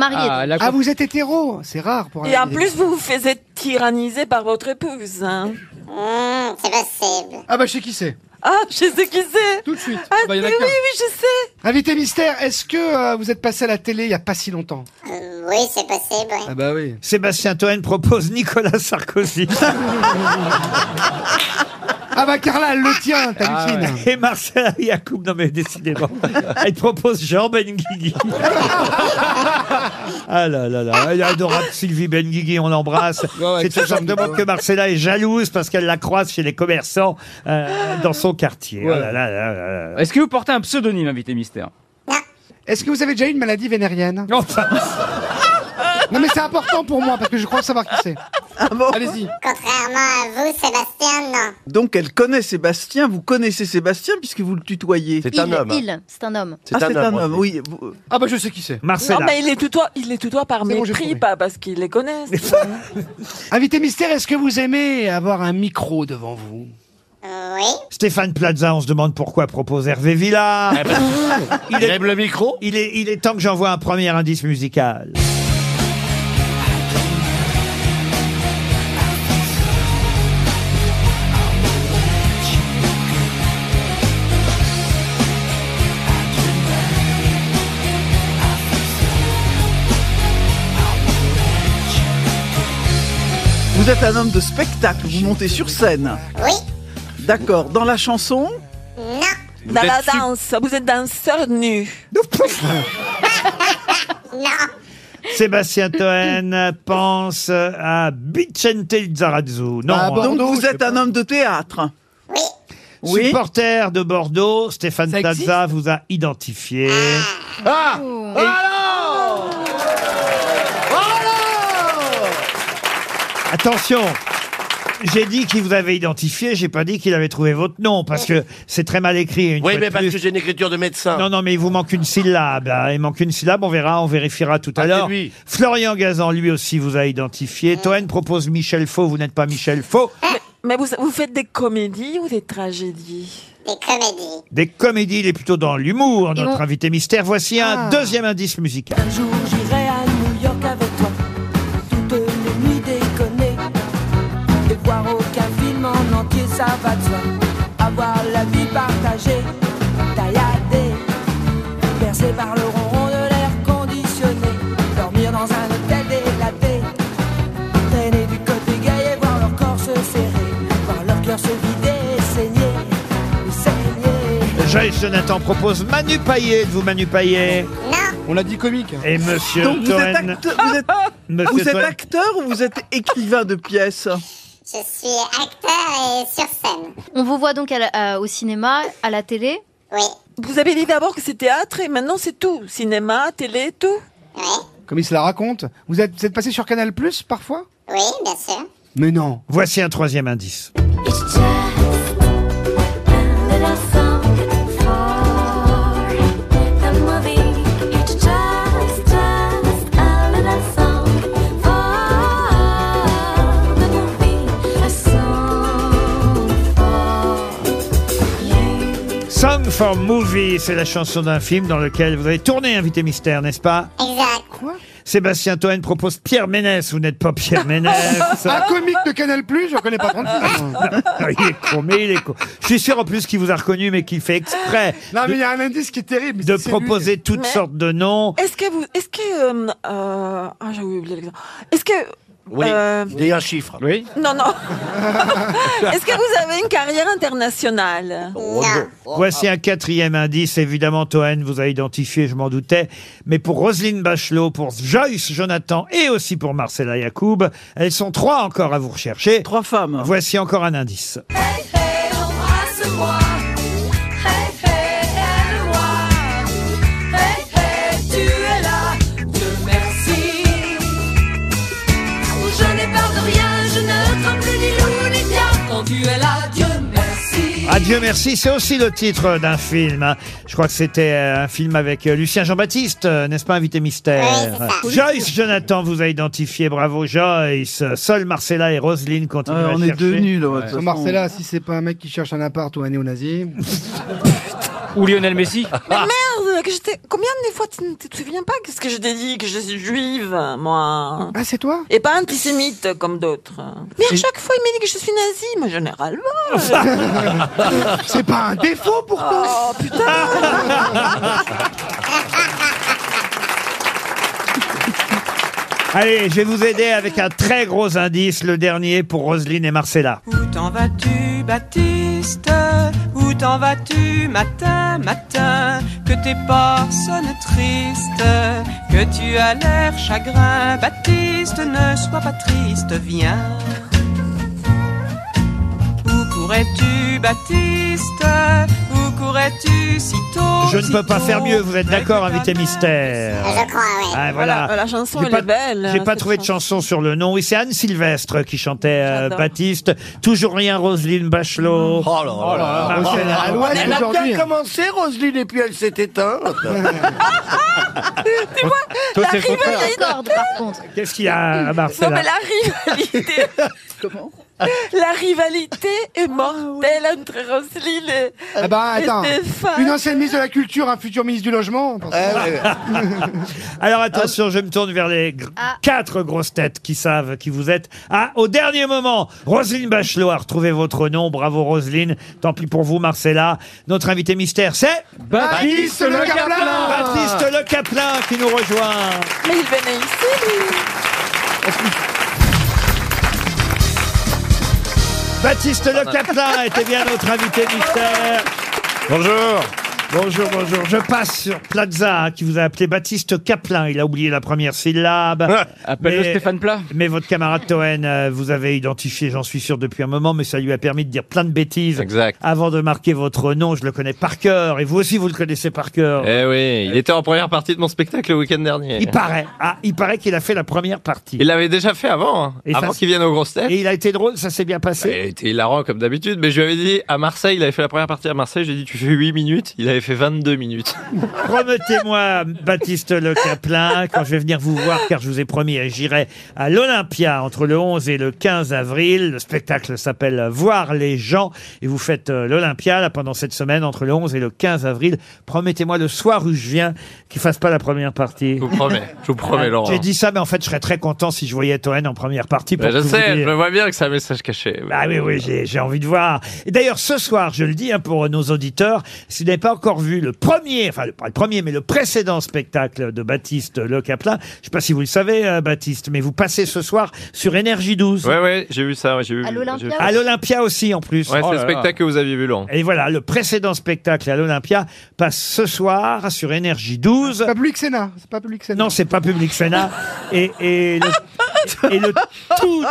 Ah, vous êtes hétéro C'est rare pour un Et en marié. plus, vous vous faisiez tyranniser par votre épouse. hein. Hum, c'est possible. Ah bah je sais qui c'est. Ah, je sais qui c'est. Tout de suite. Ah, Bah, il y en a oui, qu'un. oui, je sais. Invité mystère, est-ce que euh, vous êtes passé à la télé il y a pas si longtemps Euh, oui, c'est possible. oui. bah oui. Sébastien Toen propose Nicolas Sarkozy. Ah bah Carla, elle le tient, t'hallucines. Et Marcel Yacoub, non mais décidément, elle propose Jean Benguigui. ah là là là, elle est adorable Sylvie Benguigui, on l'embrasse. C'est tout simplement que Marcella est jalouse parce qu'elle la croise chez les commerçants euh, dans son quartier. Oh là là là là là. Est-ce que vous portez un pseudonyme, invité mystère Est-ce que vous avez déjà eu une maladie vénérienne Non, mais c'est important pour moi parce que je crois savoir qui c'est. Ah Allez-y. Contrairement à vous, Sébastien, non. Donc elle connaît Sébastien, vous connaissez Sébastien puisque vous le tutoyez. Il, Il, c'est un homme. Ah, c'est un homme, oui. vous- euh. Ah bah je sais qui c'est. Non, mais il les tutoie, il les tutoie par mépris, pas parce qu'il les connaît. Invité mystère, est-ce que vous aimez avoir un micro devant vous Stéphane Plaza, on se demande pourquoi propose Hervé Villard. il, aime le micro il est, il est temps que j'envoie un premier indice musical. Vous êtes un homme de spectacle, vous montez sur scène. Oui. D'accord, dans la chanson Non. Dans la êtes su- danse, vous êtes danseur nu. Sébastien Toen pense à Vicente Lizarazu. Non, Ah, hein. donc vous êtes un homme de théâtre. Oui. Supporter de Bordeaux, Stéphane Ça existe Plaza vous a identifié. Ah Alors Attention j'ai dit qu'il vous avait identifié, j'ai pas dit qu'il avait trouvé votre nom, parce que c'est très mal écrit. Une Oui, fois mais de parce plus. que j'ai une écriture de médecin. Non, non, mais il vous manque une syllabe. hein. Il manque une syllabe, on verra, on vérifiera tout à l'heure. Florian Gazan, lui aussi, vous a identifié. Mm. Toen propose Michel Faux, vous n'êtes pas Michel Faux. Ah. Mais, mais vous, vous faites des comédies ou des tragédies Des comédies. Des comédies, il est plutôt dans l'humour, Et notre on- invité mystère. Voici Ah. un deuxième indice musical. Un jour j'irai à New York avec toi, toutes les nuits déconner. Et voir aucun film en entier, ça va de soi. Avoir la vie partagée, tailladée, bercée par le ronron de l'air conditionné. Dormir dans un hôtel délaté, traîner du côté gay et voir leur corps se serrer, voir leur cœur se vider et saigner, et saigner. Je Joyce Jonathan propose Manu Paillet. Êtes-vous Manu Paillet On l'a dit comique. Et monsieur Donc vous êtes, Toen. acteur, vous êtes- Monsieur Ah, vous êtes Toen. acteur ou vous êtes écrivain de pièces Je suis acteur et sur scène. On vous voit donc à la- à- au cinéma, à la télé Oui. Vous avez dit d'abord que c'est théâtre et maintenant c'est tout. Cinéma, télé, tout. Comme il se la raconte. Vous êtes, vous êtes passé sur Canal Plus parfois Oui, bien sûr. Mais non. Voici un troisième indice. Song for Movie, c'est la chanson d'un film dans lequel vous avez tourné Invité Mystère, n'est-ce pas Exact. Sébastien Toen propose Pierre Ménès. Vous n'êtes pas Pierre Ménès. Un comique de Canal Plus, je connais pas 36. Ah, il est con, mais il est con. Je suis sûr en plus qu'il vous a reconnu, mais qu'il fait exprès. Non, mais il y a de- un indice qui est terrible. de c'est lui. proposer toutes Mais- sortes de noms. Oh. Est-ce que vous. Est-ce que. euh, euh, ah, j'ai oublié l'exemple. Est-ce que. Oui, euh, dis un chiffre. Oui. non, non. Est-ce que vous avez une carrière internationale Voici un quatrième indice. Évidemment, Toen vous a identifié, je m'en doutais. Mais pour Roselyne Bachelot, pour Joyce Jonathan et aussi pour Marcella Yacoub, elles sont trois encore à vous rechercher. Trois femmes. Voici encore un indice. Embrasse-moi. Hey, hey, aime-moi. Hey, hey, tu es là. Dieu merci. Je n'ai peur de rien, je ne crains plus ni loup ni diable. Quand tu es là, Dieu merci. Adieu, merci. C'est aussi le titre d'un film. hein. Je crois que c'était euh, un film avec euh, Lucien Jean-Baptiste, euh, n'est-ce pas, invité mystère Oui, c'est ça. Joyce Jonathan vous a identifié. Bravo, Joyce. Seul Marcella et Roselyne continuent à chercher. Sans Marcella, si c'est pas un mec qui cherche un appart ou un néo-nazi. Ou Lionel Messi. Mais Ah. merde que j'étais- Combien de fois tu ne tu te souviens pas Qu'est-ce que je t'ai dit Que je suis juive, moi. Ah, c'est toi Et pas antisémite comme d'autres. Mais à chaque fois, il me dit que je suis nazie, mais généralement. C'est pas un défaut pourtant Oh putain Allez, je vais vous aider avec un très gros indice, le dernier pour Roselyne et Marcella. Où t'en vas-tu, Baptiste Où t'en vas-tu, matin, matin Que tes pas sonnent tristes, que tu as l'air chagrin. Baptiste, ne sois pas triste, viens. Où courais-tu, Baptiste Où courais-tu si tôt Je ne si peux pas tôt faire mieux, vous êtes d'accord, invité mystère Je crois, oui. Ah, Voilà, la chanson, J'ai elle pas- est belle, hein, J'ai pas cette trouvé de chanson sur le nom. Oui, c'est Anne Sylvestre qui chantait euh, J'adore. Baptiste. Toujours rien, Roselyne Bachelot. Oh là Ah, là. Marcella, à l'ouest Elle a aujourd'hui, bien hein. commencé, Roselyne, et puis elle s'est éteinte. Tu vois, Toi, la c'est le contraire. rivalité. Qu'est-ce qu'il y a, Marcella Non, Oh, mais la rivalité. La rivalité est mortelle entre Roselyne et, Ah bah et attends, Stéphane. une ancienne ministre de la Culture, un futur ministre du Logement. parce que- Eh Alors attention, je me tourne vers les gr- quatre grosses têtes qui savent qui vous êtes. Ah, au dernier moment, Roselyne Bachelot a retrouvé votre nom. Bravo Roselyne. Tant pis pour vous, Marcella. Notre invité mystère, c'est Baptiste Le Caplin. Baptiste Le Caplin qui nous rejoint. Mais il venait ici, Baptiste Le Caplin était bien notre invité mystère. Bonjour. Bonjour, bonjour. Je passe sur Plaza, hein, qui vous a appelé Baptiste Caplin. Il a oublié la première syllabe. Ah, Appelle-le Mais- Stéphane Plat. Mais votre camarade Toen euh, vous avez identifié, j'en suis sûr, depuis un moment, mais ça lui a permis de dire plein de bêtises. Avant de marquer votre nom, je le connais par cœur. Et vous aussi, vous le connaissez par cœur. Eh oui, il était en première partie de mon spectacle le week-end dernier. Il paraît. Ah, il paraît qu'il a fait la première partie. Il l'avait déjà fait avant, hein, Et avant ça- qu'il vienne aux grosses têtes. Et il a été drôle, ça s'est bien passé. Bah, il était hilarant comme d'habitude, mais je lui avais dit à Marseille, il avait fait la première partie à Marseille, j'ai dit tu fais 8 minutes, il avait fait 22 minutes. Promettez-moi, Baptiste Le Caplin, quand je vais venir vous voir, car je vous ai promis, et j'irai à l'Olympia entre le 11 et le 15 avril. Le spectacle s'appelle Voir les gens. Et vous faites euh, l'Olympia, là, pendant cette semaine, entre le 11 et le 15 avril. Promettez-moi le soir où je viens, qu'il fasse pas la première partie. Je vous promets, je vous promets, Laurent. J'ai dit ça, mais en fait, je serais très content si je voyais Toen en première partie. Pour Bah, je tout vous sais, dire. Bah, je vois bien que c'est un message caché. Ah oui, oui, j'ai- j'ai envie de voir. Et d'ailleurs, ce soir, je le dis hein, pour nos auditeurs, si vous n'avez pas encore encore vu le premier, enfin le- pas le premier, mais le précédent spectacle de Baptiste Le Caplin. Je sais pas si vous le savez, euh, Baptiste, mais vous passez ce soir sur Énergie 12. Ouais, ouais, j'ai vu ça. ouais, j'ai vu, À j'ai vu- À Ah, l'Olympia aussi, en plus. Oh Ouais, c'est le spectacle que vous aviez vu, Laurent. Et voilà, le précédent spectacle à l'Olympia passe ce soir sur Énergie 12. Pas public Sénat, c'est pas public Sénat. Non, c'est pas Public Sénat. et, et le, et le tout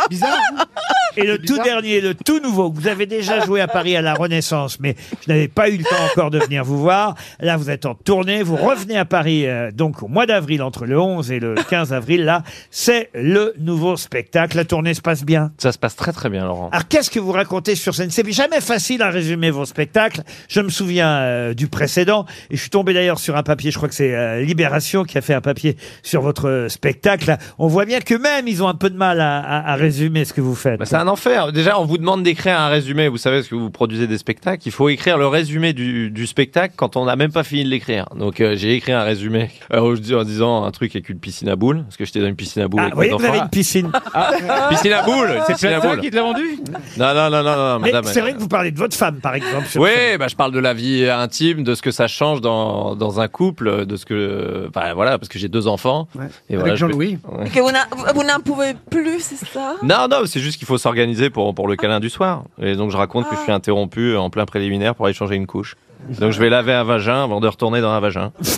Et le tout dernier, le tout nouveau, que vous avez déjà joué à Paris à la Renaissance, mais je n'avais pas eu le temps encore de venir vous voir. Là, vous êtes en tournée, vous revenez à Paris euh, donc au mois d'avril, entre le 11 et le 15 avril. Là, c'est le nouveau spectacle. La tournée se passe bien. Ça se passe très très bien, Laurent. Alors, qu'est-ce que vous racontez sur scène C'est jamais facile à résumer vos spectacles. Je me souviens euh, du précédent et je suis tombé d'ailleurs sur un papier. Je crois que c'est euh, Libération qui a fait un papier sur votre euh, spectacle. On voit bien que même ils ont un peu de mal à, à- à résumer ce que vous faites. Bah, C'est un enfer. Déjà, on vous demande d'écrire un résumé. Vous savez, parce que vous produisez des spectacles, il faut écrire le résumé du, du spectacle quand on n'a même pas fini de l'écrire. Donc, euh, j'ai écrit un résumé euh, en dis- en disant un truc avec une piscine à boules, parce que j'étais dans une piscine à boules. Ah, avec vous voyez, mes vous avez enfants. une piscine. Ah, Ah, Piscine à boules, une piscine à boules. l'a vendu Non, non, non, non, non, Mais madame. euh, c'est vrai que vous parlez de votre femme, par exemple. sur scène. Oui, bah, je parle de la vie intime, de ce que ça change dans, dans un couple, de ce que. Bah, voilà, parce que j'ai deux enfants. Et Avec voilà, je- Jean-Louis. Ouais. Que vous n'en- vous n'en pouvez plus, c'est ça Non, non, c'est juste qu'il faut s'organiser pour, pour le câlin du soir. Et donc, je raconte que je suis interrompu en plein préliminaire pour aller changer une couche. Donc, je vais laver un vagin avant de retourner dans un vagin.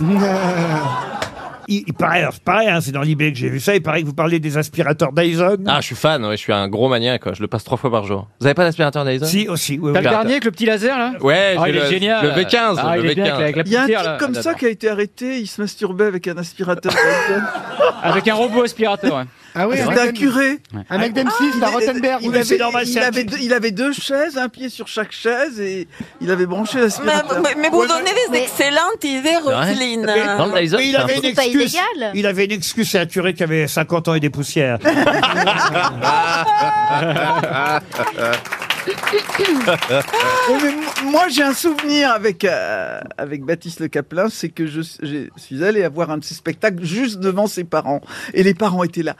Il, il paraît, alors, c'est pareil, hein, c'est dans l'IB que j'ai vu ça. Il paraît que vous parlez des aspirateurs Dyson. Ah, je suis fan, ouais, je suis un gros maniaque, quoi. je le passe trois fois par jour. Vous avez pas d'aspirateur Dyson Si, aussi, oui, T'as le dernier avec le petit laser là Ouais, Ah, j'ai il est le- génial. le V15, Ah, il le est bien V15. avec la- avec Il y la a un poussière, là. type comme ça qui a été arrêté, il se masturbait avec un aspirateur. Avec un robot aspirateur. ouais. Ah oui, C'était un un mec- curé. Ah, Ouais. Un mec d'M6, Il la est- Rottenberg. Il Mais c'est avait, normal, il c'est un avait type. deux, il avait deux chaises, un pied sur chaque chaise, et il avait branché mais, l'aspirateur. mais- mais vous donnez des excellentes idées, Roselyne. Mais- mais il avait une C'est pas excuse. illégal. Il avait une excuse. C'est un curé qui avait 50 ans et des poussières. Oui, mais m- moi, j'ai un souvenir avec, euh, avec Baptiste Le Caplin, c'est que je, j'ai- suis allé voir un de ses spectacles juste devant ses parents. Et les parents étaient là.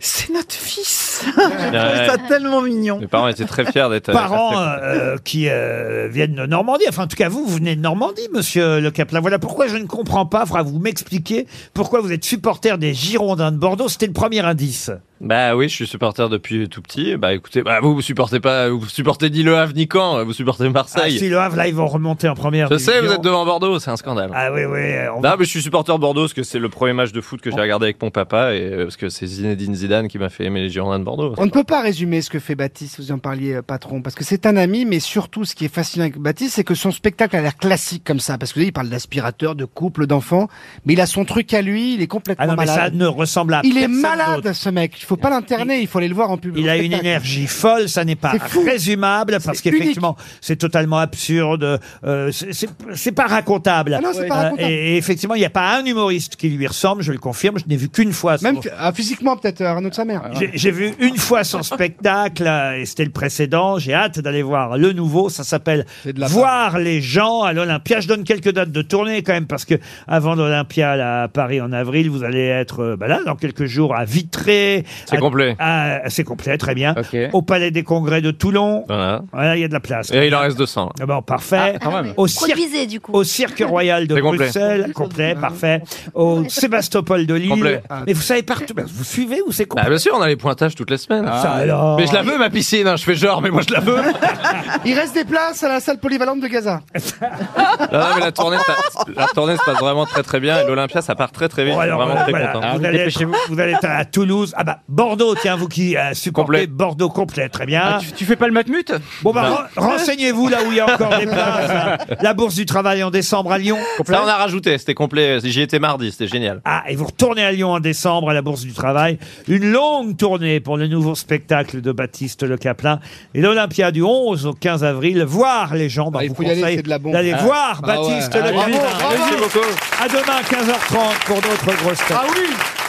C'est notre fils J'ai trouvé ça tellement mignon. Mes parents étaient très fiers d'être. parents euh, euh, qui euh, viennent de Normandie. Enfin, en tout cas, vous, vous venez de Normandie, monsieur Le Caplan. Voilà pourquoi je ne comprends pas. Faudra vous m'expliquer pourquoi vous êtes supporter des Girondins de Bordeaux. C'était le premier indice. Bah oui, je suis supporter depuis tout petit. Bah écoutez, bah, vous, vous supportez pas, vous supportez ni Le Havre ni Caen, vous supportez Ah, Marseille. si le Havre, là, ils vont remonter en première. Je sais, vous division. êtes devant Bordeaux, c'est un scandale. Ah oui, oui. euh, on Non, va- mais je suis supporter de Bordeaux parce que c'est le premier match de foot que j'ai regardé avec mon papa et euh, parce que c'est Zinedine Zidane qui m'a fait aimer les Girondins de Bordeaux. On ne peut pas résumer ce que fait Baptiste, vous en parliez, euh, patron, parce que c'est un ami, mais surtout, ce qui est fascinant avec Baptiste, c'est que son spectacle a l'air classique comme ça, parce que vous voyez, il parle d'aspirateur, de couple, d'enfants, mais il a son truc à lui, il est complètement Ah non, mais ça malade. ne ressemble à il est personne malade, d'autre. ce mec. Il faut pas l'interner, il faut aller le voir en public. Il a une énergie folle, ça n'est pas C'est fou. résumable parce C'est qu'effectivement c'est totalement absurde, euh, c'est- c'est c'est pas racontable. Euh, Ah non, c'est pas racontable. et, et effectivement, il n'y a pas un humoriste qui lui ressemble, je le confirme, je n'ai vu qu'une fois. son- Même ah, physiquement, peut-être, euh, Arnaud de sa mère. J'ai j'ai vu une fois son spectacle, euh, et c'était le précédent. J'ai hâte d'aller voir le nouveau. Ça s'appelle Voir les gens à l'Olympia. Je donne quelques dates de tournée quand même, parce que avant l'Olympia là, à Paris en avril, vous allez être euh, bah là, dans quelques jours à Vitré. C'est à- complet. à- C'est complet, très bien. Au Palais des Congrès de Toulon. Voilà. Voilà, il y a de la place. Et il en reste 200. Ah bon, parfait. Ah, quand même. Au cirque, Produisez, du coup. au Cirque Royal de C'est complet. Bruxelles, complet, parfait. Au Sébastopol de Lille. Complet. Mais vous savez partout, bah, vous suivez ou c'est complet Bah, bien sûr, on a les pointages toutes les semaines. Ça Ah, alors. Mais je la veux ma piscine, hein, je fais genre, mais moi je la veux. Il reste des places à la salle polyvalente de Gaza. Non, non, mais la tournée, ça- la tournée se passe vraiment très très bien et l'Olympia ça part très très vite. Bon, je suis alors, vraiment très voilà, Ah, content. Ah, vous, allez être, vous allez être à Toulouse. Ah bah, Bordeaux, tiens, vous qui euh, supportez Complet. Bordeaux complet, très bien. Ah, tu, tu fais pas le matmut Bon bah, ren- renseignez-vous là où il y a encore des places. hein. La bourse du travail en décembre à Lyon. Ça on a rajouté, c'était complet. J'y étais mardi, c'était génial. Ah, et vous retournez à Lyon en décembre à la Bourse du Travail. Une longue tournée pour le nouveau spectacle de Baptiste Le Caplin. Et l'Olympia du 11 au 15 15 avril. Voir les gens. Bah, Ah, il vous faut y aller, conseille c'est de la bombe. D'aller Ah. voir Ah ouais. Baptiste Ah Le oui. Caplin. Bravo, bravo. Merci À demain, 15h30 pour d'autres grosses têtes. Ah oui